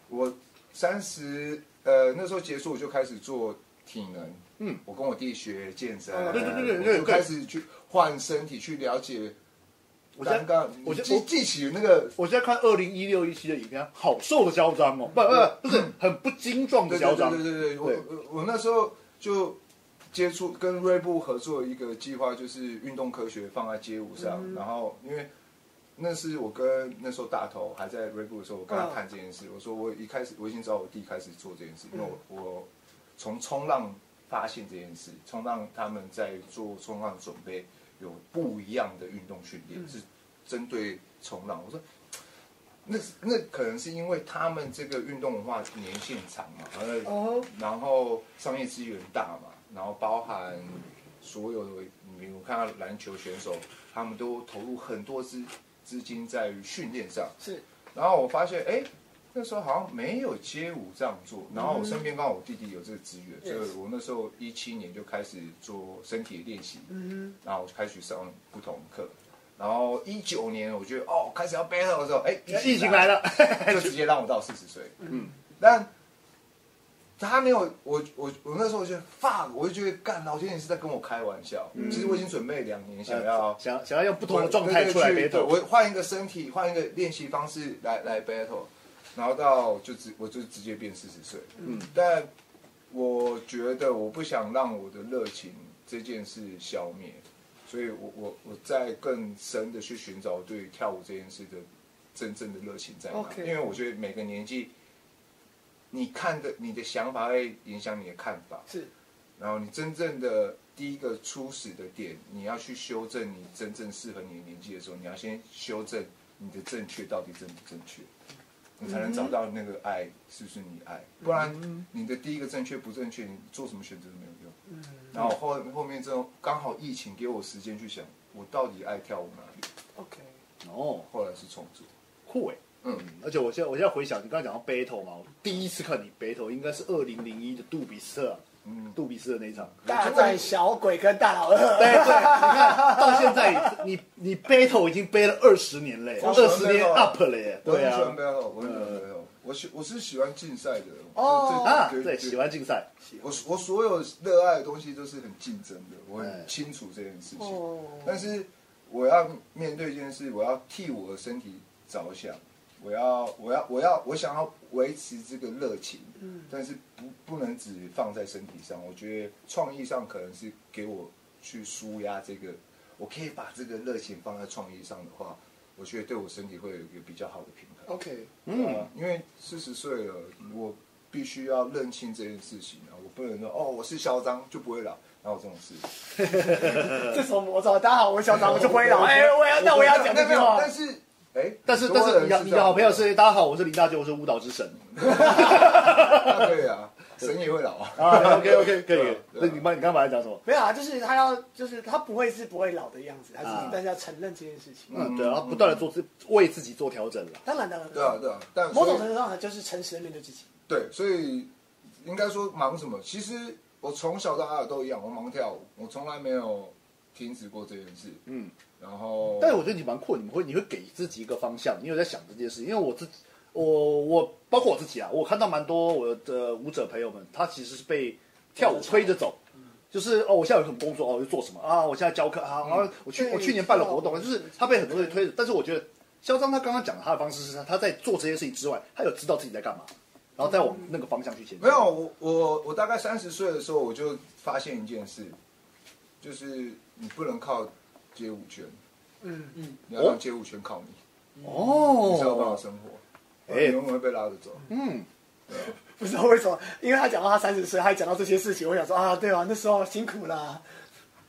Speaker 3: 我三十呃那时候结束，我就开始做体能。嗯，我跟我弟学健身，
Speaker 1: 哦对对对对对
Speaker 3: 我就开始去换身体，去了解
Speaker 1: 我现在
Speaker 3: 单杠。
Speaker 1: 我
Speaker 3: 你
Speaker 1: 现
Speaker 3: 记
Speaker 1: 我
Speaker 3: 记起那个
Speaker 1: 我现在看二零一六一七的影片，好瘦的嚣张哦，不不不，就是很不精壮的
Speaker 3: 对
Speaker 1: 嚣
Speaker 3: 对
Speaker 1: 张
Speaker 3: 对。对对，我
Speaker 1: 对
Speaker 3: 我我那时候就接触跟锐步合作一个计划，就是运动科学放在街舞上，然后因为。那是我跟那时候大头还在锐步的时候，我跟他谈这件事。我说我一开始我已经找我弟开始做这件事，因为我我从冲浪发现这件事，冲浪他们在做冲浪准备有不一样的运动训练，是针对冲浪。我说那那可能是因为他们这个运动文化年限长嘛，然
Speaker 2: 哦
Speaker 3: 后、然后商业资源大嘛，然后包含所有的，你比如看到篮球选手，他们都投入很多资资金在于训练上。
Speaker 2: 是
Speaker 3: 然后我发现，哎，那时候好像没有街舞这样做。然后我身边刚好我弟弟有这个资
Speaker 1: 嗯
Speaker 3: 源，所以我那时候一七年就开始做身体的练习，
Speaker 1: 嗯
Speaker 3: 然后我就开始上不同课。然后一九年，我觉得哦，开始要 battle 的时候，哎，
Speaker 1: 疫情来了，
Speaker 3: 就直接让我到四十岁。嗯，但他没有我我我那时候就 fuck，我就觉得干老天爷是在跟我开玩笑。
Speaker 1: 嗯
Speaker 3: 其实我已经准备两年想要、
Speaker 1: <laughs> 想想要用不同的状态出来
Speaker 3: 对对对
Speaker 1: battle，
Speaker 3: 我换一个身体，换一个练习方式来来 battle，然后到就直我就直接变四十岁。嗯，但我觉得我不想让我的热情这件事消灭，所以我我我在更深的去寻找对于跳舞这件事的真正的热情在哪
Speaker 2: OK
Speaker 3: 因为我觉得每个年纪。你看的，你的想法会影响你的看法。
Speaker 2: 是，
Speaker 3: 然后你真正的第一个初始的点，你要去修正你真正适合你的年纪的时候，你要先修正你的正确到底正不正确，你才能找到那个爱是不是你爱，不然你的第一个正确不正确，你做什么选择都没有用。然后后后面之后刚好疫情给我时间去想，我到底爱跳舞哪里，
Speaker 2: OK，
Speaker 1: 哦，
Speaker 3: 后来是创作。
Speaker 1: 酷哎。
Speaker 3: 嗯，
Speaker 1: 而且我现在我现在回想，你刚才讲到 battle 嘛，我第一次看你 battle 应该是二零零一的杜比斯特，啊
Speaker 3: 嗯
Speaker 1: 杜比斯的那一场。
Speaker 2: 大战小鬼跟大老二，
Speaker 1: 对对，你看到现在你你 battle 已经背了二十年嘞，
Speaker 3: 我喜
Speaker 1: 二
Speaker 3: 欢
Speaker 1: 十年
Speaker 3: battle 啊
Speaker 1: up 了耶，
Speaker 3: 我很
Speaker 1: 对
Speaker 3: 喜欢
Speaker 1: 啊
Speaker 3: battle，我很喜欢 battle，我喜我是喜欢竞赛的人。
Speaker 2: 哦
Speaker 3: 这这
Speaker 1: 啊，
Speaker 3: 对
Speaker 1: 对，
Speaker 3: 对
Speaker 1: 喜欢竞赛，
Speaker 3: 我我所有热爱的东西都是很竞争的，我
Speaker 1: 哎
Speaker 3: 很清楚这件事情。
Speaker 2: 哦
Speaker 3: 但是我要面对一件事，我要替我的身体着想，我要我要我要我想要维持这个热情，但是不不能只放在身体上。我觉得创意上可能是给我去舒压这个我可以把这个热情放在创意上的话，我觉得对我身体会有一个比较好的平衡。
Speaker 2: OK，
Speaker 3: 嗯，因为四十岁了，我必须要认清这件事情啊，我不能说哦，我是嚣张就不会老，哪有这种事？
Speaker 2: 这什么魔咒？大家好，我是小张，我是灰狼。哎，我要，那我也要讲这
Speaker 3: 没
Speaker 2: 句
Speaker 3: 有，
Speaker 2: 话。
Speaker 3: 但是哎，
Speaker 1: 但是
Speaker 3: 很
Speaker 1: 但
Speaker 3: 多
Speaker 1: 是
Speaker 3: 人
Speaker 1: 你的你的好朋友是大家好，我是林大舅，我是舞蹈之神
Speaker 3: 啊对啊，神也会老啊。
Speaker 1: 啊。OK <laughs> OK 可以，
Speaker 3: 对啊
Speaker 1: 那你们你刚才来讲什么？
Speaker 2: 没有啊，就是他要，就是他不会是不会老的样子，他是、
Speaker 1: 啊
Speaker 2: 但是要承认这件事情。
Speaker 1: 嗯，对啊，然后不断的做自为自己做调整了。
Speaker 2: 当然，当然，
Speaker 3: 对啊，对啊，但
Speaker 2: 某
Speaker 3: 所
Speaker 2: 种
Speaker 3: 以
Speaker 2: 程度上就是诚实的面对自己。
Speaker 3: 对，所以应该说忙什么？其实我从小到大都一样，我忙跳舞，我从来没有停止过这件事。
Speaker 1: 嗯，
Speaker 3: 然后，
Speaker 1: 但是我觉得你蛮酷的，你会你会给自己一个方向，你有在想这件事，因为我自己，我我包括我自己啊，我看到蛮多我的舞者朋友们，他其实是被跳舞推着走。就是哦，我现在有什么工作哦，我就做什么啊！我现在教课啊，然后我去
Speaker 2: 对
Speaker 1: 我去年办了活动，就是他被很多人推着。但是我觉得肖张他刚刚讲的他的方式是他他在做这些事情之外，他有知道自己在干嘛，然后再往那个方向去前进。
Speaker 3: 没有，我我我大概三十岁的时候，我就发现一件事，就是你不能靠街舞圈，
Speaker 2: 嗯嗯，
Speaker 3: 你要让街舞圈靠你，你才有办法
Speaker 1: 哦，
Speaker 3: 生活，
Speaker 1: 哎
Speaker 3: 你永远会被拉着走。
Speaker 1: 嗯，
Speaker 2: 不知道为什么，因为他讲到他三十岁，他还讲到这些事情，我想说啊，对啊，那时候辛苦啦。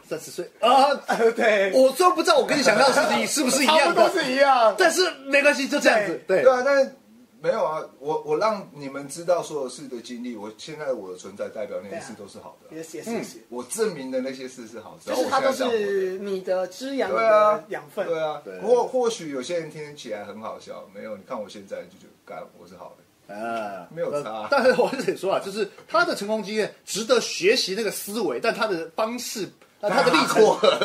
Speaker 1: 三十岁啊，
Speaker 2: 对，
Speaker 1: 我虽然不知道我跟你想象的事情是不是一
Speaker 2: 差
Speaker 1: 样
Speaker 2: 不多
Speaker 1: 的，
Speaker 2: 是一样。
Speaker 1: 但是没关系，就这样子。对
Speaker 3: 对啊，但是没有啊，我我让你们知道所有事的经历，我现在我的存在代表那些事
Speaker 2: 对啊
Speaker 3: 都是好的啊、
Speaker 2: 也是也是也是，
Speaker 3: 我证明的那些事是好，只
Speaker 2: 就
Speaker 3: 要我
Speaker 2: 是
Speaker 3: 现
Speaker 2: 他
Speaker 3: 在
Speaker 2: 都
Speaker 3: 这样活着
Speaker 2: 是你的滋养你
Speaker 3: 对啊
Speaker 2: 的养分。
Speaker 3: 对啊
Speaker 1: 对，
Speaker 3: 或或许有些人听起来很好笑，没有，你看我现在就觉得干我是好的，
Speaker 1: 啊，
Speaker 3: 没有差
Speaker 1: <laughs> 但是我还是得说啊，就是他的成功经验值得学习那个思维，但他的方式，但
Speaker 3: <laughs>
Speaker 1: 他的历程，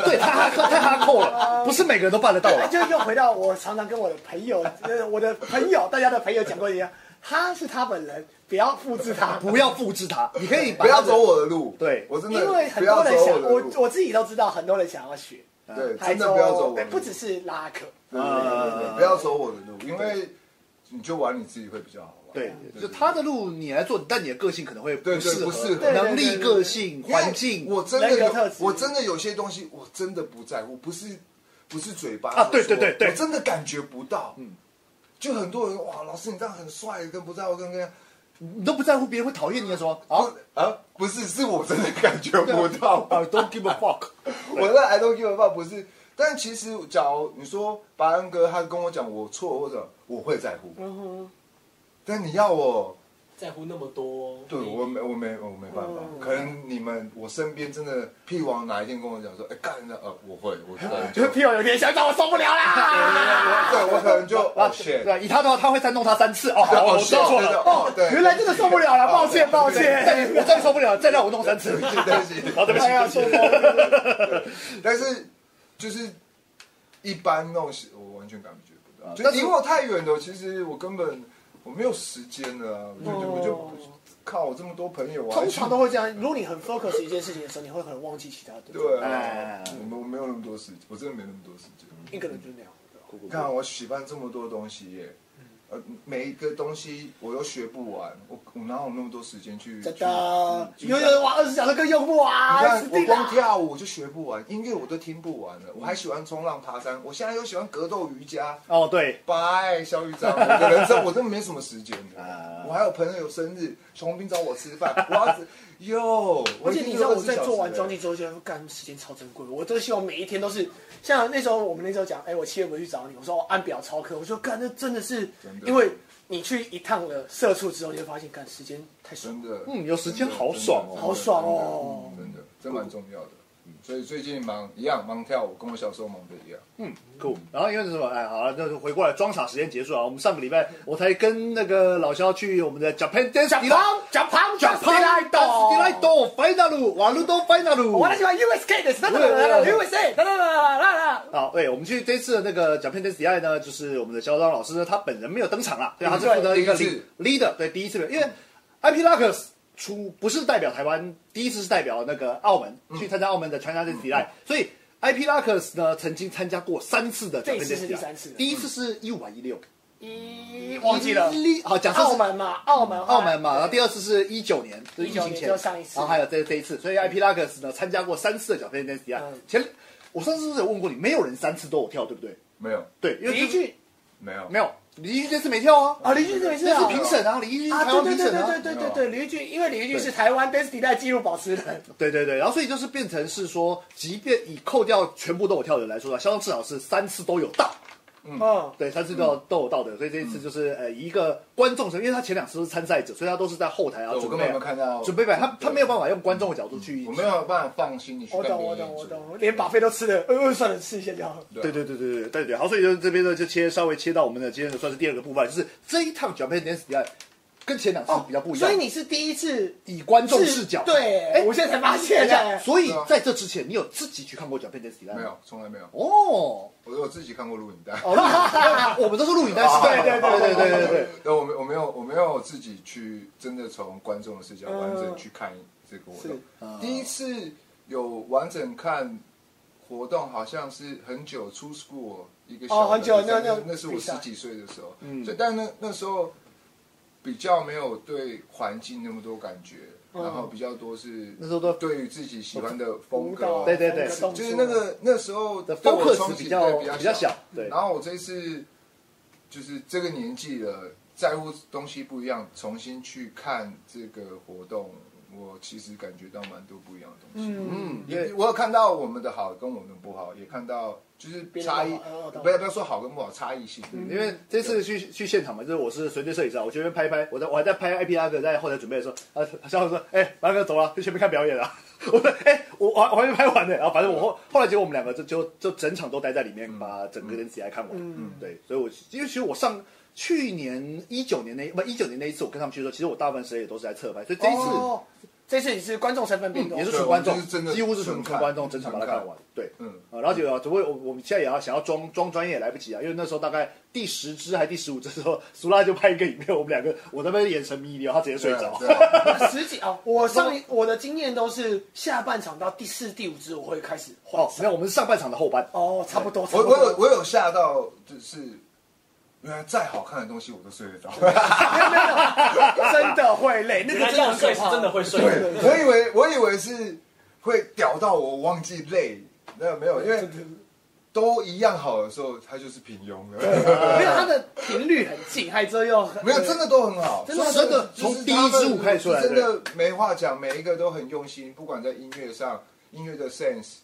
Speaker 1: 对他哈他哈扣
Speaker 2: <laughs>
Speaker 1: 了，不是每个人都办得到啊
Speaker 2: 哎，
Speaker 1: 了。
Speaker 2: 就又回到我常常跟我的朋友， <laughs> 呃，我的朋友，大家的朋友讲过一样，他是他本人，不要复制他，
Speaker 1: 不要复制他，你可以把
Speaker 3: <laughs> 不
Speaker 1: 他
Speaker 3: 要
Speaker 1: 的
Speaker 3: 走我的路，<laughs>
Speaker 1: 对
Speaker 3: 我真的
Speaker 2: 因为很
Speaker 3: 不要
Speaker 2: 多
Speaker 3: 走
Speaker 2: 人想，
Speaker 3: 我
Speaker 2: 我
Speaker 3: 的路，
Speaker 2: 我自己都知道，很多人想要学，
Speaker 3: 对，
Speaker 2: 台
Speaker 3: 真的
Speaker 2: 中
Speaker 3: 不要走我的
Speaker 2: 哎
Speaker 3: 路，
Speaker 2: 不只是拉客，
Speaker 3: 对，对对对
Speaker 1: 啊
Speaker 3: 对不要走我的路，因为你就玩你自己会比较好玩，
Speaker 1: 对，就他的路你来做，但你的个性可能会
Speaker 3: 对对
Speaker 1: 适
Speaker 3: 不适
Speaker 1: 合，
Speaker 3: 合
Speaker 1: 能
Speaker 2: 对对
Speaker 1: 力、
Speaker 2: 对
Speaker 1: 个性、环境
Speaker 3: 因为我真
Speaker 2: 人格
Speaker 3: 的
Speaker 2: 特
Speaker 3: 有
Speaker 2: 质，
Speaker 3: 我真的有些东西，我真的不在乎，不是不是嘴巴
Speaker 1: 啊
Speaker 3: 所
Speaker 1: 对
Speaker 3: 说
Speaker 1: 对对对
Speaker 3: 我真的感觉不到。嗯，就很多人哇，老师你这样很帅，跟不在乎，跟跟
Speaker 1: 你都不在乎别人会讨厌你的时候啊
Speaker 3: 啊，不是，是我真的感觉不到。
Speaker 1: 啊，Don't give a fuck。
Speaker 3: 我在 I don't give a fuck 不是，但其实假如你说白恩哥他跟我讲我错或者我会在乎，
Speaker 1: 嗯
Speaker 3: 但你要我。
Speaker 5: 在乎那么多。
Speaker 3: 对我没我没我没办法，
Speaker 1: 嗯
Speaker 3: 可能你们我身边真的屁王哪一天跟我讲说，哎干的呃我会我知道你
Speaker 2: 就
Speaker 1: <laughs>
Speaker 3: 就，
Speaker 2: 是屁友有点想找我受不了啦。
Speaker 3: 对我可能就
Speaker 1: 啊
Speaker 3: 哦，shit，
Speaker 1: <laughs> 对啊，以他的话，他会再弄他三次
Speaker 3: <laughs>
Speaker 1: 哦，好 <laughs> 我知道错了。
Speaker 3: 哦对，哦
Speaker 2: 原来真的受不了了，抱歉抱歉。
Speaker 1: <laughs> 再我再受不了，再让我弄三次。
Speaker 3: 对不起对不
Speaker 1: 好，
Speaker 3: 起，
Speaker 1: 对不起
Speaker 2: 哎，呀，受不了。
Speaker 3: 但是就是一般那种事我完全感觉不
Speaker 2: 啊
Speaker 3: 到，就
Speaker 1: 但是
Speaker 3: 离我太远了，其实我根本我没有时间了啊，我就我就靠我这么多朋友啊，
Speaker 2: 哦通常都会这样，如果你很 focus 一件事情的时候，你会很忘记其他的。
Speaker 3: 对啊
Speaker 1: 哎，
Speaker 3: 我没我没有那么多时间，我真的没那么多时间。
Speaker 2: 一个人就那样。
Speaker 3: 你看我举办这么多东西耶，
Speaker 2: 嗯
Speaker 3: 呃，每一个东西我又学不完，我我哪有那么多时间去？
Speaker 2: 真
Speaker 3: 去
Speaker 2: 的，
Speaker 3: 去
Speaker 2: 有有玩二十小时更用不
Speaker 3: 你
Speaker 2: 完，
Speaker 3: 看
Speaker 2: 啊死
Speaker 3: 我
Speaker 2: 定
Speaker 3: 光
Speaker 2: 了。
Speaker 3: 跳舞我就学不完，音乐我都听不完了，我还喜欢冲浪、爬山，我现在又喜欢格斗、瑜伽。
Speaker 1: 哦，对，
Speaker 3: 拜，肖玉章，我的人生我真的没什么时间
Speaker 1: 啊
Speaker 3: 的。我还有朋友有生日，熊斌找我吃饭，我要只哟，
Speaker 2: 而且你知道我在做完
Speaker 3: 装
Speaker 2: 装进之后，觉得干时间超珍贵，我都希望每一天都是像那时候我们那时候讲，哎、我七月不去找你，我说我按表超课，我说干，那真的是
Speaker 3: 真的
Speaker 2: 因为你去一趟了社畜之后，你就发现干时间太爽
Speaker 3: 真，的，
Speaker 1: 嗯有时间好爽哦
Speaker 2: 好爽哦
Speaker 3: 真的，真的真的蛮重要的。嗯所以最近忙一样，忙跳舞，跟我小时候忙的一样。
Speaker 1: 嗯，酷。然后因为是什么？哎，好了，那就回过来装傻时间结束啊。我们上个礼拜我才跟那个老肖去我们的 Japan Dance
Speaker 2: 讲
Speaker 1: Delight-
Speaker 2: 胖讲胖讲
Speaker 1: Japan
Speaker 2: 胖来
Speaker 1: Dance
Speaker 2: 懂。
Speaker 1: Delight Final 瓦路都 Final。
Speaker 2: 我很喜欢 USK 的，哒哒哒哒哒 USA 哒哒哒哒哒。
Speaker 1: 好，对，哎我们去这次的那个讲片 d a y 呢，就是我们的肖张老师呢，他本人没有登场啦，对，他是负责一个
Speaker 3: 第一
Speaker 1: lead-
Speaker 3: 次
Speaker 1: leader，对，第一次，因为 IP Lux 出不是代表台湾，第一次是代表那个澳门、去参加澳门的 China Dance Day，、所以 IP Lux 呢曾经参加过三次的讲
Speaker 2: 这一
Speaker 1: 片 d a
Speaker 2: 次是
Speaker 1: y
Speaker 2: 第三次
Speaker 1: 第一次是一五吧一六，
Speaker 2: 咦，忘记了，
Speaker 1: 一好，假设是
Speaker 2: 澳门嘛，澳门，
Speaker 1: 澳门嘛，然后第二次是一九年，就是疫
Speaker 2: 19
Speaker 1: 情
Speaker 2: 年
Speaker 1: 前，
Speaker 2: 就上一次
Speaker 1: 然后还有这这一次，所以 IP Lux 呢参加过三次的小飞 Dance
Speaker 2: 嗯
Speaker 1: 前我上次是不是有问过你，没有人三次都有跳，对不对？
Speaker 3: 没有
Speaker 1: 对，因为
Speaker 2: 李
Speaker 1: 就
Speaker 2: 一句
Speaker 3: 没有
Speaker 1: 没有李一俊这次没跳啊，
Speaker 2: 啊，李一句没事
Speaker 1: 那
Speaker 2: 啊
Speaker 1: 是。评审啊，李一俊是
Speaker 2: 啊，
Speaker 1: 台
Speaker 2: 对
Speaker 1: 湾
Speaker 2: 对
Speaker 1: 评
Speaker 2: 对
Speaker 1: 审啊，
Speaker 2: 对对对对，李玉俊，因为李玉俊是台湾 best 比赛纪录保持人，
Speaker 1: 对对对，然后所以就是变成是说，即便以扣掉全部都有跳的人来说的话，肖像至少是三次都有到，
Speaker 2: 嗯，
Speaker 1: 对，三次都有、都有到的，所以这一次就是、呃以一个观众身份，因为他前两次都是参赛者，所以他都是在后台啊
Speaker 3: 对我
Speaker 1: 准
Speaker 3: 根
Speaker 1: 备
Speaker 3: 本没有
Speaker 1: 啊
Speaker 3: 看到
Speaker 1: 准备吧，他他
Speaker 3: 对
Speaker 1: 没有办法用观众的角度去，
Speaker 3: 我没有办法放心你去
Speaker 2: 我
Speaker 3: 看
Speaker 2: 懂
Speaker 3: 别
Speaker 2: 我
Speaker 3: 人演
Speaker 2: 懂我
Speaker 3: 出。
Speaker 2: 懂，连把费都吃了，呃呃，算了，吃一下就好。
Speaker 1: 对对对对对对对对，好，所以就是这边呢就切稍微切到我们的今天的算是第二个部分，就是这一趟 Japan Dance 比赛跟前两次
Speaker 3: 哦
Speaker 1: 比较不一样，
Speaker 2: 哦所以你是第一次
Speaker 1: 以观众视角，
Speaker 2: 对，
Speaker 1: 哎
Speaker 2: 我现在才发
Speaker 1: 等
Speaker 2: 现
Speaker 1: 一下，
Speaker 2: 的。
Speaker 1: 所以
Speaker 3: 对啊
Speaker 1: 在这之前你有自己去看过 Japan Dance 比赛
Speaker 3: 没？有，从来没有。
Speaker 1: 哦，
Speaker 3: 我我自己看过录影带， <laughs>
Speaker 1: 哦，那我们都是录影带时代，
Speaker 2: 对对
Speaker 1: 对
Speaker 2: 对
Speaker 1: 对
Speaker 2: 对对
Speaker 1: 对对。
Speaker 3: 对，我没我没有我没有自己去真的从观众的视
Speaker 1: 呃
Speaker 3: 角完整去看这个活动。第一次有完整看活动，好像是很久出 school 一个小的
Speaker 2: 哦很久
Speaker 3: 比赛
Speaker 2: 那那
Speaker 3: 那是我
Speaker 2: 比
Speaker 3: 十
Speaker 2: 赛
Speaker 3: 几岁的时候，
Speaker 1: 嗯
Speaker 3: 所以但那那时候比较没有对环境那么多感觉，然后比较多是
Speaker 1: <laughs> 嗯那时候都
Speaker 3: 对于自己喜欢的风
Speaker 2: 舞
Speaker 3: 格
Speaker 2: 蹈，
Speaker 1: 对对对
Speaker 2: 风格
Speaker 3: 就是那个那时候
Speaker 1: 的
Speaker 3: 对我
Speaker 1: focus
Speaker 3: 冲击
Speaker 1: 比较
Speaker 3: 对
Speaker 1: 比
Speaker 3: 较
Speaker 1: 较小对
Speaker 3: 然后我这次就是这个年纪了，在乎东西不一样，重新去看这个活动，我其实感觉到蛮多不一样的东西。
Speaker 1: 嗯
Speaker 3: 也我有看到我们的好跟我们的不好，也看到就是
Speaker 2: 别人的
Speaker 3: 差异
Speaker 2: 好哦，懂
Speaker 3: 不要不要说好跟不好，差异性。
Speaker 1: 因为这次去去现场嘛，就是我是随队摄影师啊，我这边拍一拍，我在我还在拍 IP 阿哥在后台准备的时候，啊，小伙说，哎、阿哥走了，去前面看表演了。 <laughs> 我说，哎、我我还我还没拍完呢。然后反正我后后来结果我们两个就就就整场都待在里面，把整个 NCI 看完。嗯，对，所以我因为其实我上去年一九年那不一九年那一次我跟他们去的时候，其实我大部分时间也都是在侧拍，所以这一次。嗯
Speaker 2: 哦，这次你是观众身份变多，
Speaker 1: 也是
Speaker 3: 对
Speaker 1: 纯观众
Speaker 3: 我们就是真，的
Speaker 1: 几乎是纯纯观众，整场把它看
Speaker 3: 纯
Speaker 1: 完。对，
Speaker 3: 嗯
Speaker 1: 啊，然后就只不过我我们现在也要想要装装专业也来不及啊，因为那时候大概第十支还第十五支的时候，苏拉就拍一个影片，我们两个我那边眼神迷离，他直接睡
Speaker 3: 对啊
Speaker 1: 着。
Speaker 3: 对啊
Speaker 2: 十几哦，我上一我的经验都是下半场到第四、第五支我会开始换
Speaker 1: 哦，没有，我们是上半场的后半。
Speaker 2: 哦，差不多，差
Speaker 3: 我
Speaker 2: 不
Speaker 3: 我有
Speaker 2: 多。
Speaker 3: 我有吓到，就是原来再好看的东西我都睡得着。
Speaker 1: <laughs>
Speaker 2: 真的会累，那
Speaker 5: 原
Speaker 2: 个
Speaker 5: 来
Speaker 2: 真
Speaker 5: 这
Speaker 2: 的很
Speaker 5: 样
Speaker 2: 可
Speaker 5: 睡是
Speaker 2: 怕，
Speaker 5: 真的会睡，
Speaker 3: 对， <laughs> 我以为我以为是会屌到我忘记累，没有没有，因为都一样好的时候，它就是平庸了。
Speaker 2: 没有它的频率很近，还之后又很呃
Speaker 3: 没有，真的都很好，
Speaker 2: 真的
Speaker 1: 真的
Speaker 3: 就
Speaker 1: 从
Speaker 3: 是
Speaker 1: 第
Speaker 3: 他
Speaker 1: 一
Speaker 3: 们
Speaker 1: 支舞开始出来，
Speaker 3: 真
Speaker 1: 对
Speaker 3: 的没话讲，每一个都很用心，不管在音乐上、音乐的 sense，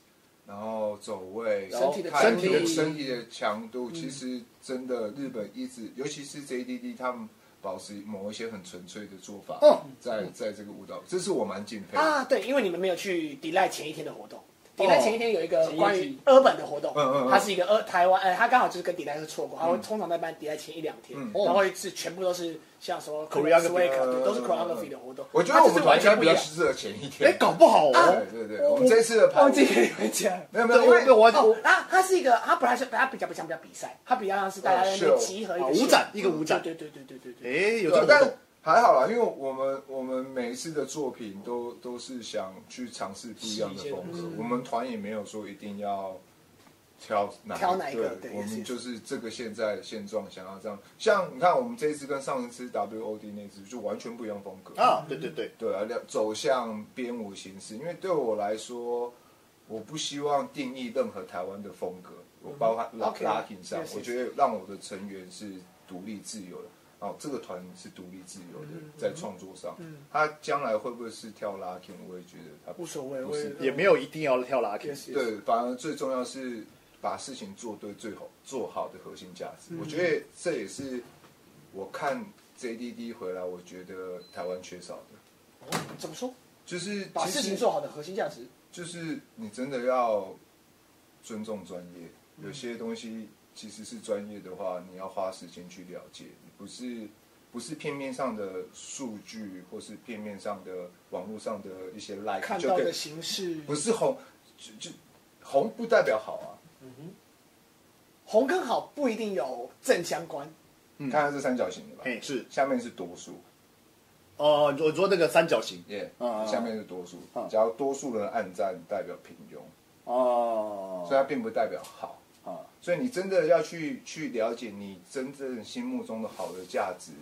Speaker 3: 然后走位，然后
Speaker 2: 身体的
Speaker 3: 态度
Speaker 1: 身体的
Speaker 3: 身体的强度，其实真的日本一直，尤其是 JDD 他们。保持某一些很纯粹的做法，
Speaker 1: 嗯
Speaker 3: 在在这个舞蹈，这是我蛮敬佩的。
Speaker 2: 哦啊，对，因为你们没有去迪赖前一天的活
Speaker 3: 哦
Speaker 2: 动。迪赖前一天有一个
Speaker 5: 前一
Speaker 2: 关于
Speaker 5: 天
Speaker 2: urban 的活动
Speaker 3: 嗯嗯嗯，嗯
Speaker 2: 它是一个呃台湾，呃，它刚好就是跟迪赖是错过，它会通常在办迪赖前一两天，然后是全部都是像说
Speaker 1: Choreography，
Speaker 2: Swag，对都
Speaker 3: 嗯嗯
Speaker 2: 是
Speaker 3: 嗯
Speaker 2: choreography 的活动。
Speaker 3: 我觉得我们团
Speaker 2: 它啊就是完全
Speaker 3: 家
Speaker 2: 不
Speaker 3: 比
Speaker 2: 一
Speaker 3: 较
Speaker 2: 样。啊
Speaker 3: 适合前一
Speaker 1: 哎
Speaker 3: 天，。
Speaker 1: 搞不好哦
Speaker 3: 对。对对，我们这一次的排
Speaker 2: 忘记跟你们讲。
Speaker 3: 没有没
Speaker 1: 对，
Speaker 3: 有，因
Speaker 1: 我
Speaker 3: 为
Speaker 1: 我我
Speaker 2: 哦，啊，它是一个，它不太是，它比较不像比较比赛，它比较像是大家在那边
Speaker 3: 秀
Speaker 2: 集合一
Speaker 1: 啊
Speaker 2: 个
Speaker 1: 舞
Speaker 2: 秀
Speaker 1: 展一个舞展
Speaker 2: 对对对对对对对。
Speaker 1: 哎，有
Speaker 3: 对啊
Speaker 1: 这个活
Speaker 3: 但
Speaker 1: 动，
Speaker 3: 还好啦，因为我们我们每一次的作品都都是想去尝试不一样的风
Speaker 2: 嗯
Speaker 3: 格，我们团也没有说一定要挑哪
Speaker 2: 挑哪一个
Speaker 3: 对
Speaker 2: 对
Speaker 3: 我
Speaker 2: 也
Speaker 3: 们
Speaker 2: 是
Speaker 3: 就是这个现在的现状想要这样。像你看，我们这一次跟上一次 WOD 那次就完全不一样风格
Speaker 1: 啊，对对对，
Speaker 3: 对啊，了走向编舞形式，因为对我来说，我不希望定义任何台湾的风格，我包含拉
Speaker 2: 嗯 OK，
Speaker 3: 拉丁上
Speaker 2: yes，
Speaker 3: 我
Speaker 2: yes
Speaker 3: 觉得让我的成员是独立自由的。哦，这个团是独立自由的，
Speaker 2: 嗯
Speaker 3: 在创作上，他将来会不会是跳拉丁，我也觉得他
Speaker 2: 无所谓
Speaker 3: 不是
Speaker 2: 我
Speaker 1: 也没有一定要跳拉
Speaker 2: 也
Speaker 1: K。
Speaker 2: 是
Speaker 3: 对，反而最重要是把事情做对，最好做好的核心价
Speaker 2: 嗯
Speaker 3: 值。我觉得这也是我看 JDD 回来，我觉得台湾缺少的，
Speaker 2: 怎么说？
Speaker 3: 就是
Speaker 2: 把
Speaker 3: 其实
Speaker 2: 事情做好的核心价值。
Speaker 3: 就是你真的要尊重专业，
Speaker 2: 嗯
Speaker 3: 有些东西其实是专业的话，你要花时间去了解，不是不是片面上的数据，或是片面上的网络上的一些 like
Speaker 2: 看
Speaker 3: 就
Speaker 2: 到
Speaker 3: 可以
Speaker 2: 的形式，
Speaker 3: 不是红就就红不代表好啊。
Speaker 2: 红跟好不一定有正相关。嗯
Speaker 3: 看看这三角形的吧，
Speaker 1: 哎，是
Speaker 3: 下面是多数，
Speaker 1: 哦，我说那个三角形
Speaker 3: 耶、
Speaker 2: 啊
Speaker 1: 嗯嗯嗯
Speaker 3: 下面是多数
Speaker 1: 嗯，
Speaker 3: 只要多数人按赞，代表平庸，
Speaker 1: 哦
Speaker 3: 所以它并不代表好。
Speaker 1: 啊，
Speaker 3: 所以你真的要去去了解你真正心目中的好的价值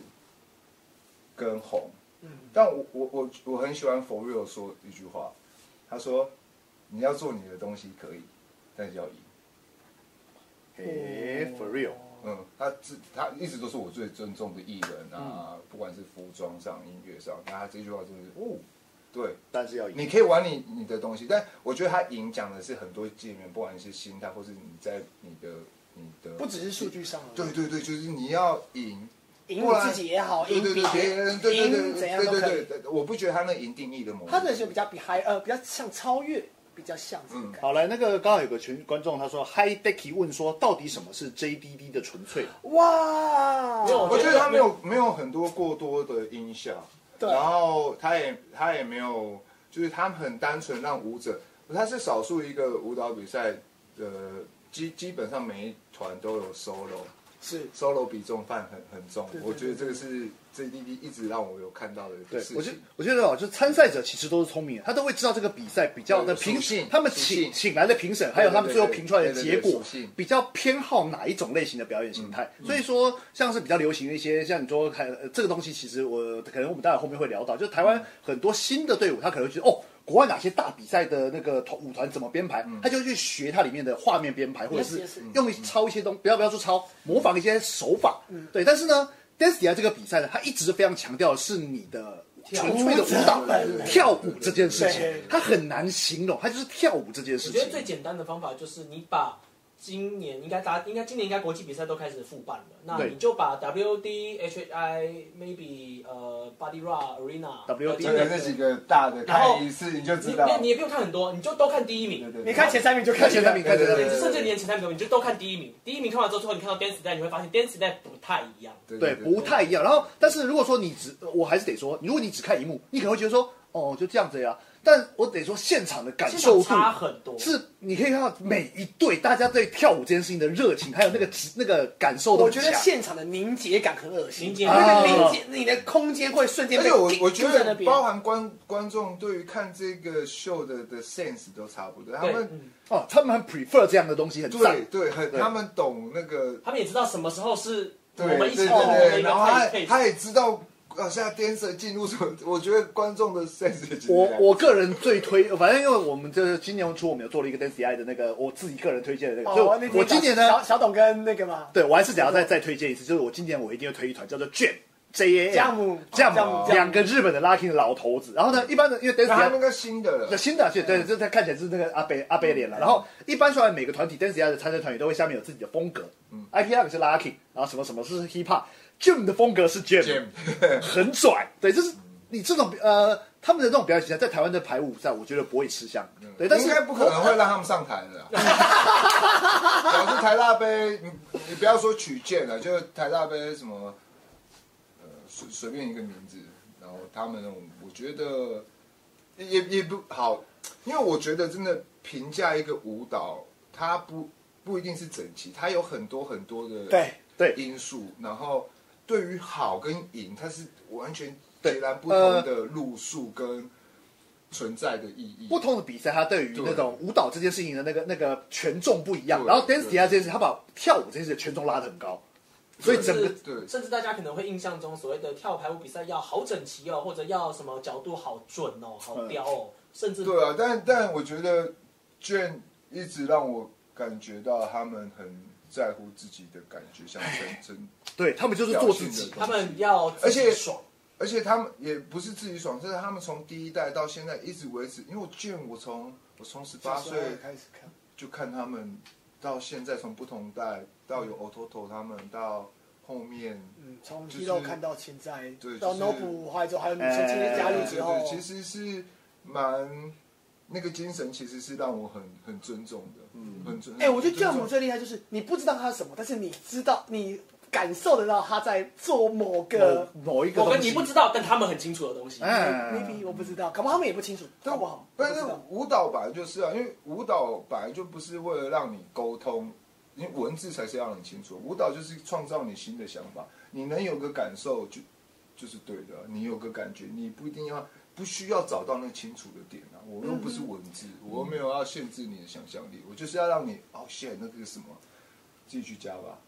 Speaker 3: 跟红。
Speaker 2: 嗯
Speaker 3: 但我我我我很喜欢 For Real 说一句话，他说你要做你的东西可以，但是要赢。
Speaker 1: 诶、f o r 哎 real，
Speaker 2: 哦
Speaker 3: 嗯，他自他一直都是我最尊重的艺人啊，
Speaker 2: 嗯
Speaker 3: 不管是服装上、音乐上，那他这句话真的是，哦，对，
Speaker 1: 但是要赢。
Speaker 3: 你可以玩你你的东西，但我觉得他赢讲的是很多界面，不管是心态，或是你在你的你的，
Speaker 2: 不只是数据上而已
Speaker 3: 对对对，就是你要赢，
Speaker 2: 赢
Speaker 3: 不
Speaker 2: 你
Speaker 3: 然
Speaker 2: 自己也好，
Speaker 3: 对
Speaker 2: 赢
Speaker 3: 对
Speaker 2: 别
Speaker 3: 对，别人对对对
Speaker 2: 哦赢怎
Speaker 3: 对
Speaker 2: 样都
Speaker 3: 对
Speaker 2: 可
Speaker 3: 对
Speaker 2: 以。
Speaker 3: 对，我不觉得他那赢定义的模式，
Speaker 2: 他的就比较比嗨，呃，比较像超越，比较像这种
Speaker 3: 嗯
Speaker 2: 感觉。
Speaker 1: 好来，那个刚好有个群观众他说，Hi Decky 问说，到底什么是 JDD 的纯
Speaker 3: 哦
Speaker 1: 粹？
Speaker 2: 哇，
Speaker 5: 没有
Speaker 3: 我觉得他没有没有很多过多的音效，
Speaker 2: 对
Speaker 3: 然后他也他也没有，就是他很单纯让舞者，他是少数一个舞蹈比赛，呃，基基本上每一团都有 solo。
Speaker 2: 是
Speaker 3: solo 比重犯很很重，
Speaker 2: 对
Speaker 3: 我觉得这个是 JDD 一直让我有看到的
Speaker 1: 对
Speaker 3: 事，情。
Speaker 1: 我觉得我觉得哦，就是参赛者其实都是聪明的，他都会知道这个比赛比较的
Speaker 3: 对
Speaker 1: 评
Speaker 3: 属性
Speaker 1: 他们
Speaker 3: 属
Speaker 1: 请
Speaker 3: 性
Speaker 1: 请来的评审，还有他们最后评出来的
Speaker 3: 对对
Speaker 1: 结
Speaker 3: 对对
Speaker 1: 果
Speaker 3: 属性，
Speaker 1: 比较偏好哪一种类型的表演形态。所以说，像是比较流行的一些，像你说看呃这个东西，其实我可能我们待会后面会聊到，就是台湾很多新的队伍，他可能会觉得哦。国外哪些大比赛的那个团舞团怎么编排，他就去学它里面的画面编排，或者
Speaker 2: Yes,
Speaker 1: 是
Speaker 2: yes.
Speaker 1: 用抄一些东，不要不要说抄，模仿一些手法。对，但是呢，Destiny 这个比赛呢，它一直非常强调的是你的纯粹的舞蹈
Speaker 2: 跳舞本能
Speaker 1: 跳舞这件事情
Speaker 2: 对，
Speaker 1: 它很难形容，它就是跳舞这件
Speaker 5: 我
Speaker 1: 事
Speaker 5: 觉得最
Speaker 1: 情。
Speaker 5: 简单的方法就是你把今年应该大家应该今年应该国际比赛都开始复办了，那
Speaker 1: 对
Speaker 5: 你就把 WD、HI、maybe 呃 Body Ra Arena
Speaker 1: WD
Speaker 5: 今
Speaker 3: 这个
Speaker 5: 年
Speaker 3: 那
Speaker 5: 的
Speaker 3: 几个大的
Speaker 5: 然后
Speaker 3: 看一次你就
Speaker 5: 你
Speaker 3: 知道
Speaker 5: 没有，你也不用看很多，你就都看第一名
Speaker 3: 对。对对
Speaker 2: 你看前三名就可以了
Speaker 1: 看前三名，看前三
Speaker 5: 对，
Speaker 1: 名
Speaker 5: 就
Speaker 3: 对，
Speaker 5: 甚至你连前三名，你就都看第一名。第一名看完之后，之后你看到 dance 带，你会发现 dance 带不太一样。
Speaker 3: 对
Speaker 1: 对，不太一样。然后，但是如果说你只，我还是得说，如果你只看一幕，你可能会觉得说，哦，就这样子呀。但我得说，现场的感
Speaker 5: 现
Speaker 1: 受
Speaker 5: 场
Speaker 1: 度
Speaker 5: 差很多，
Speaker 1: 是你可以看到每一队大家对跳舞这件事情的热情，还有那个执那个感受都
Speaker 2: 我
Speaker 1: 很
Speaker 2: 觉
Speaker 1: 强。
Speaker 2: 得现场的凝结感很恶心，
Speaker 5: 凝结
Speaker 2: 那
Speaker 1: 啊
Speaker 2: 个凝结，你的空间会瞬间
Speaker 3: 而
Speaker 2: 被
Speaker 3: 且我
Speaker 2: 钉
Speaker 3: 我觉
Speaker 2: 钉在那
Speaker 3: 得
Speaker 2: 边
Speaker 3: 包含观观众对于看这个秀的的 sense 都差不多，他
Speaker 5: 对，
Speaker 3: 们
Speaker 5: 嗯
Speaker 1: 哦，他们很 prefer 这样的东西，很赞
Speaker 3: 对。对很
Speaker 1: 对
Speaker 3: 他们懂那个
Speaker 5: 他们也知道什么时候是我
Speaker 3: 对
Speaker 5: 们一起
Speaker 3: 对对
Speaker 5: 共同的
Speaker 3: 对，
Speaker 5: 一个
Speaker 3: 然后他
Speaker 5: pace。
Speaker 3: 他也知道啊现在 dancer 进入什么，我觉得观众的 sense 其实
Speaker 1: 我
Speaker 3: 还
Speaker 1: 我个人最推，反正因为我们这今年初我们有做了一个 Dance I 的那个我自己个人推荐的那个，所以
Speaker 2: 哦，那天
Speaker 1: 我我今年
Speaker 2: 小
Speaker 1: 呢，
Speaker 2: 小董跟那个嘛，
Speaker 1: 对我还是想要再再推荐一次，就是我今年我一定会推一团叫做 Jam J A
Speaker 2: 姜母
Speaker 1: 酱
Speaker 2: 姜母
Speaker 1: 两个日本的 Lucky 的老头子，然后呢，一般的因为
Speaker 3: 那他那
Speaker 1: Dance
Speaker 3: 个新的了
Speaker 1: I 新的，对对，这他看起来是那个阿贝阿贝
Speaker 3: 嗯
Speaker 1: 脸了，然后一般说来每个团体 Dance I 的参赛团体都会下面有自己的风格，嗯，IP Up 是 Lucky，然后什么什么是 Hip Hop。Jim 的风格是
Speaker 3: Jam
Speaker 1: <laughs> 很拽，对，就是你这种呃，他们的这种表演形态，在台湾的排舞赛，我觉得不会吃香，对，但
Speaker 3: 嗯
Speaker 1: 是
Speaker 3: 应该不可能会让他们上台
Speaker 1: <laughs>
Speaker 3: 的啦。表示台大杯，你你不要说曲剑了，就是台大杯什么，呃，随随便一个名字，然后他们那种，我觉得也也不好，因为我觉得真的评价一个舞蹈，它不不一定是整齐，它有很多很多的
Speaker 2: 对
Speaker 1: 对
Speaker 3: 因素，然后对于好跟赢，它是完全截然不
Speaker 1: 呃
Speaker 3: 同的路数跟存在的意义。
Speaker 1: 不同的比赛，它对于那种舞蹈这件事情的那个那个权重不一样。
Speaker 3: 对
Speaker 1: 然后 dance
Speaker 3: 对
Speaker 1: d i 这件事，它把跳舞这件事的权重拉得很高，所以整个
Speaker 5: 甚至甚至大家可能会印象中所谓的跳排舞比赛要好整齐哦，或者要什么角度好准哦，好
Speaker 1: 嗯
Speaker 5: 雕哦，甚至
Speaker 3: 对啊，但但我觉得卷一直让我感觉到他们很在乎自己的感觉，像真真，
Speaker 1: 对他们就是做自
Speaker 3: 表现。
Speaker 1: 己
Speaker 3: 的
Speaker 5: 他们要自己
Speaker 3: 而且
Speaker 5: 爽，
Speaker 3: 而且他们也不是自己爽，是他们从第一代到现在一直维持。因为我卷，我从我从十八岁
Speaker 2: 开始看，
Speaker 3: 就看他们到现在，从不同代到有 Ototo 他们到后面，
Speaker 2: 嗯，从肌肉看到现在
Speaker 3: 对，
Speaker 2: 到
Speaker 3: 就是
Speaker 2: Nobu 还有之后还有女生今天加入
Speaker 3: 对
Speaker 2: 之
Speaker 3: 对
Speaker 2: 后
Speaker 3: 对，，其实是蛮那个精神，其实是让我很很尊重的，嗯，很尊。
Speaker 2: 哎，我觉得
Speaker 3: 很尊
Speaker 2: 教
Speaker 3: 重
Speaker 2: 母最厉害就是你不知道他是什么，但是你知道你感受得到他在做某个嗯
Speaker 1: 某某一个
Speaker 5: 我
Speaker 1: 东
Speaker 5: 跟
Speaker 1: 西
Speaker 5: 你不知道，但他们很清楚的东西。
Speaker 1: 哎
Speaker 2: maybe，我不知道，搞不好他们也不清楚，好不好？
Speaker 3: 但
Speaker 2: 我不
Speaker 3: 是
Speaker 2: 知道
Speaker 3: 舞蹈本来就是啊，因为舞蹈本来就不是为了让你沟通，因为文字才是要让你清楚。舞蹈就是创造你新的想法，你能有个感受就就是对的啊，你有个感觉，你不一定要不需要找到那个清楚的点啊。我又不
Speaker 2: 嗯
Speaker 3: 是文字，我又没有要限制你的想象力，我就是要让你哦，shit，那个什么，自己去加吧，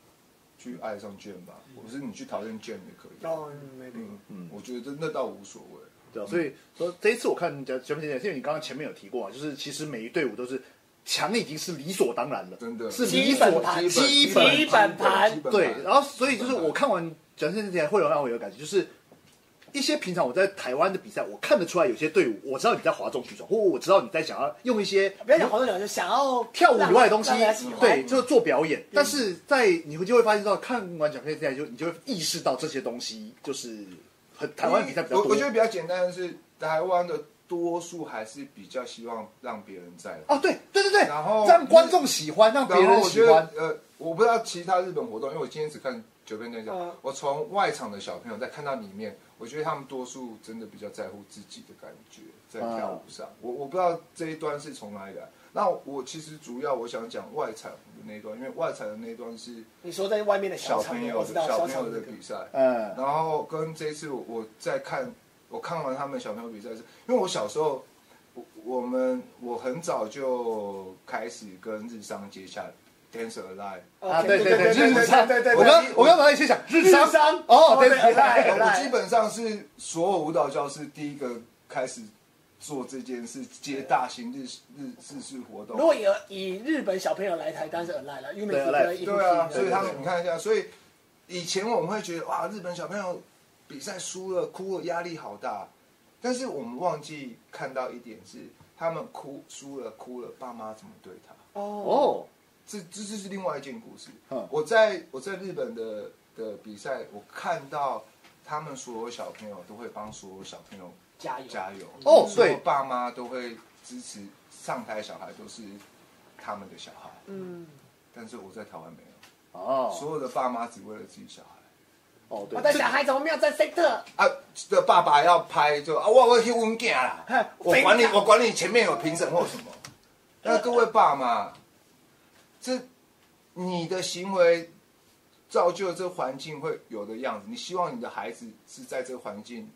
Speaker 3: 去爱上卷吧，或者是你去讨厌卷也可以啊。
Speaker 2: 嗯哦嗯，maybe。
Speaker 3: 嗯嗯，我觉得那倒无所谓。
Speaker 1: 呃对啊，所以说这一次我看讲前面前面，因为你刚刚前面有提过啊，就是其实每一队伍都是强已经是理所当然了，
Speaker 3: 真的
Speaker 1: 是理
Speaker 2: 基
Speaker 1: 所
Speaker 2: 本盘
Speaker 1: 基
Speaker 2: 基
Speaker 1: 本
Speaker 2: 本盘
Speaker 3: 基本盘嗯
Speaker 1: 对，然后所以就是我看完《转身之前，会有让我有感觉，就是一些平常我在台湾的比赛，我看得出来有些队伍，我知道你在哗众取宠，或我知道你在想要用一些
Speaker 2: 不要讲黄豆讲，就想要
Speaker 1: 跳舞以外的东西
Speaker 2: 让大家喜欢，嗯
Speaker 1: 对，就是做表演。但是在你会就会发现到，看完《转身之前就你就会意识到这些东西就是很台湾比赛比较
Speaker 3: 我
Speaker 1: 多
Speaker 3: 我觉。得比较简单的是，台湾的多数还是比较希望让别人在。
Speaker 1: 哦，对对对对，
Speaker 3: 然后
Speaker 1: 让观众喜欢，让别
Speaker 3: 然后
Speaker 1: 人
Speaker 3: 我
Speaker 1: 喜
Speaker 3: 觉
Speaker 1: 欢
Speaker 3: 得，，呃，我不知道其他日本活动，因为我今天只看九片队
Speaker 2: 嗯
Speaker 3: 长，我从外场的小朋友再看到里面，我觉得他们多数真的比较在乎自己的感觉，在跳舞
Speaker 1: 啊
Speaker 3: 上。我我不知道这一端是从哪里来。那我其实主要我想讲外场的那一段，因为外场的那一段是
Speaker 2: 你说在外面的
Speaker 3: 小
Speaker 2: 场
Speaker 3: 朋
Speaker 2: 面，
Speaker 3: 友
Speaker 2: 我知道
Speaker 3: 的小
Speaker 2: 小
Speaker 3: 朋
Speaker 2: 场
Speaker 3: 友
Speaker 2: 面
Speaker 3: 的
Speaker 2: 那个
Speaker 3: 比赛，
Speaker 1: 嗯，
Speaker 3: 然后跟这一次我我在看，我看完他们小朋友比赛是，因为我小时候，我我们我很早就开始跟日商接洽 Dancer Alive，
Speaker 1: 啊，
Speaker 2: OK，
Speaker 1: 对
Speaker 2: 哦对
Speaker 1: 对，日商，
Speaker 2: 对对对对
Speaker 1: 我刚我刚本来先想日商
Speaker 2: 日商
Speaker 1: 哦，对
Speaker 2: 对
Speaker 1: 对对，
Speaker 2: 对
Speaker 3: 我基本上是所有舞蹈教室第一个开始做这件事，接大型日日日式活动。
Speaker 2: 如果有以日本小朋友来台，当然是 online 了，因为每
Speaker 1: 对
Speaker 2: 次
Speaker 1: online，
Speaker 2: 都一定
Speaker 3: 对啊，
Speaker 2: 是
Speaker 3: 所以他们
Speaker 2: 对
Speaker 3: 你看一下，所以以前我们会觉得哇，日本小朋友比赛输了哭了，压力好大。但是我们忘记看到一点是，他们哭输了哭了，爸妈怎么对他？
Speaker 2: 哦，
Speaker 1: 哦，
Speaker 3: 这这这是另外一件故事
Speaker 1: 嗯。
Speaker 3: 我在我在日本的的比赛，我看到他们所有小朋友都会帮所有小朋友
Speaker 2: 加油
Speaker 3: 加油
Speaker 1: 哦
Speaker 3: 所有
Speaker 1: 对
Speaker 3: 爸妈都会支持上台，小孩都是他们的小孩。
Speaker 2: 嗯，
Speaker 3: 但是我在台湾没有，
Speaker 1: 哦，
Speaker 3: 所有的爸妈只为了自己小孩。
Speaker 1: 哦，对
Speaker 2: 我，带小孩子，我们要在 sector，
Speaker 3: 啊，的爸爸要拍就啊，我我去问囝啦，我管你我管你前面有评审或什么。那各位爸妈，这你的行为造就这环境会有的样子，你希望你的孩子是在这环境，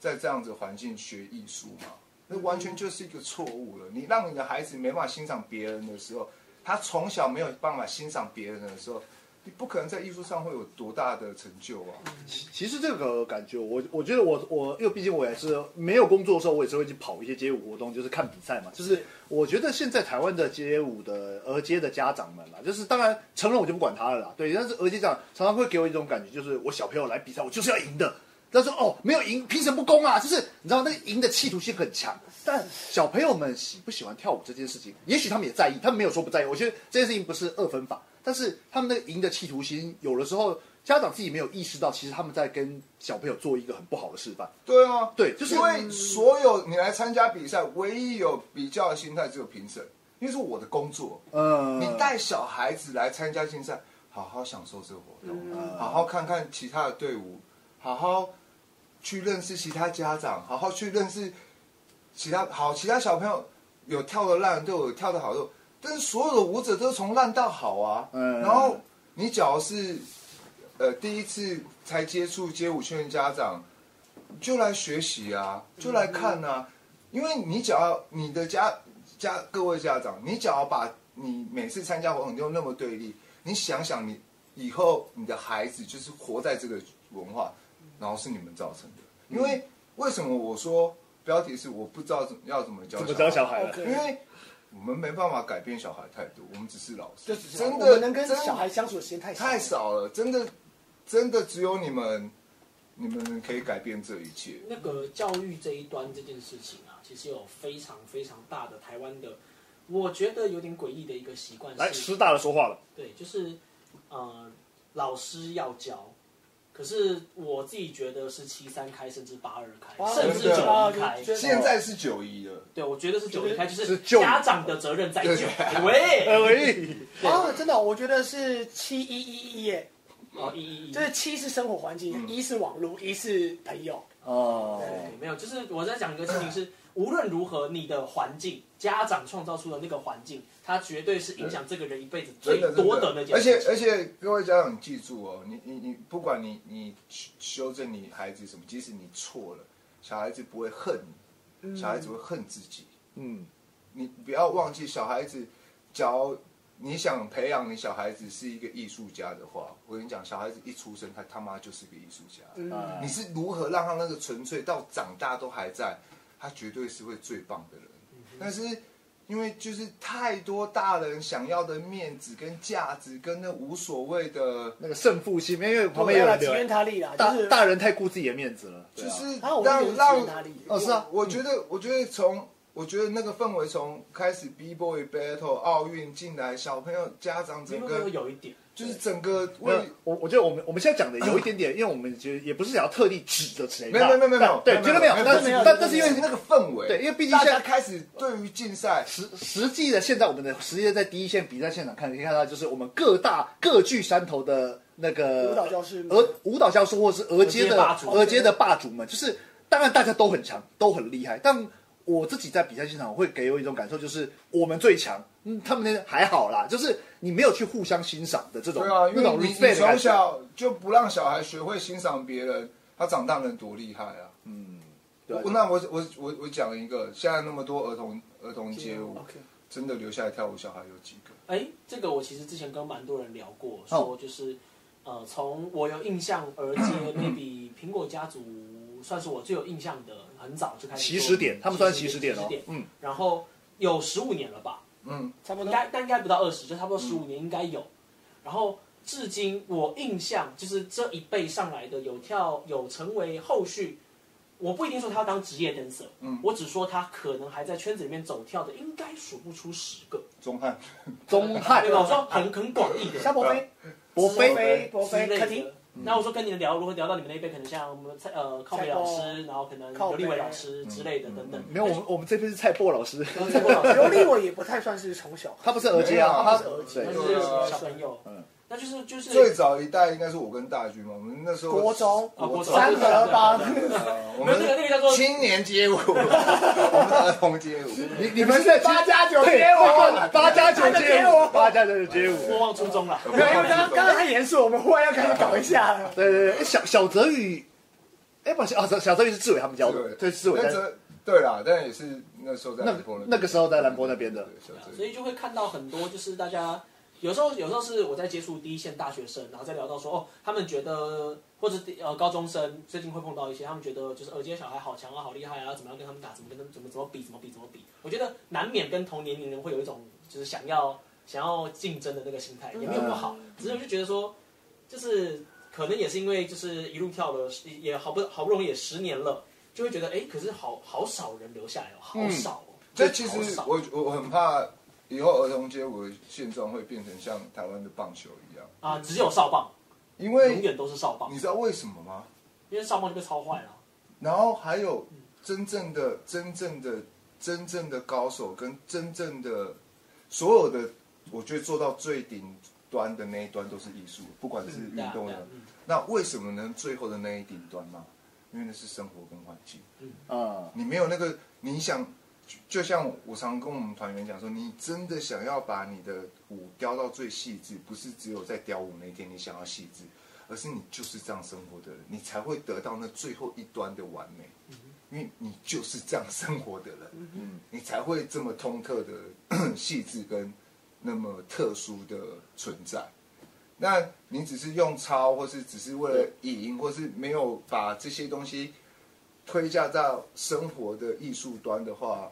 Speaker 3: 在这样子环境学艺术吗？那完全就是一个错误了。你让你的孩子没办法欣赏别人的时候，他从小没有办法欣赏别人的时候，你不可能在艺术上会有多大的成就啊！
Speaker 1: 其实这个感觉，我我觉得我我，因为毕竟我也是没有工作的时候，我也是会去跑一些街舞活动，就是看比赛嘛。就是我觉得现在台湾的街舞的儿街的家长们啦，就是当然成人我就不管他了啦，对，但是儿街家长常常会给我一种感觉，就是我小朋友来比赛，我就是要赢的。但是哦，没有赢，凭什么不公啊？就是你知道那个赢的企图心很强，但小朋友们喜不喜欢跳舞这件事情，也许他们也在意，他们没有说不在意。我觉得这件事情不是二分法，但是他们那个赢的企图心，有的时候家长自己没有意识到，其实他们在跟小朋友做一个很不好的示范。
Speaker 3: 对啊，
Speaker 1: 对就是
Speaker 3: 因为所有你来参加比赛，唯一有比较的心态只有评审，因为是我的工作。
Speaker 1: 嗯，
Speaker 3: 你带小孩子来参加竞赛，好好享受这个活动，好好看看其他的队伍，好好去认识其他家长，好好去认识其他好其他小朋友有跳的烂的队伍，有跳的好的队伍，但是所有的舞者都是从烂到好啊。
Speaker 1: 嗯
Speaker 3: 然后你只要是呃第一次才接触街舞圈的家长，就来学习啊，就来看啊，因为你只要你的家家各位家长，你只要把你每次参加活动你都那么对立，你想想你以后你的孩子就是活在这个文化，然后是你们造成的。因
Speaker 2: 嗯
Speaker 3: 为为什么我说标题是我不知道怎么要怎么教
Speaker 1: 怎么教小孩了
Speaker 2: OK
Speaker 3: 因为我们没办法改变小孩态度，我们只是老师，
Speaker 2: 就只是
Speaker 3: 真
Speaker 2: 我们
Speaker 3: 的
Speaker 2: 能跟
Speaker 3: 真的
Speaker 2: 小孩相处的时间太
Speaker 3: 太少了，真的真的只有你们你们可以改变这一切。
Speaker 5: 那个教育这一端这件事情啊，其实有非常非常大的台湾的，我觉得有点诡异的一个习惯
Speaker 1: 来
Speaker 5: 是
Speaker 1: 师，大的说话了，
Speaker 5: 对，就是呃，老师要教，可是我自己觉得是七三开，甚至八二开，
Speaker 2: 啊
Speaker 5: 甚至
Speaker 3: 对
Speaker 5: 九
Speaker 2: 啊
Speaker 5: 一开
Speaker 2: 就。是
Speaker 3: 现在是九一了，
Speaker 5: 对，我觉得是九一开，就是是
Speaker 1: 旧
Speaker 5: 家长的责任在
Speaker 3: 对
Speaker 5: 九
Speaker 3: 对。
Speaker 5: 喂，
Speaker 1: 喂，
Speaker 2: 啊，真的，我觉得是七一一一耶，
Speaker 5: 哦，一一一
Speaker 2: 就。是七是生活环境，一是网络，一是朋友，
Speaker 1: 哦，
Speaker 5: 对，哎没有，就是我在讲一个事情是，无论如何，你的环境，家长创造出的那个环境，它绝对是影响这个人一辈子最
Speaker 3: 真的真
Speaker 5: 多的那件
Speaker 3: 而
Speaker 5: 事
Speaker 3: 且
Speaker 5: 情。
Speaker 3: 而且，各位家长你记住哦，你你你，不管你你修修正你孩子什么，即使你错了，小孩子不会恨
Speaker 2: 嗯
Speaker 3: 你，小孩子会恨自己。
Speaker 1: 嗯，
Speaker 3: 你不要忘记，小孩子，假如你想培养你小孩子是一个艺术家的话，我跟你讲，小孩子一出生，他他妈就是个艺术家。
Speaker 2: 嗯
Speaker 1: 啊
Speaker 3: 你是如何让他那个
Speaker 1: 嗯
Speaker 3: 纯粹到长大都还在，他绝对是会最棒的人。但是因为就是太多大人想要的面子跟价值，跟那无所谓的，
Speaker 1: 那个胜负心，因为旁边
Speaker 2: 对啊
Speaker 1: 有
Speaker 2: 啦
Speaker 1: 人
Speaker 2: 吉
Speaker 1: 留
Speaker 2: 原
Speaker 1: 言，
Speaker 2: 塔利啦，
Speaker 1: 大
Speaker 2: 就是
Speaker 1: 大人太顾自己的面子了，对
Speaker 3: 就
Speaker 1: 啊
Speaker 3: 是
Speaker 2: 啊我
Speaker 3: 让
Speaker 2: 以为是
Speaker 3: 让
Speaker 2: 哪里
Speaker 1: 哦是啊
Speaker 3: 我觉得，我觉得从我觉得那个氛围从开始 B boy battle 奥运进来，小朋友家长
Speaker 5: 这
Speaker 3: 整
Speaker 5: 个
Speaker 3: 个
Speaker 5: 有一点，
Speaker 3: 就是整个
Speaker 1: 没有
Speaker 3: 为
Speaker 1: 我我觉得我们我们现在讲的有一点点，因为我们其实也不是想要特地指着谁
Speaker 3: 没
Speaker 1: 骂，
Speaker 3: 有没有没有没有，
Speaker 1: 但对，绝对没有。但是但但是因为
Speaker 3: 那个氛围，
Speaker 1: 对因为毕竟
Speaker 3: 大
Speaker 1: 现
Speaker 3: 家
Speaker 1: 在
Speaker 3: 开始对于竞赛
Speaker 1: 实实际的，现在我们的实际的在第一线比赛现场看，可以看到就是我们各大各具山头的那个
Speaker 2: 舞蹈教室
Speaker 1: 俄舞蹈教室或者是俄阶的
Speaker 5: 俄阶霸主
Speaker 1: 俄阶的霸主们，就是当然大家都很强，都很厉害，但我自己在比赛现场我会给我一种感受，就是我们最强，嗯，他们那还好啦，就是你没有去互相欣赏的这种
Speaker 3: 对啊，因
Speaker 1: 那
Speaker 3: 为
Speaker 1: 种
Speaker 3: 你
Speaker 1: respect
Speaker 3: 你
Speaker 1: 的
Speaker 3: 从
Speaker 1: 感觉。
Speaker 3: 小就不让小孩学会欣赏别人，他长大能多厉害啊！嗯，
Speaker 1: 对啊
Speaker 3: 我那我我我我讲一个，现在那么多儿童儿童街舞，
Speaker 5: OK
Speaker 3: 真的留下来跳舞小孩有几个？
Speaker 5: 哎，这个我其实之前跟蛮多人聊过，
Speaker 1: 哦
Speaker 5: 说就是、呃，从我有印象而接 maybe 苹果家族算是我最有印象的，很早就开始
Speaker 1: 起
Speaker 5: 做
Speaker 1: 始点，他们算起始点
Speaker 5: 起
Speaker 1: 哦
Speaker 5: 始点，
Speaker 1: 嗯，
Speaker 5: 然后有十五年了吧，
Speaker 3: 嗯，
Speaker 2: 差不
Speaker 5: 应
Speaker 2: 多。
Speaker 5: 该但应该不到二十，就差不多十五年应该有。然后至今我印象就是这一辈上来的有跳有成为后续，我不一定说他要当职业 dancer，
Speaker 3: 嗯
Speaker 5: 我只说他可能还在圈子里面走跳的，应该数不出十个。
Speaker 3: 钟汉，
Speaker 1: 钟汉
Speaker 5: 对吧？我说很很广义的，
Speaker 2: 夏伯菲，
Speaker 1: 伯
Speaker 2: 伯
Speaker 1: 菲，
Speaker 2: 菲，伯
Speaker 5: 之
Speaker 2: 菲，
Speaker 5: 类
Speaker 2: 客厅
Speaker 5: 的。那我说跟你们聊，如果聊到你们那一辈，可能像我们蔡呃靠北老师，然后可能刘立伟老师之类的等等。
Speaker 1: 没有，我们我们这边是蔡波老师，
Speaker 5: 但是我老师
Speaker 2: 刘立伟也不太算是从 <laughs> 小，
Speaker 1: 他不是耳机啊，
Speaker 3: 没有
Speaker 1: 他
Speaker 3: 他是
Speaker 2: 耳机
Speaker 5: 那
Speaker 1: 对
Speaker 5: 就
Speaker 3: 对
Speaker 5: 是
Speaker 3: 啊
Speaker 5: 小朋友
Speaker 1: 嗯，
Speaker 5: 那就是就是
Speaker 3: 最早一代应该是我跟大军嘛，我们那时候
Speaker 2: 国中
Speaker 5: 啊国中
Speaker 2: 三合帮，
Speaker 3: 呃我
Speaker 5: 没有那
Speaker 3: 们
Speaker 5: 个那个叫做
Speaker 3: 青年街舞， <laughs> 我们儿童街舞，
Speaker 1: 你你们在
Speaker 2: 八加九
Speaker 1: 对
Speaker 2: 接我，
Speaker 1: 啊八加九
Speaker 2: 他就
Speaker 1: 街
Speaker 2: 接
Speaker 1: 舞，
Speaker 2: 我
Speaker 1: 八加九街舞。
Speaker 5: 莫忘初衷啦。
Speaker 2: 没有，因为刚刚刚刚太严肃，我们忽然要开始搞一下了。
Speaker 1: 对对对，小小泽宇，哎、不是啊，小小泽宇是志伟他们教的，对，志伟
Speaker 3: 那
Speaker 1: 在
Speaker 3: 这对啦，但也是那时候在
Speaker 1: 那
Speaker 3: 兰波
Speaker 1: 那个时候在兰波那边的
Speaker 3: 对，小泽
Speaker 5: 所以就会看到很多，就是大家有时候有时候是我在接触第一线大学生，然后再聊到说哦，他们觉得或者是呃高中生最近会碰到一些，他们觉得就是耳机小孩好强啊，好厉害啊，怎么样跟他们打，怎么跟他们怎么怎么比，怎么比怎么比。我觉得难免跟同年龄人会有一种就是想要想要竞争的那个心态，也没有不好，
Speaker 3: 嗯
Speaker 5: 只是我就觉得说就是。可能也是因为就是一路跳了，也好不好不容易也十年了，就会觉得哎，可是好好少人留下来哦，好少哦。
Speaker 3: 嗯这其实
Speaker 5: 好少
Speaker 3: 我我很怕以后儿童街舞的现状会变成像台湾的棒球一样，
Speaker 5: 啊，只有少棒，
Speaker 3: 因
Speaker 5: 永
Speaker 3: 为
Speaker 5: 远都是少棒
Speaker 3: 你，知道为什么吗？
Speaker 5: 因为少棒就被超坏了。
Speaker 3: 然后还有真正的、真正的、真正的高手跟真正的所有的，我觉得做到最顶端的那一端都是艺术，不管是运
Speaker 5: 对啊
Speaker 3: 动
Speaker 5: 对
Speaker 3: 的。
Speaker 5: 啊嗯
Speaker 3: 那为什么能最后的那一顶端吗？因为那是生活跟环境。
Speaker 1: 啊、
Speaker 3: 你没有那个，你想，就就像我常跟我们团员讲说，你真的想要把你的舞雕到最细致，不是只有在雕舞那一天你想要细致，而是你就是这样生活的人，你才会得到那最后一端的完美，因为你就是这样生活的人，你才会这么通透的 <clears throat> 细致跟那么特殊的存在。那你只是用抄，或是只是为了赢，或是没有把这些东西推嫁到生活的艺术端的话，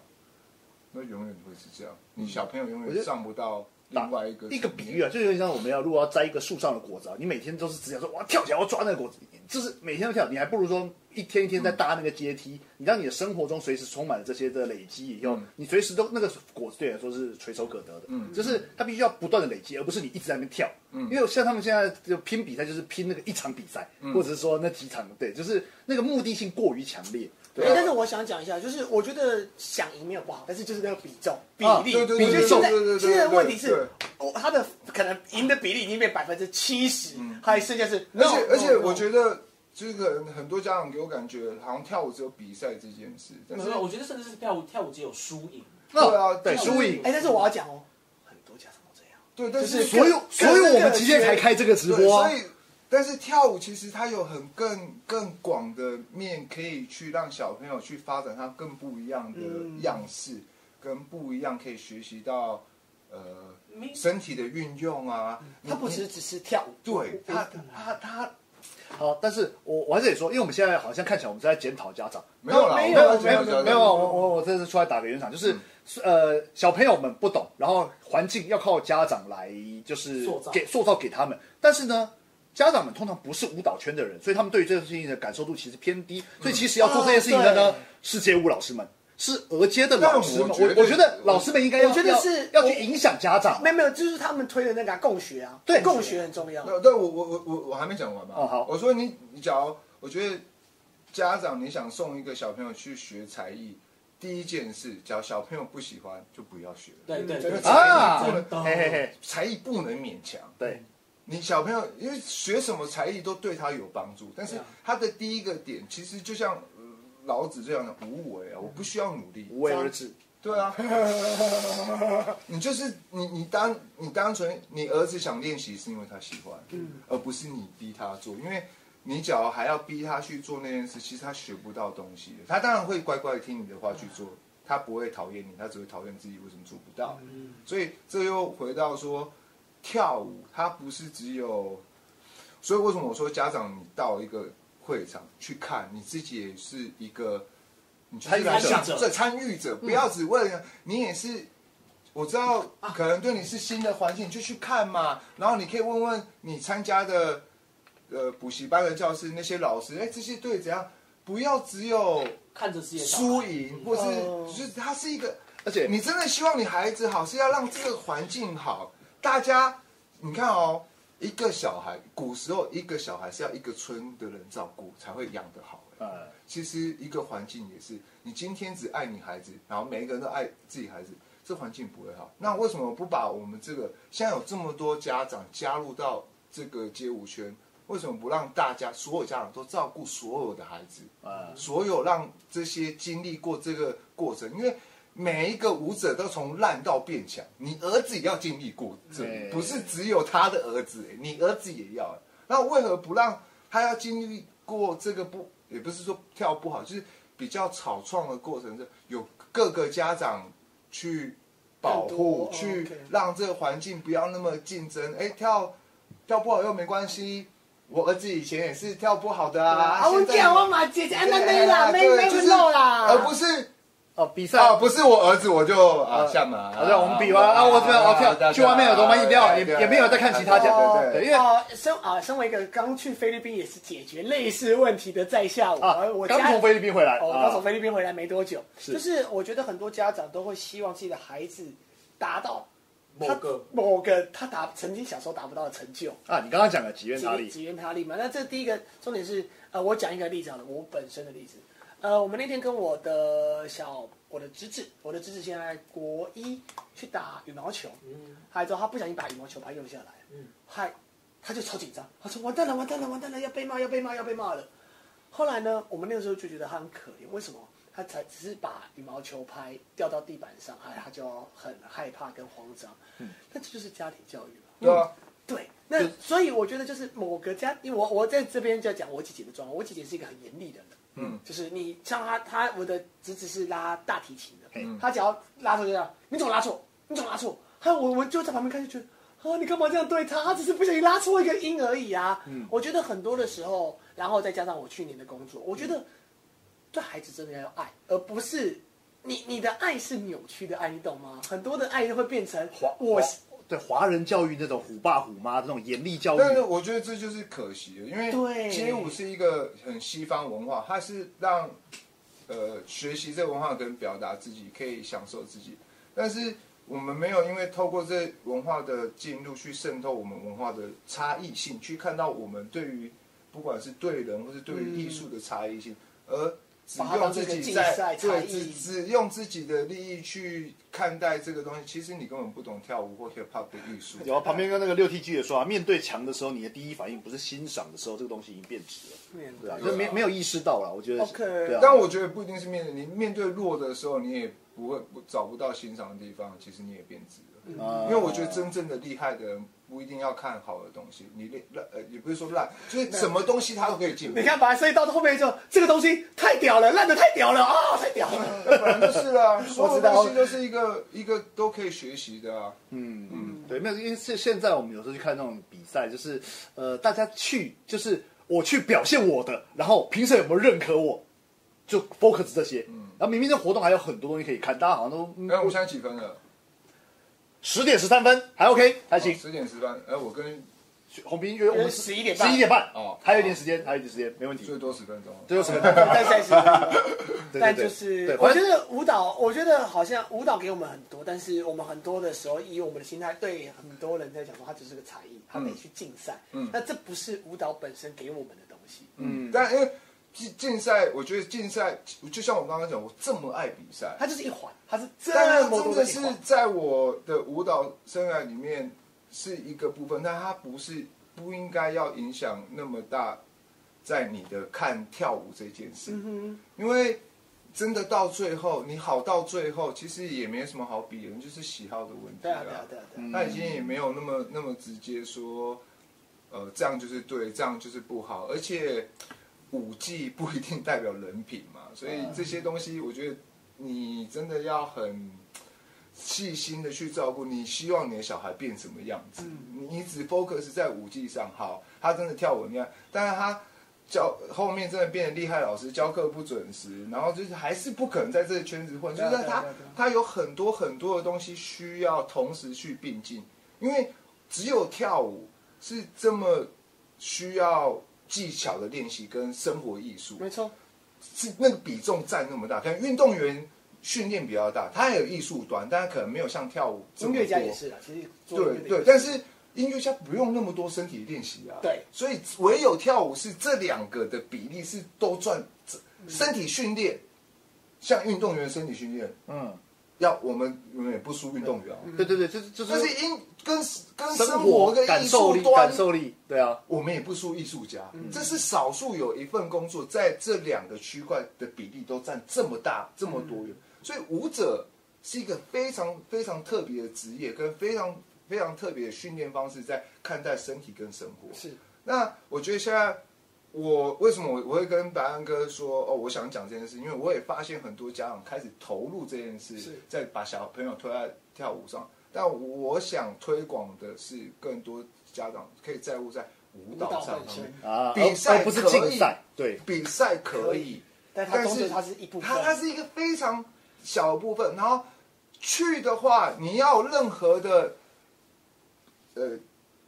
Speaker 3: 那永远会是这样。你小朋友永
Speaker 1: 嗯我觉
Speaker 3: 远
Speaker 1: 得
Speaker 3: 上不到另外一个
Speaker 1: 一个比喻
Speaker 3: 啊，
Speaker 1: 啊，就有点像我们要如果要摘一个树上的果子啊，你每天都是只想说哇跳起来我要抓那个果子，就是每天都跳，你还不如说一天一天在搭那个阶梯，你让你的生活中随时充满了这些的累积以后，
Speaker 3: 嗯
Speaker 1: 你随时都那个果子对你来说是垂手可得的，嗯，就是它必须要不断的累积，而不是你一直在那边跳，嗯，因为像他们现在就拼比赛就是拼那个一场比赛，
Speaker 3: 嗯
Speaker 1: 或者是说那几场，对，就是那个目的性过于强烈，
Speaker 3: 啊
Speaker 2: 对，哎但是我想讲一下，就是我觉得想赢没有不好，但是就是那个比重比
Speaker 1: 啊
Speaker 2: 例，
Speaker 3: 对对
Speaker 1: 对
Speaker 2: 我觉得现在
Speaker 3: 对对对对
Speaker 2: 现在的问题
Speaker 3: 对嗯
Speaker 2: 是，哦，他的可能赢的比例已经变百分之七十，还剩下是，
Speaker 3: 而且而且我
Speaker 2: 得
Speaker 3: 觉得。这个很多家长给我感觉，好像跳舞只有比赛这件事，但
Speaker 5: 没
Speaker 3: 是
Speaker 5: 有，我觉得甚至是跳舞跳舞只有输赢，
Speaker 3: 对啊
Speaker 1: 对，
Speaker 3: 就是
Speaker 1: 输赢。
Speaker 2: 哎，但是我要讲哦，很多家长都这样，
Speaker 3: 对，但
Speaker 2: 就是
Speaker 3: 是
Speaker 1: 所以，所以我们今天才开这个直播啊
Speaker 3: 对，所以，但是跳舞其实它有很更更广的面，可以去让小朋友去发展他更不一样的样式，跟不一样可以学习到呃
Speaker 5: 没
Speaker 3: 身体的运用啊。
Speaker 2: 嗯他不只
Speaker 3: 是
Speaker 2: 是只是跳舞，
Speaker 3: 对他他他他
Speaker 1: 好，但是我我还是得说，因为我们现在好像看起来我们是在检讨家长，哦
Speaker 3: 没有啦，
Speaker 2: 没
Speaker 1: 没有
Speaker 2: 有
Speaker 1: 没有
Speaker 3: 我
Speaker 1: 没
Speaker 3: 没
Speaker 1: 有
Speaker 3: 有
Speaker 1: 没有，啊我我我这次出来打个圆场，就是、
Speaker 3: 嗯
Speaker 1: 呃小朋友们不懂，然后环境要靠家长来就是
Speaker 5: 塑造
Speaker 1: 给塑造给他们，但是呢。家长们通常不是舞蹈圈的人，所以他们对于这件事情的感受度其实偏低。
Speaker 3: 嗯
Speaker 1: 所以其实要做这件事情的呢，
Speaker 2: 啊
Speaker 1: 是街舞老师们，是俄街的老师们。
Speaker 3: 但
Speaker 1: 我
Speaker 3: 我
Speaker 1: 我
Speaker 3: 觉
Speaker 1: 觉
Speaker 3: 得
Speaker 1: 得老师们应该要
Speaker 2: 我觉得
Speaker 1: 要
Speaker 2: 是
Speaker 1: 要
Speaker 2: 我
Speaker 1: 去影响家长。
Speaker 2: 啊没有没有，就是他们推的那个啊共学啊，
Speaker 1: 对
Speaker 2: 共学很重要。
Speaker 3: 那呃对我我我我我还没讲完嘛。
Speaker 1: 哦好
Speaker 3: 我说你你假如我觉得家长你想送一个小朋友去学才艺，第一件事，假如小朋友不喜欢就不要学了，
Speaker 5: 对对
Speaker 3: 这
Speaker 5: 对
Speaker 3: 个
Speaker 5: 对
Speaker 1: 啊
Speaker 3: 才艺不能
Speaker 1: 嘿嘿嘿，
Speaker 3: 才艺不能勉强。
Speaker 1: 对，
Speaker 3: 你小朋友因为学什么才艺都对他有帮助，但是
Speaker 5: 对啊
Speaker 3: 他的第一个点其实就像、呃老子这样的无为啊，我不需要努力，
Speaker 1: 无为而治。
Speaker 2: 嗯
Speaker 3: 对啊， <laughs> 你就是你，你单你单纯你儿子想练习是因为他喜欢，而不是你逼他做，因为你只要还要逼他去做那件事，其实他学不到东西的。他当然会乖乖地听你的话去做，他不会讨厌你，他只会讨厌自己为什么做不到。所以这又回到说，跳舞它不是只有，所以为什么我说家长你到一个会场去看，你自己也是一个。你就是来
Speaker 5: 参与
Speaker 3: 享
Speaker 5: 者
Speaker 3: 这参与者，不要只为了你也是。我知道，
Speaker 5: 啊
Speaker 3: 可能对你是新的环境，你就去看嘛。然后你可以问问你参加的，呃，补习班的教室那些老师，哎，这些队怎样？不要只有
Speaker 5: 看着世界上
Speaker 3: 输赢，或是
Speaker 5: 嗯
Speaker 2: 哦
Speaker 3: 就是它是一个
Speaker 1: 而且
Speaker 3: 你真的希望你孩子好，是要让这个环境好。大家，你看哦，一个小孩，古时候一个小孩是要一个村的人照顾才会养得好。哎
Speaker 1: 呃，
Speaker 3: 其实一个环境也是，你今天只爱你孩子，然后每一个人都爱自己孩子，这环境不会好。那为什么不把我们这个现在有这么多家长加入到这个街舞圈？为什么不让大家所有家长都照顾所有的孩子？
Speaker 1: 呃，
Speaker 3: 所有让这些经历过这个过程，因为每一个舞者都从烂到变强，你儿子也要经历过这
Speaker 1: 对，
Speaker 3: 不是只有他的儿子，你儿子也要。那为何不让他要经历过这个不？也不是说跳不好，就是比较草创的过程，是有各个家长去保护，
Speaker 2: 更多哦
Speaker 3: 去
Speaker 2: OK
Speaker 3: 让这个环境不要那么竞争。哎，跳跳不好又没关系，我儿子以前也是跳不好的啊。
Speaker 2: 啊，我
Speaker 3: 现在
Speaker 2: 讲我嘛，姐姐那那啦，没
Speaker 3: 对
Speaker 2: 没
Speaker 3: 就是
Speaker 2: 有漏啦，
Speaker 3: 而不是
Speaker 1: 哦，比赛
Speaker 3: 啊，不是我儿子我就啊
Speaker 1: 呃
Speaker 3: 下马。
Speaker 1: 好像我们比完啊，我这边我跳去外面有多买饮料，也也没有在看其他家
Speaker 3: 对对对
Speaker 1: 对，因为
Speaker 2: 哦，身啊，身为一个刚去菲律宾也是解决类似问题的在下我，
Speaker 1: 啊
Speaker 2: 而，我
Speaker 1: 刚
Speaker 2: 家
Speaker 1: 从菲律宾回来，
Speaker 2: 哦，
Speaker 1: 啊
Speaker 2: 刚从菲律宾回来没多久，
Speaker 1: 是
Speaker 2: 就是我觉得很多家长都会希望自己的孩子达到
Speaker 5: 某个
Speaker 2: 他某个他达曾经小时候达不到的成就，
Speaker 1: 啊，你刚刚讲的吉原
Speaker 2: 几
Speaker 1: 塔里，
Speaker 2: 几元他力嘛。那这第一个重点是，呃，我讲一个例子好了，我本身的例子。呃，我们那天跟我的小我的侄子，我的侄子现在国一去打羽毛球，
Speaker 5: 嗯
Speaker 2: 他之后他不小心把羽毛球拍用下来，
Speaker 5: 嗯
Speaker 2: 嗨，他就超紧张，他说完蛋了，完蛋了，完蛋了，要被骂，要被骂，要被骂了。后来呢，我们那个时候就觉得他很可怜，为什么？他才只是把羽毛球拍掉到地板上，哎，他就很害怕跟慌张。
Speaker 5: 嗯
Speaker 2: 那这就是家庭教育嘛。
Speaker 3: 对啊，
Speaker 2: 对，那所以我觉得就是某个家，因为我我在这边就要讲我姐姐的状况。我姐姐是一个很严厉的人，
Speaker 3: 嗯，
Speaker 2: 就是你像她，她我的侄子是拉大提琴的
Speaker 1: 嗯，
Speaker 2: 她只要拉错就这样，你怎么拉错？你怎么拉错？还有我我就在旁边看就觉得啊，你干嘛这样对她？她只是不小心拉错一个音而已啊。嗯，我觉得很多的时候，然后再加上我去年的工作，我觉得对孩子真的要爱，而不是。你你的爱是扭曲的爱，你懂吗？很多的爱会变成
Speaker 1: 华
Speaker 2: 我
Speaker 1: 华对华人教育那种虎爸虎妈这种严厉教
Speaker 3: 但是
Speaker 1: 育，
Speaker 3: 我觉得这就是可惜的，因
Speaker 2: 对
Speaker 3: 为街舞是一个很西方文化，它是让呃学习这文化跟表达自己，可以享受自己。但是我们没有因为透过这文化的进入去渗透我们文化的差异性，去看到我们对于不管是对人或是对于艺术的差异性，
Speaker 2: 嗯
Speaker 3: 而只
Speaker 2: 把它当
Speaker 3: 用
Speaker 2: 成
Speaker 3: 自
Speaker 2: 一
Speaker 3: 己
Speaker 2: 个竞
Speaker 3: 在
Speaker 2: 赛才
Speaker 3: 对只
Speaker 2: 艺
Speaker 3: 只用自己的利益去看待这个东西，其实你根本不懂跳舞或 hip hop 的艺术。
Speaker 1: 然后啊旁边跟那个六 T G 也说啊，面对墙的时候，你的第一反应不是欣赏的时候，这个东西已经变质了，
Speaker 2: 面对
Speaker 1: 对啊，就没没有意识到了，我觉得是
Speaker 2: OK
Speaker 1: 对啊，
Speaker 3: 但我觉得不一定是面对你面对弱的时候，你也不会不找不到欣赏的地方，其实你也变质了。
Speaker 1: 啊
Speaker 3: 因为我觉得真正的厉害的人不一定要看好的东西，你烂烂呃也不是说烂，就是什么东西他都可以进步
Speaker 2: 你，看吧，所以到后面就这个东西太屌了，烂的太屌了啊、太屌
Speaker 3: <laughs>
Speaker 2: 了。
Speaker 3: 本来就是啦，所有
Speaker 1: 知道
Speaker 3: 东西都是一个一个都可以学习的啊。
Speaker 1: 嗯嗯，对，没有，因为现现在我们有时候去看那种比赛，就是呃，大家去就是我去表现我的，然后评审有没有认可我，就 focus 这些。然后明明这活动还有很多东西可以看，大家好像
Speaker 3: 哎，我
Speaker 1: 都嗯
Speaker 3: 现在几分了？
Speaker 1: 十点十三分还 OK 还行。
Speaker 3: 十点十分。哎，我跟
Speaker 1: 红兵约我们
Speaker 2: 11点半
Speaker 1: 十一点半
Speaker 3: 哦
Speaker 1: 还有一点时间，还有一点时间，没问题
Speaker 3: 最。多十分钟。
Speaker 1: 最后
Speaker 3: <laughs>
Speaker 1: 十分钟，
Speaker 2: 但但是，
Speaker 1: 对
Speaker 2: 但
Speaker 1: 对对
Speaker 2: 就是
Speaker 1: 对，
Speaker 2: 我
Speaker 1: 反
Speaker 2: 觉
Speaker 1: 正
Speaker 2: 得舞蹈，我觉得好像舞蹈给我们很多，但是我们很多的时候，以我们的心态对很多人在讲说，它只是个才艺，他得去竞赛。
Speaker 3: 嗯
Speaker 2: 那这不是舞蹈本身给我们的东西。
Speaker 3: 嗯，但因为竞竞赛，我觉得竞赛就像我刚刚讲，我这么爱比赛，
Speaker 2: 它就是一环，它是这
Speaker 3: 啊但
Speaker 2: 么
Speaker 3: 它真
Speaker 2: 多
Speaker 3: 的
Speaker 2: 一
Speaker 3: 是
Speaker 2: 环
Speaker 3: 在我的舞蹈生涯里面是一个部分，但它不是不应该要影响那么大在你的看跳舞这件事，
Speaker 2: 嗯
Speaker 3: 因为真的到最后，你好到最后，其实也没什么好比的，就是嗯喜好的问题
Speaker 2: 对啊，对啊，对啊，对啊。
Speaker 3: 他已经也没有那么那么直接说，呃，这样就是对，这样就是不好，而且武技不一定代表人品嘛，所
Speaker 2: 啊
Speaker 3: 以这些东西我觉得你真的要很细心的去照顾，你希望你的小孩变什么样子，
Speaker 2: 嗯
Speaker 3: 你你只 focus 在武技上，好，他真的跳舞很厉害，但是他。教后面真的变得厉害，老师教课不准时，然后就是还是不可能在这个圈子混，就
Speaker 2: 对啊
Speaker 3: 是
Speaker 2: 对啊
Speaker 3: 他
Speaker 2: 对啊对啊
Speaker 3: 它有很多很多的东西需要同时去并进，因为只有跳舞是这么需要技巧的练习跟生活艺术，
Speaker 2: 没错，
Speaker 3: 是那个比重占那么大。可能运动员训练比较大，他也有艺术端，但可能没有像跳舞这
Speaker 2: 音
Speaker 3: 么
Speaker 2: 乐家
Speaker 3: 多
Speaker 2: 也是啊，其实做音乐
Speaker 3: 对
Speaker 2: 的也
Speaker 3: 对，但是音乐家不用那么多身体练习啊。
Speaker 2: 对
Speaker 3: 所以唯有跳舞是这两个的比例是都赚，
Speaker 2: 嗯
Speaker 3: 身体训练像运动员身体训练
Speaker 1: 嗯，
Speaker 3: 要我们我们也不输运动员啊，
Speaker 2: 嗯
Speaker 1: 对对对，就是就
Speaker 3: 就是是因跟跟
Speaker 1: 生
Speaker 3: 生
Speaker 1: 活
Speaker 3: 活跟
Speaker 1: 感
Speaker 3: 艺
Speaker 1: 受
Speaker 3: 术
Speaker 1: 力，
Speaker 3: 端
Speaker 1: 感，受力，对啊，
Speaker 3: 我们也不输艺术家。这是少数有一份工作在这两个区块的比例都占这么大这么多元，所以舞者是一个非常非常特别的职业，跟非常非常特别的训练方式，在看待身体跟生活。
Speaker 2: 是
Speaker 3: 那我觉得现在我为什么我我会跟白安哥说哦，我想讲这件事，因为我也发现很多家长开始投入这件事
Speaker 2: 是，
Speaker 3: 在把小朋友推在跳舞上。但我想推广的是，更多家长可以在乎在舞
Speaker 2: 舞
Speaker 3: 蹈
Speaker 2: 蹈
Speaker 3: 上
Speaker 2: 本
Speaker 3: 方
Speaker 2: 身
Speaker 3: 面，，
Speaker 1: 啊，
Speaker 3: 比
Speaker 1: 而
Speaker 3: 赛
Speaker 1: 而不是
Speaker 3: 可以
Speaker 1: 竞赛，对，
Speaker 3: 比赛可
Speaker 2: 可
Speaker 3: 以
Speaker 2: 以，但它
Speaker 3: 但
Speaker 2: 终
Speaker 3: 是
Speaker 2: 究它是一部分
Speaker 3: 它它是一个非常小的部分。然后去的话，你要有任何的呃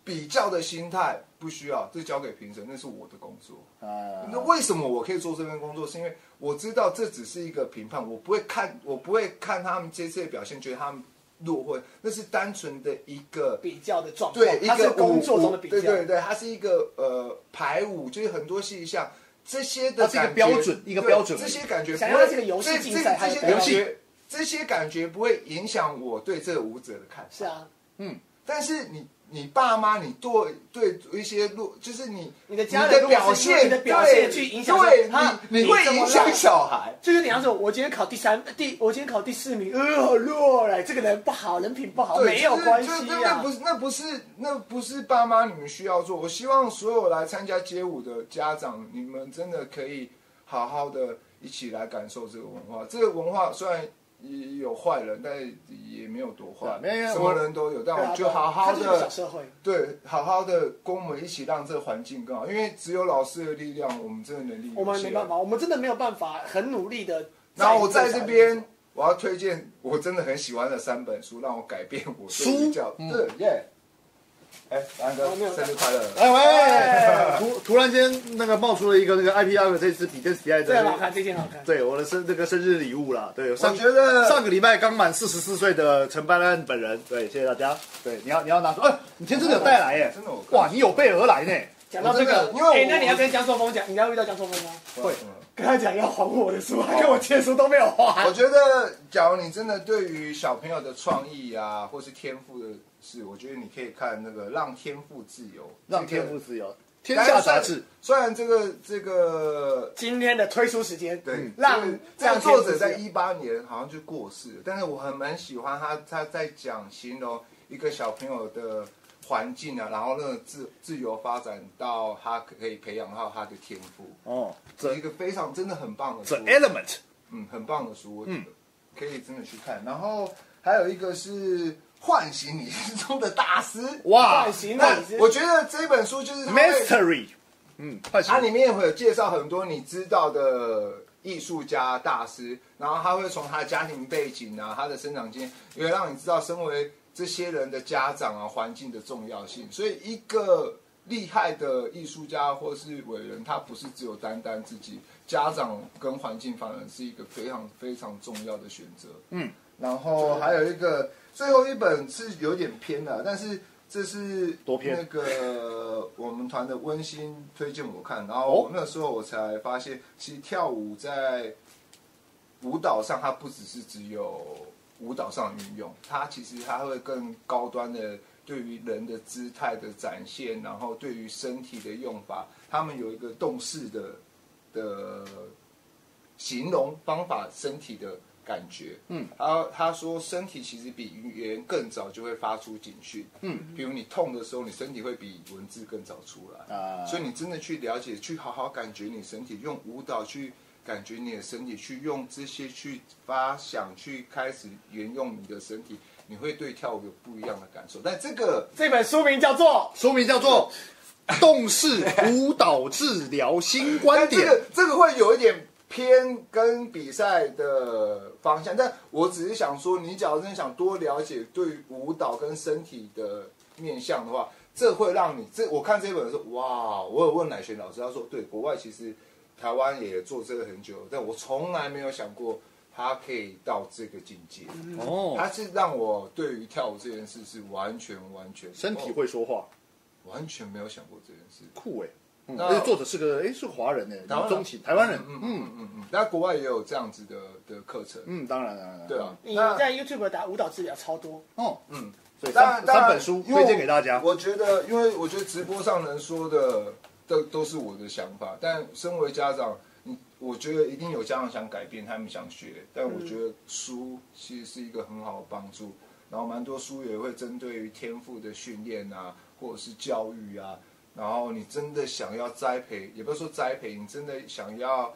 Speaker 3: 比较的心态，不需要，这交给评审，那是我的工作。
Speaker 1: 啊，
Speaker 3: 那为什么我可以做这份工作？是因为我知道这只是一个评判，我不会看，我不会看他们这次的表现，觉得他们落或那是单纯的一个
Speaker 2: 比较的状况，
Speaker 3: 对，一
Speaker 2: 哦它是
Speaker 3: 个
Speaker 2: 工作
Speaker 3: 舞
Speaker 2: 中的比较，
Speaker 3: 对对对，它是一个呃排舞，就是很多戏项这些的
Speaker 2: 哦
Speaker 1: 它是一个
Speaker 3: 感觉
Speaker 1: 标准一个标准
Speaker 3: 对这些感觉不
Speaker 2: 想
Speaker 3: 会
Speaker 2: 要这个游戏
Speaker 3: 这
Speaker 2: 竞赛
Speaker 3: 这
Speaker 2: 它
Speaker 3: 这些感
Speaker 2: 有标准
Speaker 3: 觉，这些感觉不会影响我对这个舞者的看法。
Speaker 2: 是啊，
Speaker 3: 但是你你爸妈，你对对一些路，就是你
Speaker 2: 你的家人
Speaker 3: 的表现，
Speaker 2: 你的表现
Speaker 3: 对
Speaker 2: 去影响
Speaker 3: 对
Speaker 2: 他
Speaker 3: 你
Speaker 2: 你
Speaker 3: 会
Speaker 2: 怎么
Speaker 3: 影响
Speaker 2: 了
Speaker 3: 小孩。
Speaker 2: 就有点像是我今天考第三第，我今天考第四名，呃，好弱哎，这个人不好，人品不好，
Speaker 3: 对
Speaker 2: 哦没有
Speaker 3: 就是
Speaker 2: 关
Speaker 3: 就是
Speaker 2: 系
Speaker 3: 那那
Speaker 2: 啊
Speaker 3: 不。是那不是那不是爸妈你们需要做。我希望所有来参加街舞的家长，你们真的可以好好的一起来感受这个文化。这个文化虽然也有坏人，但也没有多坏，
Speaker 1: 对啊没有
Speaker 3: 什
Speaker 1: 我
Speaker 3: 么人都有。但
Speaker 2: 对啊
Speaker 3: 我就好嗯
Speaker 2: 它
Speaker 3: 好
Speaker 2: 就是一个小
Speaker 3: 的。
Speaker 2: 社会，
Speaker 3: 对，好好的跟我们一起让这个环境更好，因为只有老师的力量，我们真的能力有限。
Speaker 2: 我们没办法，我们真的没有办法很努力的。
Speaker 3: 啊然后我在这边，我要推荐我真的很喜欢的三本书，让我改变我对于
Speaker 1: 书
Speaker 3: 教对耶。哎，安哥
Speaker 2: 哦没有，
Speaker 3: 生日快乐！
Speaker 1: 哎喂，突突然间那个冒出了一个那个 IP Up 这次比这次比赛
Speaker 2: 这
Speaker 1: 真
Speaker 2: 个
Speaker 1: 的
Speaker 2: 好看，这件好看。
Speaker 1: 对我的生那个生日礼物啦，对，上
Speaker 3: 觉得
Speaker 1: 呃上个礼拜刚满四十四岁的陈班安本人，对，谢谢大家。对，你要你要拿出，哎，你今天真的有带来耶，
Speaker 3: 真的有带
Speaker 1: 哇，你有备而来呢。
Speaker 2: 讲到这个
Speaker 3: 我真的，因为我
Speaker 2: 哎，那你要跟江硕峰讲，你要遇到江硕峰吗？哦
Speaker 3: 会，
Speaker 2: 跟他讲要还我的书，他跟我借书都没有还
Speaker 3: 我。觉得，假如你真的对于小朋友的创意啊，或是天赋的事，我觉得你可以看那个《让天赋自由》，
Speaker 1: 让
Speaker 3: 这个
Speaker 1: 天赋自由，天下杂志。。
Speaker 3: 虽然虽然这个这个
Speaker 2: 今天的推书时间，
Speaker 3: 对，
Speaker 2: 让
Speaker 3: 这个嗯这
Speaker 2: 让
Speaker 3: 个作者
Speaker 2: 天
Speaker 3: 在
Speaker 2: 赋自由
Speaker 3: 一八年好像就过世了，但是我很蛮喜欢他他在讲形容一个小朋友的环境啊，然后那个自自由发展到他可以培养到他的天赋，
Speaker 1: 哦，
Speaker 3: 这
Speaker 1: 这
Speaker 3: 一个非常真的很棒的书
Speaker 1: 这，Element
Speaker 3: 嗯，很棒的书，嗯，可以真的去看。然后还有一个是《唤醒你心中的大师》。
Speaker 1: 哇
Speaker 2: 唤醒
Speaker 3: 那
Speaker 2: 你是
Speaker 3: 我觉得这本书就是它会
Speaker 1: Mastery 嗯，快
Speaker 3: 它
Speaker 1: 行，
Speaker 3: 里面会有介绍很多你知道的艺术家大师，然后他会从他的家庭背景啊、他的生长经验，也会让你知道身为这些人的家长啊、环境的重要性。所以，一个厉害的艺术家或是伟人，他不是只有单单自己家长跟环境，反而是一个非常非常重要的选择。
Speaker 1: 嗯，
Speaker 3: 然后还有一个最后一本是有点偏了，但是这是
Speaker 1: 多偏
Speaker 3: 那个我们团的温馨推荐我看，然后我那时候我才发现，其实跳舞在舞蹈上，它不只是只有舞蹈上的运用，它其实它会更高端的对于人的姿态的展现，然后对于身体的用法，他们有一个动势的的形容方法，身体的感觉。嗯，他他说身体其实比语言更早就会发出警讯。嗯，比如你痛的时候，你身体会比文字更早出来。
Speaker 1: 啊
Speaker 3: 所以你真的去了解，去好好感觉你身体，用舞蹈去感觉你的身体，去用这些去发想，去开始沿用你的身体，你会对跳舞有不一样的感受。但这个
Speaker 2: 这本书名叫做
Speaker 1: 书名
Speaker 3: <laughs>
Speaker 1: 叫做《动视舞蹈治疗新观
Speaker 3: 但
Speaker 1: 点
Speaker 3: 这》个这个会有一点偏跟比赛的方向，但我只是想说，你假如真的想多了解对于舞蹈跟身体的面向的话，这会让你这我看这本的时候，哇！我有问乃璇老师，他说对，国外其实台湾也做这个很久，但我从来没有想过他可以到这个境界。
Speaker 1: 哦，
Speaker 3: 他是让我对于跳舞这件事是完全完全
Speaker 1: 身体
Speaker 3: 哦
Speaker 1: 会说话，
Speaker 3: 完全没有想过这件事。
Speaker 1: 酷哎。嗯，
Speaker 3: 那
Speaker 1: 而且作者是个哎是华人哎，
Speaker 3: 台湾人
Speaker 1: 中情台湾人，
Speaker 3: 嗯
Speaker 1: 嗯
Speaker 3: 嗯嗯嗯，那国外也有这样子的的课程。
Speaker 1: 嗯，当然当然，
Speaker 3: 对啊，
Speaker 2: 你
Speaker 3: 那
Speaker 2: 在 YouTube 打舞蹈治疗超多，
Speaker 1: 哦，
Speaker 3: 嗯，
Speaker 1: 所以
Speaker 3: 当然
Speaker 1: 三
Speaker 3: 当
Speaker 1: 三
Speaker 3: 然
Speaker 1: 本书
Speaker 3: 因为
Speaker 1: 推荐给大家，
Speaker 3: 我觉得，因为我觉得直播上能说的都都是我的想法，但身为家长，你我觉得一定有家长想改变，他们想学，但我觉得书其实是一个很好的帮助。然后蛮多书也会针对于天赋的训练啊，或者是教育啊，然后你真的想要栽培，也不是说栽培，你真的想要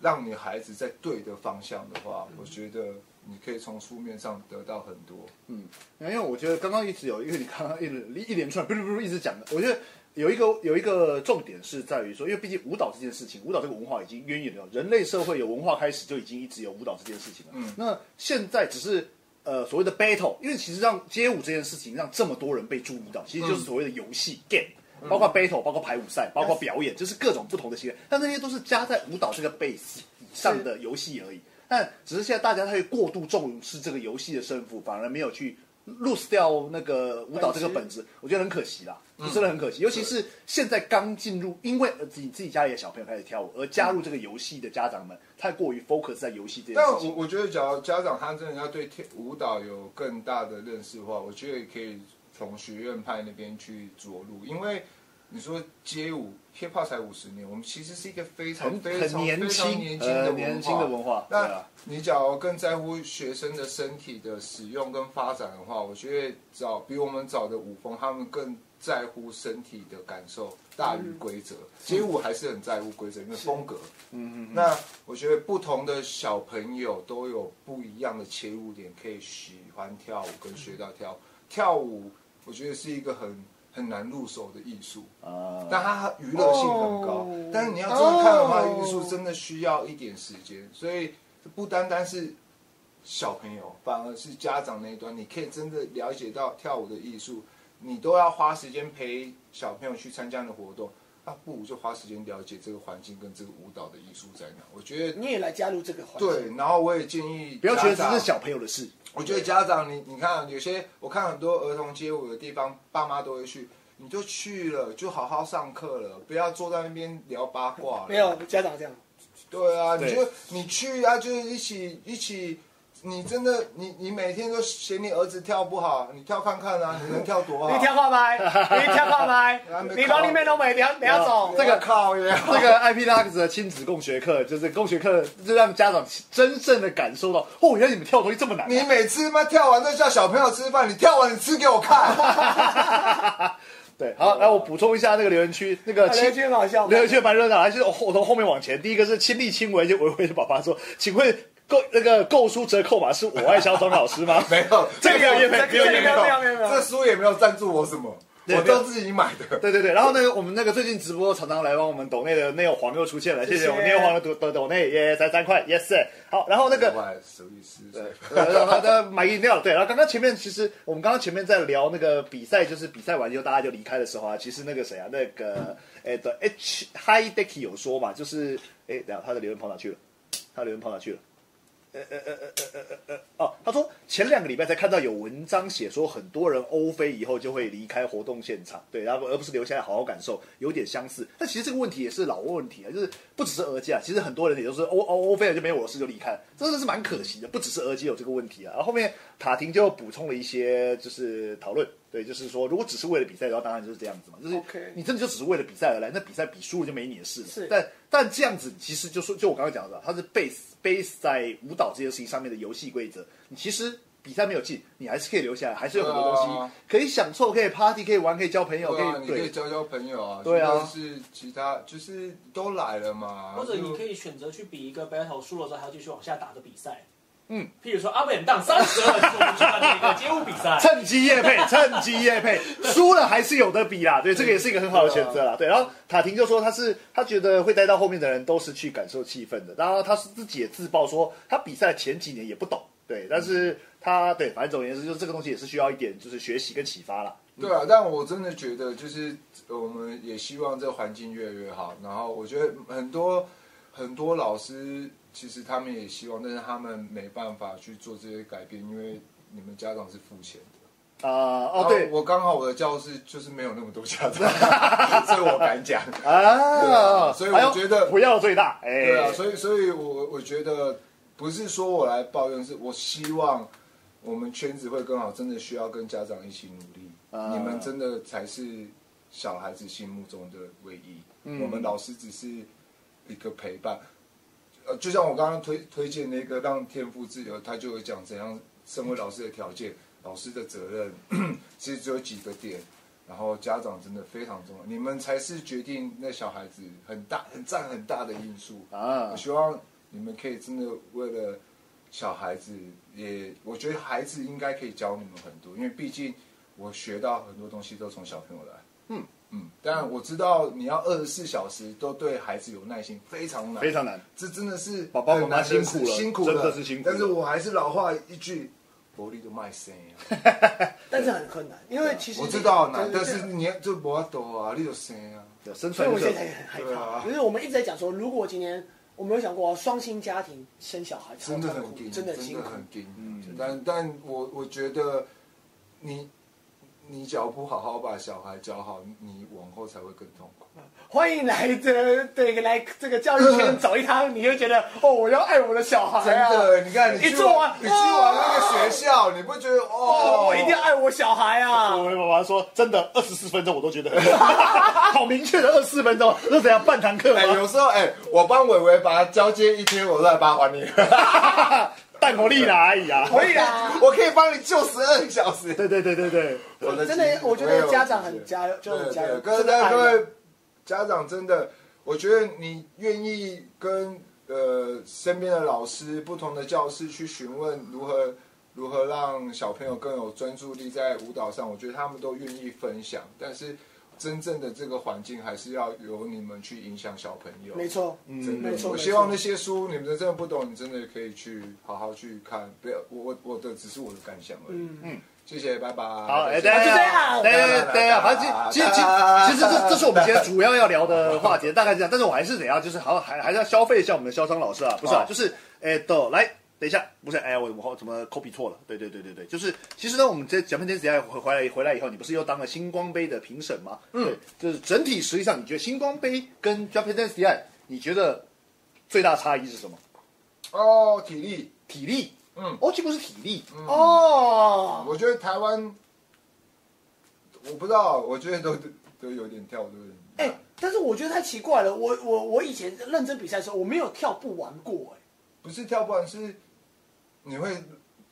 Speaker 3: 让你孩子在对的方向的话，我觉得你可以从书面上得到很多。
Speaker 1: 因为我觉得刚刚一直有，因为你刚刚一连一连串不不不一直讲的，我觉得有一个有一个重点是在于说，因为毕竟舞蹈这件事情，舞蹈这个文化已经渊远了，人类社会有文化开始就已经一直有舞蹈这件事情了。嗯，那现在只是呃所谓的 battle，因为其实让街舞这件事情让这么多人被注意到，其实就是所谓的游戏 game。包括 battle，包括排舞赛，包括表演，就是各种不同的形态，但这些都是加在舞蹈这个 base 以上的游戏而已。但只是现在大家太过度重视这个游戏的胜负，反而没有去 lose 掉那个舞蹈这个本质，我觉得很可惜啦，就真的很可惜。尤其是现在刚进入，因为呃自己自己家里的小朋友开始跳舞，而加入这个游戏的家长们太过于 focus 在游戏这件
Speaker 3: 但
Speaker 1: 事
Speaker 3: 我
Speaker 1: 情。
Speaker 3: 我觉得，假如家长他真的要对跳舞蹈有更大的认识的话，我觉得也可以从学院派那边去着陆，因为你说街舞 hip hop 才五十年，我们其实是一个非常
Speaker 1: 很
Speaker 3: 非常
Speaker 1: 很年
Speaker 3: 非常
Speaker 1: 轻
Speaker 3: 年轻
Speaker 1: 呃
Speaker 3: 的
Speaker 1: 年轻的文化对
Speaker 3: 那
Speaker 1: 啊
Speaker 3: 你假如更在乎学生的身体的使用跟发展的话，我觉得早比我们早的舞风，他们更在乎身体的感受大于规则。
Speaker 1: 嗯
Speaker 3: 街舞还是很在乎规则，因为风格。嗯嗯。那我觉得不同的小朋友都有不一样的切入点，可以喜欢跳舞跟学到跳舞。跳舞，我觉得是一个很很难入手的艺术。
Speaker 1: 啊，
Speaker 3: 但它娱乐性很高。
Speaker 2: 哦
Speaker 3: 但是你要真的看的话，
Speaker 2: 哦
Speaker 3: 艺术真的需要一点时间，所以不单单是小朋友，反而是家长那一端，你可以真的了解到跳舞的艺术，你都要花时间陪小朋友去参加的活动。那不如就花时间了解这个环境跟这个舞蹈的艺术在哪。我觉得
Speaker 2: 你也来加入这个环节。
Speaker 3: 对，然后我也建议
Speaker 1: 不要觉得
Speaker 3: 家
Speaker 1: 这
Speaker 3: 长
Speaker 1: 是小朋友的事，
Speaker 3: 我觉得家长，你你看有些，我看很多儿童街舞的地方，爸妈都会去，你就去了，就好好上课了，不要坐在那边聊八卦了。
Speaker 2: 没有家长这样，
Speaker 3: 对啊，
Speaker 1: 对
Speaker 3: 你就你去啊，就是一起一起，你真的你你每天都嫌你儿子跳不好，你跳看看啊，你能跳多好？
Speaker 2: <laughs> 你跳画麦，你跳画麦
Speaker 3: 还，没
Speaker 2: 你
Speaker 3: 考
Speaker 2: 往里面都没，你要你要走
Speaker 1: 这。个
Speaker 3: 靠呀！
Speaker 2: <laughs>
Speaker 1: 这个 IP Lux 的亲子共学课，就是共学课，就让家长真正的感受到，哦，原来你们跳的东西这么难、
Speaker 3: 你每次妈跳完都叫小朋友吃饭，你跳完你吃给我看。
Speaker 1: 对，好，来我补充一下那个留言区，那个
Speaker 2: 啊
Speaker 1: 亲
Speaker 2: 留言区很好笑
Speaker 1: 留言区蛮热闹，还是哦我后我从后面往前，第一个是亲力亲为，就维维的爸爸说，请问购那个购书折扣码是我爱肖庄老师吗？
Speaker 3: 没有，
Speaker 1: 这个没有叶配，
Speaker 2: 这个
Speaker 1: 没有叶
Speaker 2: 没有
Speaker 1: 配
Speaker 2: 没有没有没有
Speaker 3: 这书也没有赞助我什么。
Speaker 1: 对
Speaker 3: 我都自己买的。
Speaker 1: 对对对，然后那个我们那个最近直播常常来帮我们抖内的内友黄又出现了，谢谢我们内友黄的抖抖抖内，耶，才三块，yes sir。好，然后那个
Speaker 3: 外手艺师，对，
Speaker 1: 呃，让他他买饮料。对，然后刚刚前面其实我们刚刚前面在聊那个比赛，就是比赛完就大家就离开的时候啊，其实那个谁啊，那个哎的 H High Decky 有说嘛，就是哎，等一下他的留言跑哪去了？他的留言跑哪去了？哦，他说前两个礼拜才看到有文章写说，很多人欧飞以后就会离开活动现场，对，然后而不是留下来好好感受，有点相似。但其实这个问题也是老问题啊，就是不只是俄机啊，其实很多人也就是欧欧欧飞了就没我的事就离开了，真的是蛮可惜的。不只是俄机有这个问题啊，然后后面塔婷就补充了一些就是讨论，对，就是说如果只是为了比赛的话，当然就是这样子嘛，就是
Speaker 2: OK
Speaker 1: 你真的就只是为了比赛而来，那比赛比输了就没你的事了。
Speaker 2: 是
Speaker 1: 但但这样子其实就说，就我刚刚讲的，它是 base base 在舞蹈这件事情上面的游戏规则。你其实比赛没有进，你还是可以留下来，还是有很多东
Speaker 3: 对
Speaker 1: 西
Speaker 3: 啊
Speaker 1: 可以享受，可以 party，可以玩，可以交朋友，
Speaker 3: 对啊，你可以
Speaker 1: 对
Speaker 3: 交交朋友啊，
Speaker 1: 对啊
Speaker 3: 就是其他就是都来了嘛，
Speaker 5: 或者你
Speaker 3: 就
Speaker 5: 可以选择去比一个 battle 输了之后还要继续往下打的比赛。
Speaker 1: 嗯，
Speaker 5: 譬如说阿本当三十二，我们去打那个街舞比
Speaker 3: <laughs>
Speaker 5: 赛。
Speaker 1: <laughs> 趁机夜配，趁机夜配，输了还是有的比啦。对，这个也是一个很好的选择啦。对，然后塔婷就说他是他觉得会待到后面的人都是去感受气氛的，然后他是自己也自曝说他比赛前几年也不懂，对，但是他对，反正总而言之就是这个东西也是需要一点就是学习跟启发啦。
Speaker 3: 对啊，但我真的觉得，就是呃我们也希望这环境越来越好。然后我觉得很多很多老师其实他们也希望，但是他们没办法去做这些改变，因为你们家长是付钱的。
Speaker 1: 啊、哦对
Speaker 3: 然后我刚好我的教室就是没有那么多家长， <laughs> 所以我敢讲。
Speaker 1: 啊，
Speaker 3: 所以我觉得
Speaker 1: 哎呦不要最大，哎，
Speaker 3: 对啊，所以所以我我觉得不是说我来抱怨，是我希望我们圈子会更好，真的需要跟家长一起努力，
Speaker 1: 啊
Speaker 3: 你们真的才是小孩子心目中的唯一，
Speaker 1: 嗯
Speaker 3: 我们老师只是一个陪伴。呃，就像我刚刚推推荐那个让天赋自由，他就有讲怎样身为老师的条件、
Speaker 1: 嗯
Speaker 3: 老师的责任， <clears throat> 其实只有几个点。然后家长真的非常重要，你们才是决定那小孩子很大、很占很大的因素。
Speaker 1: 啊
Speaker 3: 我希望你们可以真的为了小孩子，也我觉得孩子应该可以教你们很多，因为毕竟我学到很多东西都从小朋友来。
Speaker 1: 嗯
Speaker 3: 嗯，但我知道你要二十四小时都对孩子有耐心，非常难，
Speaker 1: 非常难。
Speaker 3: 这真的是
Speaker 1: 爸爸妈妈
Speaker 3: 很难的
Speaker 1: 辛苦
Speaker 3: 事
Speaker 1: 了
Speaker 3: 辛苦
Speaker 1: 真的是辛苦了
Speaker 3: 但是我还是老话一句，薄利都卖身啊。
Speaker 2: 但是很困难，因为 <laughs> 其实
Speaker 3: 我知道难，
Speaker 2: 对
Speaker 3: 但
Speaker 2: 对
Speaker 3: 是你要这不要抖啊，你有身
Speaker 2: <laughs>
Speaker 3: 啊。
Speaker 1: 有生
Speaker 2: 所以
Speaker 1: 存
Speaker 2: 我
Speaker 1: 就
Speaker 2: 现
Speaker 1: 是
Speaker 2: 在也很害
Speaker 3: 对
Speaker 2: 怕。
Speaker 3: 啊
Speaker 2: 可是我们一直在讲说，如果今天我没有想过双薪家庭生小孩，
Speaker 3: 真的
Speaker 2: 超痛
Speaker 3: 很
Speaker 2: 苦
Speaker 3: 硬，
Speaker 2: 真
Speaker 3: 的
Speaker 2: 的很辛苦。
Speaker 3: 很硬。
Speaker 1: 嗯
Speaker 3: 但但我我觉得你你只要不好好把小孩教好，你往后才会更痛
Speaker 2: <laughs>
Speaker 3: 苦。
Speaker 2: 欢迎来这对来这个教育圈走一趟，你会觉得哦，我要爱我的小孩
Speaker 3: 真
Speaker 2: 啊！
Speaker 3: 的，你看你去
Speaker 2: 一做完
Speaker 3: 玩，你去玩那个学校，你不觉得
Speaker 2: 哦
Speaker 3: 哦，？
Speaker 2: <laughs> 我一定要爱我小孩啊！
Speaker 1: 我跟爸爸说，真的，二十四分钟我都觉得很 <laughs> 好明确的二十四分钟，那怎样半堂课
Speaker 3: 哎，
Speaker 1: 吗？
Speaker 3: 有时候哎，我帮伟伟把他交接一天，我再把他还你。 <laughs>
Speaker 1: 蛋黄力啦，阿姨啊，
Speaker 2: 可以啊，
Speaker 3: 我可以帮你救十二小时。
Speaker 1: 对对对对对，
Speaker 3: 我的
Speaker 2: 真的
Speaker 3: 经历
Speaker 2: 我觉
Speaker 3: 也有
Speaker 2: 得家长
Speaker 3: 这些
Speaker 2: 很加油，就
Speaker 3: 对
Speaker 2: 很加
Speaker 3: 对，
Speaker 2: 油。
Speaker 3: 各
Speaker 2: 真的
Speaker 3: 位
Speaker 2: 爱
Speaker 3: 各位家长真的，我觉得你愿意跟呃身边的老师、不同的教室去询问如何如何让小朋友更有专注力在舞蹈上，我觉得他们都愿意分享，但是。真正的这个环境还是要由你们去影响小朋友，
Speaker 2: 没错，
Speaker 1: 嗯
Speaker 3: 真的
Speaker 2: 没错
Speaker 3: 我
Speaker 2: 没
Speaker 3: 希
Speaker 2: 错
Speaker 3: 望那些书你们真的不懂，你真的可以去好好去看。不要，我我我的只是我的感想而已。嗯，谢谢，拜拜。
Speaker 1: 好，哎，
Speaker 3: 再
Speaker 1: 对
Speaker 3: 见
Speaker 1: 对
Speaker 2: 就这样
Speaker 1: 对对啊，反正其其其其实这这是我们今天主要要聊的话题，大概是这样。但是我还是得要，就是好还还是要消费一下我们的肖商老师啊，不是啊
Speaker 3: 哦，
Speaker 1: 就是哎的来。等一下，不是，哎，我我怎么 copy 错了？对对对对对，就是其实呢，我们这讲半天时间回回来回来以后，你不是又当了星光杯的评审吗？嗯，就是整体实际上，你觉得星光杯跟 Japan Dance DI，你觉得最大差异是什么？
Speaker 3: 哦，体力，
Speaker 1: 体力，
Speaker 3: 嗯，
Speaker 1: 哦，这不是体力，
Speaker 2: 哦，
Speaker 3: 我觉得台湾，我不知道，我觉得都都有点跳，对不对？
Speaker 2: 哎，但是我觉得太奇怪了，我我我以前认真比赛的时候，我没有跳步玩过，哎，
Speaker 3: 不是跳，不然是你会，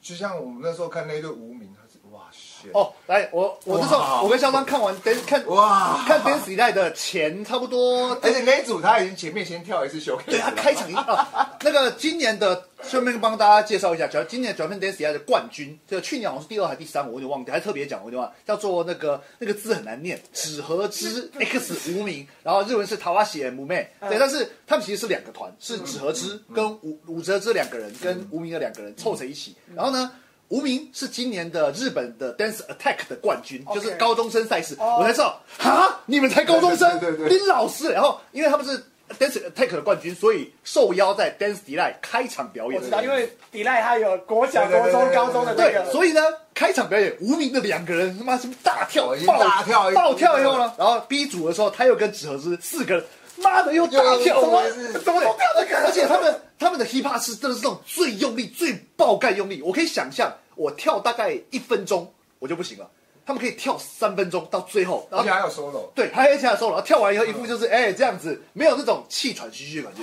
Speaker 3: 就像我们那时候看那对无名，他是哇，现。
Speaker 1: 哦，来，我我那时
Speaker 3: 哇
Speaker 1: 候我跟肖张看完 d a n 看
Speaker 3: 哇！
Speaker 1: 看 d a n 时代的前差不多，
Speaker 3: 而且那一组他已经前面先跳一次修，
Speaker 1: 对他开场一啊，那个今年的顺便帮大家介绍一下，主要今年 Japan Dance 的冠军，这个去年好像是第二还是第三，我有点忘记，还特别讲我有点忘，叫做那个那个字很难念，纸和之 X 无名，然后日文是桃花写母妹，
Speaker 3: 嗯
Speaker 1: 对，但是他们其实是两个团，是纸和之跟武武哲之两个人跟无名的两个人凑在一起，
Speaker 3: 嗯
Speaker 1: 然后呢。无名是今年的日本的 Dance Attack 的冠军，就是
Speaker 2: OK
Speaker 1: 高中生赛事。我才知道，哈，你们才高中生，
Speaker 3: 哦对对对对
Speaker 1: 丁老师。然后，因为他们是 Dance Attack 的冠军，所以受邀在 Dance Delight 开场表
Speaker 2: 我
Speaker 1: 演
Speaker 2: 知。道，因为迪赖他有国小、
Speaker 3: 对
Speaker 2: 国
Speaker 3: 对对
Speaker 2: 中、
Speaker 3: 对
Speaker 2: 高中的那
Speaker 1: 对
Speaker 2: 个，，
Speaker 1: 所以呢，开场表演无名的两个人他妈什么大跳
Speaker 3: 哦已，经
Speaker 1: 爆
Speaker 3: 大跳一
Speaker 1: 爆跳以后呢，然后 B 组的时候他又跟纸盒子四个人，妈的又大跳，
Speaker 3: 又
Speaker 1: 怎么
Speaker 3: 是
Speaker 1: 怎么跳那个？而且他们他们的 hip hop 是真的是那种最用力、最爆干用力，我可以想象，我跳大概一分钟我就不行了，他们可以跳三分钟到最后，然
Speaker 3: 而
Speaker 1: 后
Speaker 3: 且还有 solo。
Speaker 1: 对，拍黑起来的时候，然后跳完以后一副
Speaker 3: 嗯
Speaker 1: 就是哎、这样子，没有那种气喘吁吁的感觉。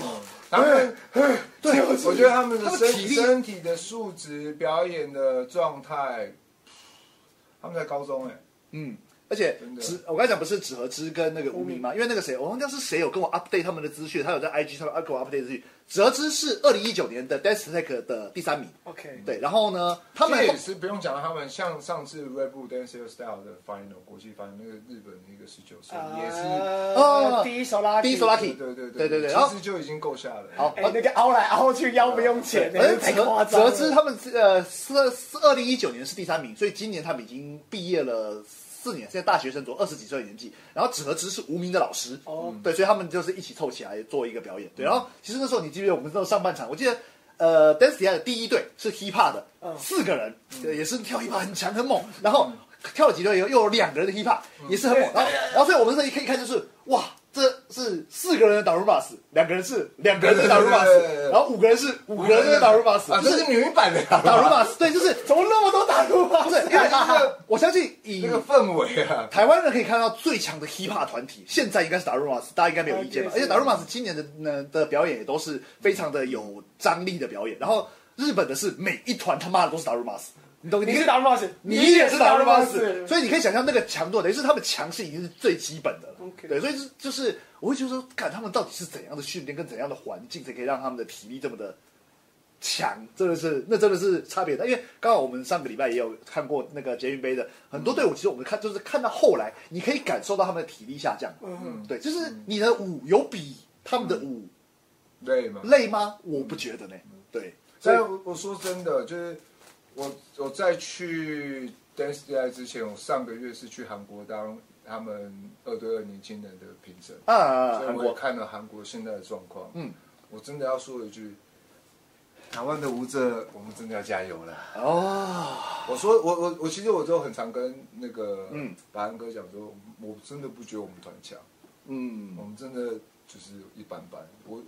Speaker 3: 然后
Speaker 1: 对，
Speaker 3: 我觉得他们的
Speaker 1: 他们
Speaker 3: 身
Speaker 1: 体力
Speaker 3: 身体的素质、表演的状态，他们在高中哎、
Speaker 1: 嗯，而且
Speaker 3: 真的嗯
Speaker 1: 只我刚才讲不是纸和之跟那个无名吗？因为那个谁，我忘记是谁有跟我 update 他们的资讯，他有在 IG 上面给我 update 资讯。纸和之是二零一九年的 Dance Tech 的第三名，
Speaker 2: OK，
Speaker 1: 对，然后呢，他们
Speaker 3: 这也是不用讲了，他们像上次 Red Bull Dance Style 的 Final 国际 Final 那个日本那个十九岁也是，
Speaker 1: 哦
Speaker 2: 呃，第一首拉，
Speaker 1: 第一首拉哦
Speaker 3: 对
Speaker 1: Lucky
Speaker 3: 对对
Speaker 1: 对对对然后
Speaker 3: 其实就已经够下了。欸
Speaker 1: 好
Speaker 2: 哎，那个凹来凹去腰不用钱，
Speaker 1: 而
Speaker 2: 那
Speaker 1: 且
Speaker 2: 个太夸
Speaker 1: 折
Speaker 2: 张了。
Speaker 1: 折枝他们是呃是是二零一九年是第三名，所以今年他们已经毕业了四年，现在大学生左右二十几岁的年纪。然后纸和之是无名的老师，
Speaker 2: 哦，嗯
Speaker 1: 对，所以他们就是一起凑起来做一个表演。对，然后其实那时候你记不记得我们那时候上半场，我记得。呃，Dance Delight 的第一队是 Hip Hop 的，
Speaker 2: 嗯
Speaker 1: 四个人、对也是跳 Hip Hop 很强很猛，然后跳了几队以后又有两个人的 Hip Hop、也
Speaker 2: 嗯
Speaker 1: 是很猛，
Speaker 2: 哎
Speaker 1: 然后然后所以我们这一看一看就是哇，这是四个人的 Darumas，两个人是两个人的
Speaker 3: 对对对对
Speaker 1: Darumas，
Speaker 3: 对
Speaker 1: 然后五个人是五个人的 Darumas，
Speaker 3: 啊，
Speaker 1: 就
Speaker 3: 这
Speaker 1: 是
Speaker 3: 是女版的呀，
Speaker 1: <laughs> 打鲁马斯，对，就是
Speaker 2: 怎么那么多大陆啊？
Speaker 1: 不是？因为就是 <laughs> 我相信以
Speaker 3: 那个氛围啊，
Speaker 1: 台湾人可以看到最强的 hiphop 团体，现在应该是打鲁马斯，大家应该没有意见吧？
Speaker 2: 啊
Speaker 1: 而
Speaker 2: 对
Speaker 1: 且打鲁马斯今年的呢的表演也都是非常的有张力的表演，然后日本的是每一团他妈的都是打鲁马斯，你懂？
Speaker 2: 你
Speaker 1: 可以
Speaker 2: 是打帽子，
Speaker 1: 你也是打 r
Speaker 2: 帽
Speaker 1: o
Speaker 2: 子，
Speaker 1: s 所以你可以想象那个强度，等于是他们强是已经是最基本的了。
Speaker 2: OK
Speaker 1: 对，所以是就是我会觉得说，看他们到底是怎样的训练跟怎样的环境，才可以让他们的体力这么的强，真的是那真的是差别大。因为刚好我们上个礼拜也有看过那个捷运杯的很
Speaker 3: 嗯
Speaker 1: 多队伍，其实我们看就是看到后来，你可以感受到他们的体力下降。
Speaker 2: 嗯，
Speaker 1: 对，就是你的舞有比他们的舞
Speaker 3: 累吗？
Speaker 1: 累吗？我不觉得呢。对，
Speaker 3: 所
Speaker 1: 所
Speaker 3: 以
Speaker 1: 以
Speaker 3: 我我说真的，就是我我在去 Dance Day 之前，我上个月是去韩国当他们二对二年轻人的评审，
Speaker 1: 啊，
Speaker 3: 所
Speaker 1: 韩
Speaker 3: 以我也
Speaker 1: 国
Speaker 3: 看了韩国现在的状况。
Speaker 1: 嗯，
Speaker 3: 我真的要说一句，台湾的舞者，我们真的要加油了。
Speaker 1: 哦，
Speaker 3: 我说我我我其实我都很常跟那个
Speaker 1: 嗯
Speaker 3: 白安哥讲说，我真的不觉得我们团强，
Speaker 1: 嗯
Speaker 3: 我们真的就是一般般。我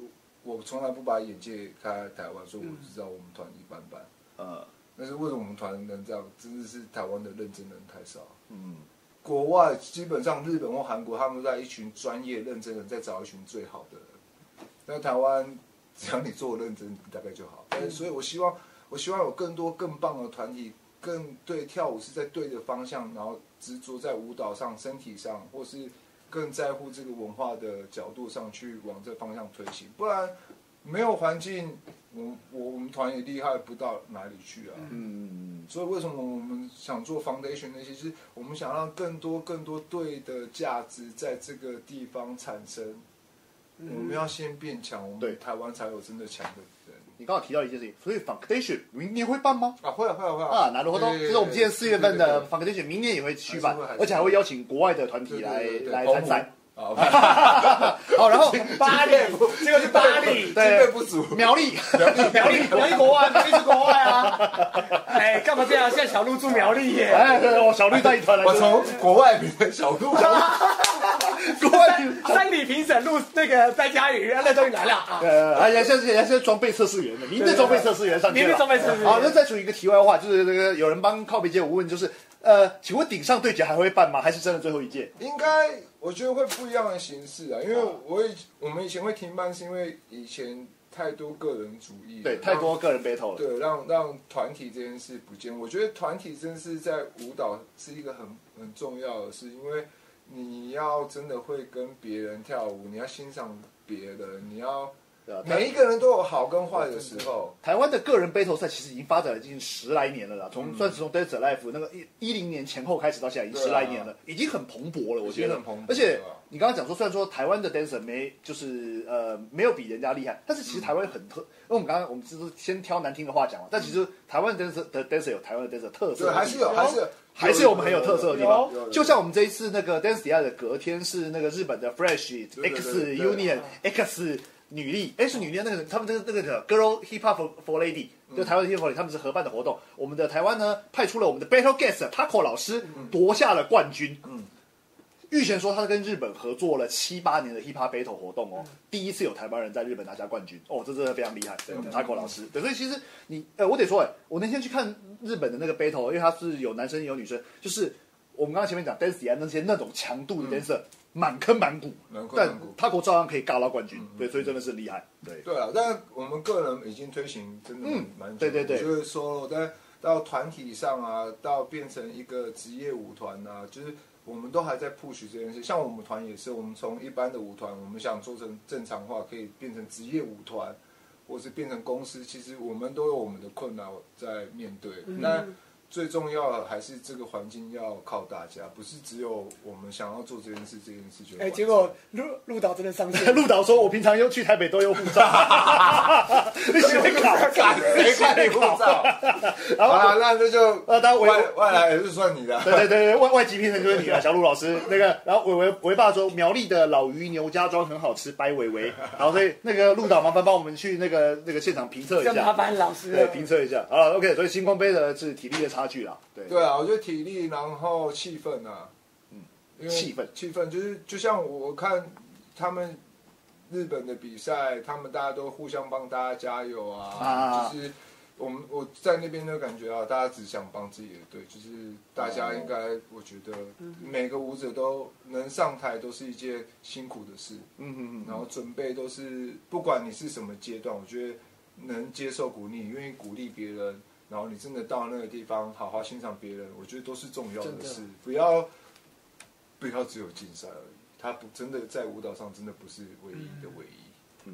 Speaker 3: 我我从来不把眼界开在台湾，所以我知道我们团一般般。
Speaker 1: 呃
Speaker 3: 但是为什么我们团能这样？真的是台湾的认真人太少。
Speaker 1: 嗯。
Speaker 3: 国外基本上日本或韩国，他们都在一群专业认真人在找一群最好的人。那台湾只要你做认真，大概就好。但是所以我希望，我希望有更多更棒的团体，更对跳舞是在对的方向，然后执着在舞蹈上、身体上，或是更在乎这个文化的角度上去往这方向推行。不然没有环境，我我我们团也厉害不到哪里去啊。
Speaker 1: 嗯
Speaker 3: 所以为什么我们想做 foundation 那些，就是我们想让更多更多对的价值在这个地方产生。我们要先变强，我
Speaker 1: 嗯对
Speaker 3: 们台湾才有真的强的人。，
Speaker 1: 你刚好提到一件事情，所以 Foundation 明年会办吗？
Speaker 3: 啊，会啊会啊会
Speaker 1: 啊，拿了活动，就是我们今年四月份的 Foundation 明年也会去办
Speaker 3: 还是会还，是会
Speaker 1: 而且还会邀请国外的团体来来参赛。。
Speaker 3: 啊，<laughs>
Speaker 1: 好，然后 <laughs>
Speaker 2: 巴黎，这个是巴黎，
Speaker 3: 经费不足，
Speaker 1: 苗栗，
Speaker 2: 苗栗，苗栗国外，苗栗是国外啊。哎，干嘛这样？现在小鹿住苗栗耶，
Speaker 1: 哎， <laughs> 对我小绿带一团来，
Speaker 3: 我从国外评的小鹿，
Speaker 1: <laughs> 国外去。
Speaker 2: <laughs> 三里评审录那个在家里，那终于来
Speaker 1: <laughs>
Speaker 2: 了啊！
Speaker 1: 呃，而且现在现在是装备测试员的，您的装备测试员上去
Speaker 2: 明
Speaker 1: 了。
Speaker 2: 天上半身是
Speaker 1: 好，那再出一个题外话，就是那个有人帮靠北街舞问，就是呃，请问顶上对决还会办吗？还是真的最后一届？
Speaker 3: 应该我觉得会不一样的形式啊，因为我以我们以前会停办，是因为以前太多个人主义了，
Speaker 1: 对，太多个人 battle 了。
Speaker 3: 对，让让团体这件事不见。我觉得团体真是在舞蹈是一个很很重要的事，因为你要真的会跟别人跳舞，你要欣赏别人，你要
Speaker 1: 对啊
Speaker 3: 每一个人都有好跟坏的时候。
Speaker 1: 台湾的个人 battle 赛其实已经发展了近十来年了啦，
Speaker 3: 嗯
Speaker 1: 从算是从 Desert Life 那个一一零年前后开始到现在，已经十来年了，已经很蓬勃了。我觉
Speaker 3: 啊已
Speaker 1: 得
Speaker 3: 经很蓬勃了
Speaker 1: 而且你刚刚讲说，虽然说台湾的 dancer 没就是呃没有比人家厉害，但是其实台湾很特，因为我们刚刚我们就是先挑难听的话讲嘛，但其实台湾的 dancer 的 dancer 有台湾的 dancer 特色
Speaker 3: 对，
Speaker 1: 的地方，
Speaker 3: 还是有，还是有
Speaker 1: 还是有我们很有特色的地方
Speaker 3: 有有有。
Speaker 1: 就像我们这一次那个 Dance 底下的隔天是那个日本的 Fresh
Speaker 3: 对对
Speaker 1: X
Speaker 3: 对对
Speaker 1: Union X 女力，哎是女力那个他们这个那个 Girl Hip Hop for- for Lady，就
Speaker 3: 嗯
Speaker 1: 台湾的 Hip Hop for Lady，他们是合办的活动。我们的台湾呢派出了我们的 Battle Guest Taco 老师
Speaker 3: 嗯
Speaker 1: 夺下了冠军。玉贤说，他跟日本合作了七八年的 hip hop battle 活动
Speaker 3: 嗯
Speaker 1: 哦，第一次有台湾人在日本拿下冠军哦，这真的非常厉害。对，我们 Taco 老师，对，所以其实你，呃，我得说，哎，我那天去看日本的那个 battle，因为它是有男生也有女生，就是我们刚刚前面讲 dance 啊那些那种强度的 dancer，满坑满谷
Speaker 3: 嗯满，坑
Speaker 1: 但
Speaker 3: 满谷嗯
Speaker 1: Taco 照样可以尬到冠军，对，所以真的是厉害，对， <laughs>
Speaker 3: 对啊，但我们个人已经推行真的蛮
Speaker 1: 嗯
Speaker 3: 蛮久
Speaker 1: 对对对，
Speaker 3: 就是说，但到团体上啊，到变成一个职业舞团啊，就是我们都还在 push 这件事。像我们团也是，我们从一般的舞团，我们想做成正常化，可以变成职业舞团，或是变成公司，其实我们都有我们的困难在面对。那、最重要的还是这个环境要靠大家，不是只有我们想要做这件事，这件事就
Speaker 2: 哎、
Speaker 3: 完成
Speaker 2: 结果鹿鹿岛真的上线
Speaker 1: <laughs> 鹿岛说，我平常又去台北都有护照， <laughs>
Speaker 3: <laughs>
Speaker 1: 你喜欢搞
Speaker 3: 干谁看你护照？好了，那这就
Speaker 1: 呃当然我
Speaker 3: 外外来也是算你的。
Speaker 1: 对对对对，外外籍评审就是你了，小陆老师。那个，然后伟伟伟爸说苗栗的老鱼牛家庄很好吃，掰伟伟。然后所以那个鹿岛麻烦帮我们去那个那个现场评测一
Speaker 2: 这麻
Speaker 1: 下，
Speaker 2: 烦老师
Speaker 1: 对，
Speaker 2: 了。
Speaker 1: 评测一下。好了，OK，所以星光杯的是体力的差距啦，对
Speaker 3: 对啊，我觉得体力，然后气氛啊，嗯，
Speaker 1: 气氛
Speaker 3: 气氛就是就像我我看他们日本的比赛，他们大家都互相帮大家加油啊，
Speaker 1: 啊
Speaker 3: 就是我们我在那边就感觉啊，大家只想帮自己的队，就是大家应该、我觉得每个舞者都能上台都是一件辛苦的事，
Speaker 1: 嗯嗯嗯，
Speaker 3: 然后准备都是，不管你是什么阶段，我觉得能接受鼓励，愿意鼓励别人，然后你真的到那个地方好好欣赏别人，我觉得都是重要
Speaker 2: 真
Speaker 3: 的
Speaker 2: 的
Speaker 3: 事。不要不要只有竞赛而已，它不真的在舞蹈上真的不是唯一的唯一。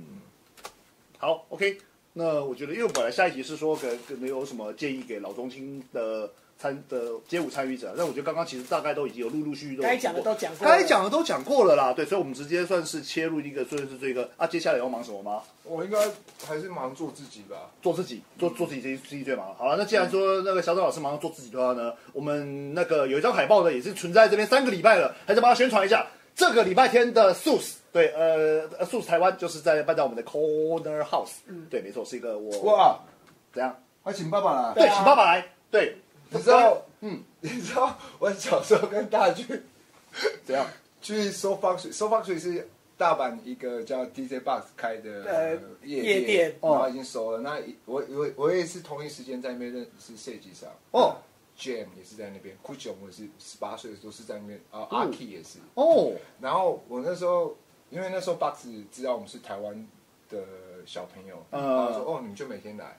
Speaker 1: 好，OK。那我觉得，因为本来下一题是说给给有什么建议给老中青的参的街舞参与者，那我觉得刚刚其实大概都已经有陆陆续续都有
Speaker 2: 该讲的
Speaker 1: 提过
Speaker 2: 都讲过了，
Speaker 1: 该讲的都讲过了啦，对，所以我们直接算是切入一个算是这个啊，接下来要忙什么吗？
Speaker 3: 我应该还是忙做自己吧。
Speaker 1: 做自己，做做自己这自己最忙。好了，那既然说那个小张老师忙着做自己的话呢，我们那个有一张海报呢，也是存在这边三个礼拜了，还是帮他宣传一下。这个礼拜天的 SUS，对，呃呃，SUS 台湾就是在办在我们的 Corner House，、对，没错，是一个我，
Speaker 3: 哇，
Speaker 1: 怎样？
Speaker 3: 还请爸爸来。
Speaker 1: 对，请爸爸来，对，
Speaker 3: 你知道，嗯，你知道我小时候跟大军
Speaker 1: 怎样？
Speaker 3: 去 So Factory。So Factory 是大阪一个叫 DJ Box 开的
Speaker 2: 呃
Speaker 3: 夜
Speaker 2: 夜店
Speaker 3: 然
Speaker 1: 哦
Speaker 3: 后已经熟了。那我我我也是同一时间在那边认识设计上
Speaker 1: 哦。
Speaker 3: Jam 也是在那边 k u j o 我是十八岁的时候是在那边啊、
Speaker 1: 嗯
Speaker 3: a k i 也是。
Speaker 1: 哦，
Speaker 3: 然后我那时候，因为那时候 Box 知道我们是台湾的小朋友，
Speaker 1: 嗯
Speaker 3: 然后说哦，你们就每天来，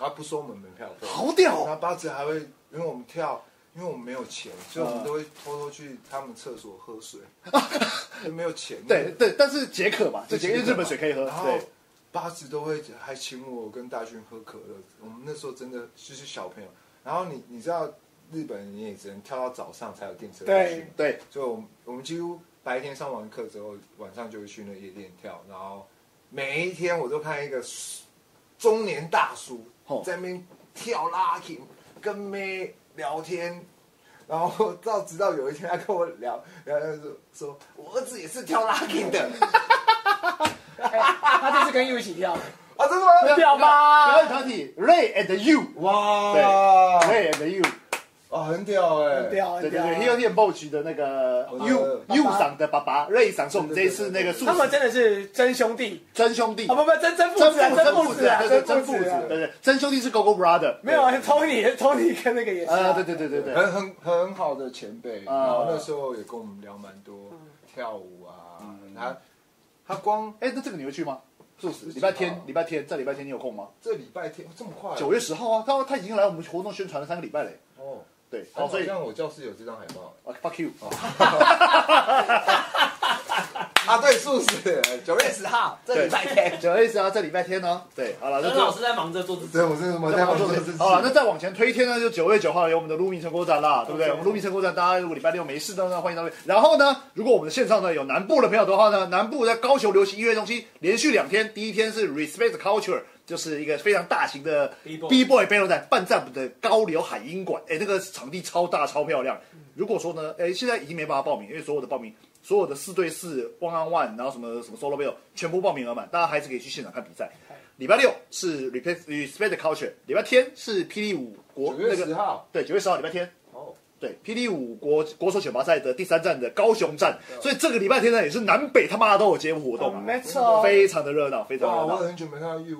Speaker 3: 他不收我们门票费。
Speaker 1: 好屌
Speaker 3: 然
Speaker 1: 哦！
Speaker 3: 后八子还会，因为我们跳，因为我们没有钱，所以
Speaker 1: 嗯
Speaker 3: 我们都会偷偷去他们厕所喝
Speaker 1: <laughs>
Speaker 3: 水，就没有钱。
Speaker 1: 对对，但是解渴嘛，这
Speaker 3: 就
Speaker 1: 解因为日本水可以喝
Speaker 3: 然，后
Speaker 1: 对，
Speaker 3: 八子都会还请我跟大军喝可乐，我们那时候真的就是小朋友。然后你你知道日本你也只能跳到早上才有电车
Speaker 2: 对
Speaker 3: 去嘛
Speaker 1: 对，
Speaker 3: 所以我们我们几乎白天上完课之后，晚上就会去那夜店跳，然后每一天我都看一个中年大叔
Speaker 1: 哦
Speaker 3: 在那边跳拉丁，跟妹聊天。然后到直到有一天，他跟我聊，聊聊说说，我儿子也是跳拉丁
Speaker 2: <laughs>
Speaker 3: 的
Speaker 2: 哎他这次跟 U 一起跳，
Speaker 3: 啊，真的吗？
Speaker 2: 屌吧？
Speaker 1: 表演团体 Ray and You，Ray
Speaker 3: 哇，
Speaker 1: and You。
Speaker 3: 哦，很屌哎、
Speaker 2: 很
Speaker 1: <laughs>
Speaker 2: 屌，
Speaker 1: 对对
Speaker 2: 很屌。啊
Speaker 1: 对，也有点 b o 的那个
Speaker 3: 我
Speaker 1: U
Speaker 3: 的
Speaker 1: U 赏的爸爸瑞赏是我们这一次那个素
Speaker 2: 他们真的是真兄弟
Speaker 1: 真兄弟
Speaker 2: 啊！，不不，真真父
Speaker 1: 真
Speaker 2: 子啊，
Speaker 1: 父
Speaker 2: 真
Speaker 1: 真
Speaker 2: 父
Speaker 1: 父
Speaker 2: 子
Speaker 1: 子
Speaker 2: 啊，
Speaker 1: 对对
Speaker 2: 真
Speaker 1: 真
Speaker 2: 父
Speaker 1: 父
Speaker 2: 子
Speaker 1: 子
Speaker 2: 啊。，
Speaker 1: 对对，真兄弟是 Gogo Brother，
Speaker 2: 没有啊，Tony Tony 跟那个也是
Speaker 1: 啊，
Speaker 2: 啊，
Speaker 1: 对对对对对，
Speaker 3: 很很很好的前辈，
Speaker 1: 啊
Speaker 3: 然后那时候也跟
Speaker 1: 嗯
Speaker 3: 我们聊蛮多跳舞啊，他他光
Speaker 1: 哎，那这个你会去吗？素食，礼拜天，礼拜天，在礼拜天你有空吗？
Speaker 3: 这礼拜天哦这么快？
Speaker 1: 九月十号啊，他他已经来我们活动宣传了三个礼拜嘞。
Speaker 3: 哦，
Speaker 1: 对，
Speaker 3: 好
Speaker 1: 好，所以
Speaker 3: 像我教室有这张海报
Speaker 1: 啊，fuck you，嗯
Speaker 3: 啊，对，素食九月十号，
Speaker 1: 啊对，
Speaker 2: 天，
Speaker 1: 哎九月十号在礼拜天呢。啊对，好了，那
Speaker 5: 跟
Speaker 1: 就
Speaker 5: 老师在忙着做自己
Speaker 3: 对，我真的蛮
Speaker 1: 再
Speaker 3: 在
Speaker 1: 往
Speaker 3: 忙
Speaker 1: 后
Speaker 3: 这
Speaker 1: 推
Speaker 3: 件事情。
Speaker 1: 好了，那再往前推一天呢，就九月九号有我们的路明成果展啦，对不对？我们路明成果展，大家如果礼拜六没事的呢，欢迎到那边。然后呢，如果我们的线上呢有南部的朋友的话呢，南部在高雄流行音乐中心连续两天，第一天是 Respect Culture，就是一个非常大型的
Speaker 5: B-boy
Speaker 1: B boy battle 在半站的高流海音馆，哎，那个场地超大超漂亮。如果说呢，哎，现在已经没办法报名，因为所有的报名。所有的四对四、one on one，然后什么什么 solo battle，全部报名额满，大家还是可以去现场看比赛。礼拜六是 Respect Respect Culture，礼拜天是霹雳舞国
Speaker 3: 九
Speaker 1: 那
Speaker 3: 月
Speaker 1: 个
Speaker 3: 十号，
Speaker 1: 对九月十号礼拜天。
Speaker 3: 哦，
Speaker 1: 对，霹雳舞国国手选拔赛的第三站的高雄站，所以这个礼拜天呢也是南北他妈都有街舞活动、啊，
Speaker 2: 没错，
Speaker 1: 非常的热闹，非常
Speaker 3: 哇，
Speaker 1: 热
Speaker 3: 我
Speaker 1: 闹。
Speaker 3: 很久没看到 you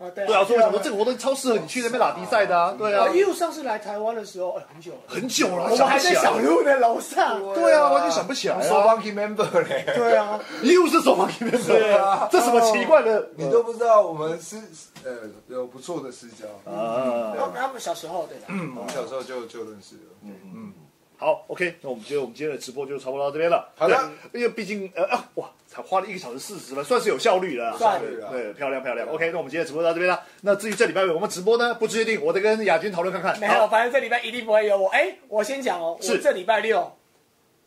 Speaker 3: 哎，
Speaker 2: 啊对
Speaker 1: 对啊，所以我想说这
Speaker 2: 个
Speaker 1: 个活动超适合你去那边打比赛的啊，对啊
Speaker 2: 啊，，因为我上次来台湾的时候，哎，很久了，
Speaker 1: 很久了，
Speaker 2: 我们还
Speaker 1: 想不起
Speaker 2: 在
Speaker 1: 来
Speaker 2: 小路的楼上，
Speaker 1: 对啊，完全想不起来
Speaker 3: 我说哎
Speaker 1: 啊，
Speaker 3: Monkey Member 嘞，
Speaker 2: 对啊，
Speaker 1: 又是手忙脚乱
Speaker 3: 对
Speaker 1: 的，
Speaker 3: 啊，
Speaker 1: 这什么奇怪的？
Speaker 3: 你都不知道我们是呃有不错的私交，
Speaker 1: 啊
Speaker 2: 然后他们小时候对的，
Speaker 3: 嗯，我们小时候就就认识了，嗯，
Speaker 1: 好，OK，那我们觉得我们今天的直播就差不多到这边了。
Speaker 3: 好的
Speaker 1: 对，因为毕竟呃啊哇，才花了一个小时四十分，算是有效率了啊。
Speaker 2: 算
Speaker 3: 对啊
Speaker 1: 对，漂亮漂亮。OK，那我们今天的直播就到这边了。那至于这礼拜我们直播呢，不确定，我再跟亚军讨论看看。
Speaker 2: 没有，反正这礼拜一定不会有我。哎，我先讲哦，
Speaker 1: 是
Speaker 2: 我这礼拜六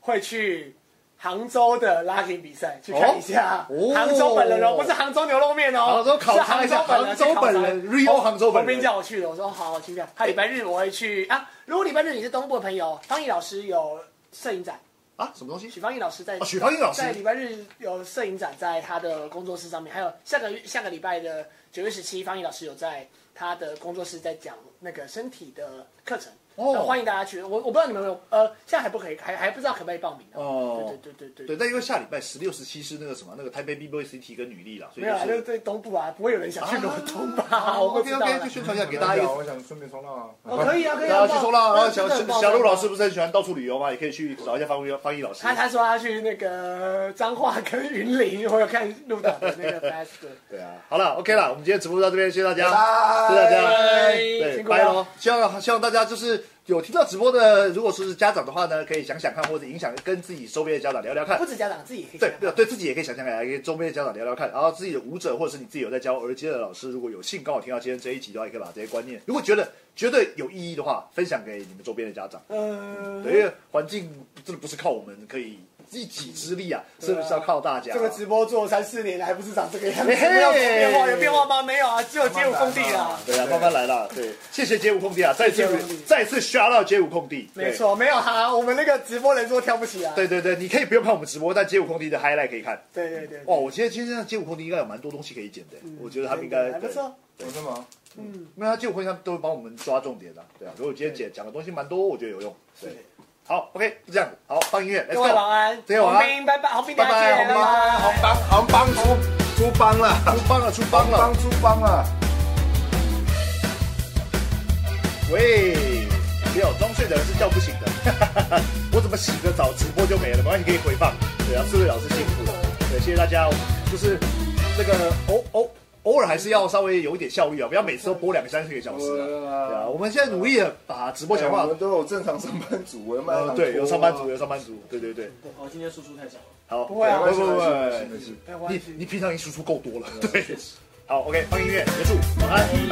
Speaker 2: 会去杭州的拉丁比赛去看一下
Speaker 1: 哦
Speaker 2: 杭州本人哦，不是杭州牛肉面哦，
Speaker 1: 杭州考
Speaker 2: 是
Speaker 1: 察一下
Speaker 2: 杭州
Speaker 1: 杭州本人
Speaker 2: 人去考察
Speaker 1: Rio 杭州本人
Speaker 2: 洪斌叫我去的，我说好，我去看。他礼拜日我会去啊，如果礼拜日你是东部的朋友，方毅老师有摄影展，
Speaker 1: 啊，什么东西？
Speaker 2: 许方毅老师在
Speaker 1: 啊，许芳英老师
Speaker 2: 在礼拜日有摄影展在他的工作室上面，还有下个月下个礼拜的九月十七，方毅老师有在他的工作室在讲那个身体的课程，
Speaker 1: 哦
Speaker 2: 那欢迎大家去。我我不知道你们有没有，呃，现在还不可以，还还不知道可不可以报名啊
Speaker 1: 哦
Speaker 2: 对对对
Speaker 1: 对，
Speaker 2: 对对，
Speaker 1: 但因为下礼拜十六、十七是那个什么，那个台北 B Boy City 跟女力啦，所以
Speaker 2: 没有啊，
Speaker 1: 就
Speaker 2: 就是对东部啊，不会有人想去罗东吧？我不
Speaker 1: OK
Speaker 2: 知道啊。
Speaker 1: OK，就宣传一下，给大家一个。
Speaker 3: 我想顺便冲浪啊，
Speaker 2: 哦，可以啊，可以
Speaker 1: 大
Speaker 2: 啊，
Speaker 1: 家去冲浪，然后小
Speaker 2: 那真的
Speaker 1: 小
Speaker 2: 很棒
Speaker 1: 小陆老师不是很喜欢到处旅游嘛，也可以去找一下方方毅老师。
Speaker 2: 他他说他去那个彰化跟云林，我有看鹿岛的那个 fast，
Speaker 1: 对啊，好了，OK 了，我们今天直播到这边，谢谢大家，
Speaker 3: 拜
Speaker 1: 谢谢大家，对，
Speaker 2: 辛苦
Speaker 1: 拜
Speaker 2: 了
Speaker 1: 喽。希望希望大家就是有听到直播的，如果说是家长的话呢，可以想想看，或者影响跟自己周边的家长聊聊看
Speaker 2: 不。止家长自己也可以啊
Speaker 1: 对
Speaker 2: 参加。
Speaker 1: 对，对自己也可以想想看，也可以周边的家长聊聊看，然后自己的舞者或者是你自己有在教儿接的老师，如果有幸刚好听到今天这一集的话，也可以把这些观念，如果觉得觉得有意义的话，分享给你们周边的家长。
Speaker 2: 嗯，
Speaker 1: 对，因为环境真的不是靠我们可以一己之力啊，是不是要靠大家啊？
Speaker 2: 这个直播做三四年了，还不是长这个样子？
Speaker 1: 嘿嘿
Speaker 2: 没有变化，有变化吗？没有啊，只有街舞空地啊。
Speaker 1: 对啊，慢慢来啦。对，谢谢街舞空地啊，再次
Speaker 2: 谢谢街舞空地
Speaker 1: 再次刷到街舞空地。对
Speaker 2: 没。错，没有哈，我们那个直播人数跳不起啊。
Speaker 1: 对对对，你可以不用看我们直播，但街舞空地的 highlight 可以看。
Speaker 2: 对对对，
Speaker 1: 哇，我觉得今天的街舞空地应该有蛮多东西可以剪的，我觉得他们应该
Speaker 2: 嗯还不
Speaker 1: 对
Speaker 2: 错。
Speaker 3: 有什么？
Speaker 1: 没有，他街舞空地他们都会帮我们抓重点的、对啊，如果今天姐讲的东西蛮多，我觉得有用。对，好，OK，就这样，好，放音乐，Let's
Speaker 2: 各位晚
Speaker 1: go，
Speaker 2: 安，
Speaker 1: 对晚安
Speaker 2: 红兵拜拜，红兵
Speaker 1: 拜
Speaker 2: 再
Speaker 1: 拜
Speaker 2: 见，
Speaker 1: 红兵
Speaker 3: 红帮红帮出出帮了，
Speaker 1: 出帮了，出帮
Speaker 3: 红
Speaker 1: 了
Speaker 3: 帮，出帮了。
Speaker 1: 喂，没有装睡的人是叫不醒的， <laughs> 我怎么洗个澡直播就没了？没关系，可以回放。对啊，四位老师辛苦了，对，谢谢大家。就是这个偶偶偶尔还是要稍微有一点效率啊，不要每次都播两个三四个小时啊。对啊，我们现在努力的把直播强
Speaker 3: 哎我
Speaker 1: 化。
Speaker 3: 们都有正常上班族，我们
Speaker 1: 呃，对，有上班族，有上班族，对对对，
Speaker 5: 哦，今天输出太小了。
Speaker 1: 好，
Speaker 2: 不会啊
Speaker 1: 不不
Speaker 3: 没事没事没
Speaker 1: 不
Speaker 3: 事，
Speaker 2: 没关
Speaker 1: 你
Speaker 2: 系
Speaker 1: 你平常已经输出够多了，对，好，OK，放音乐结束，晚安。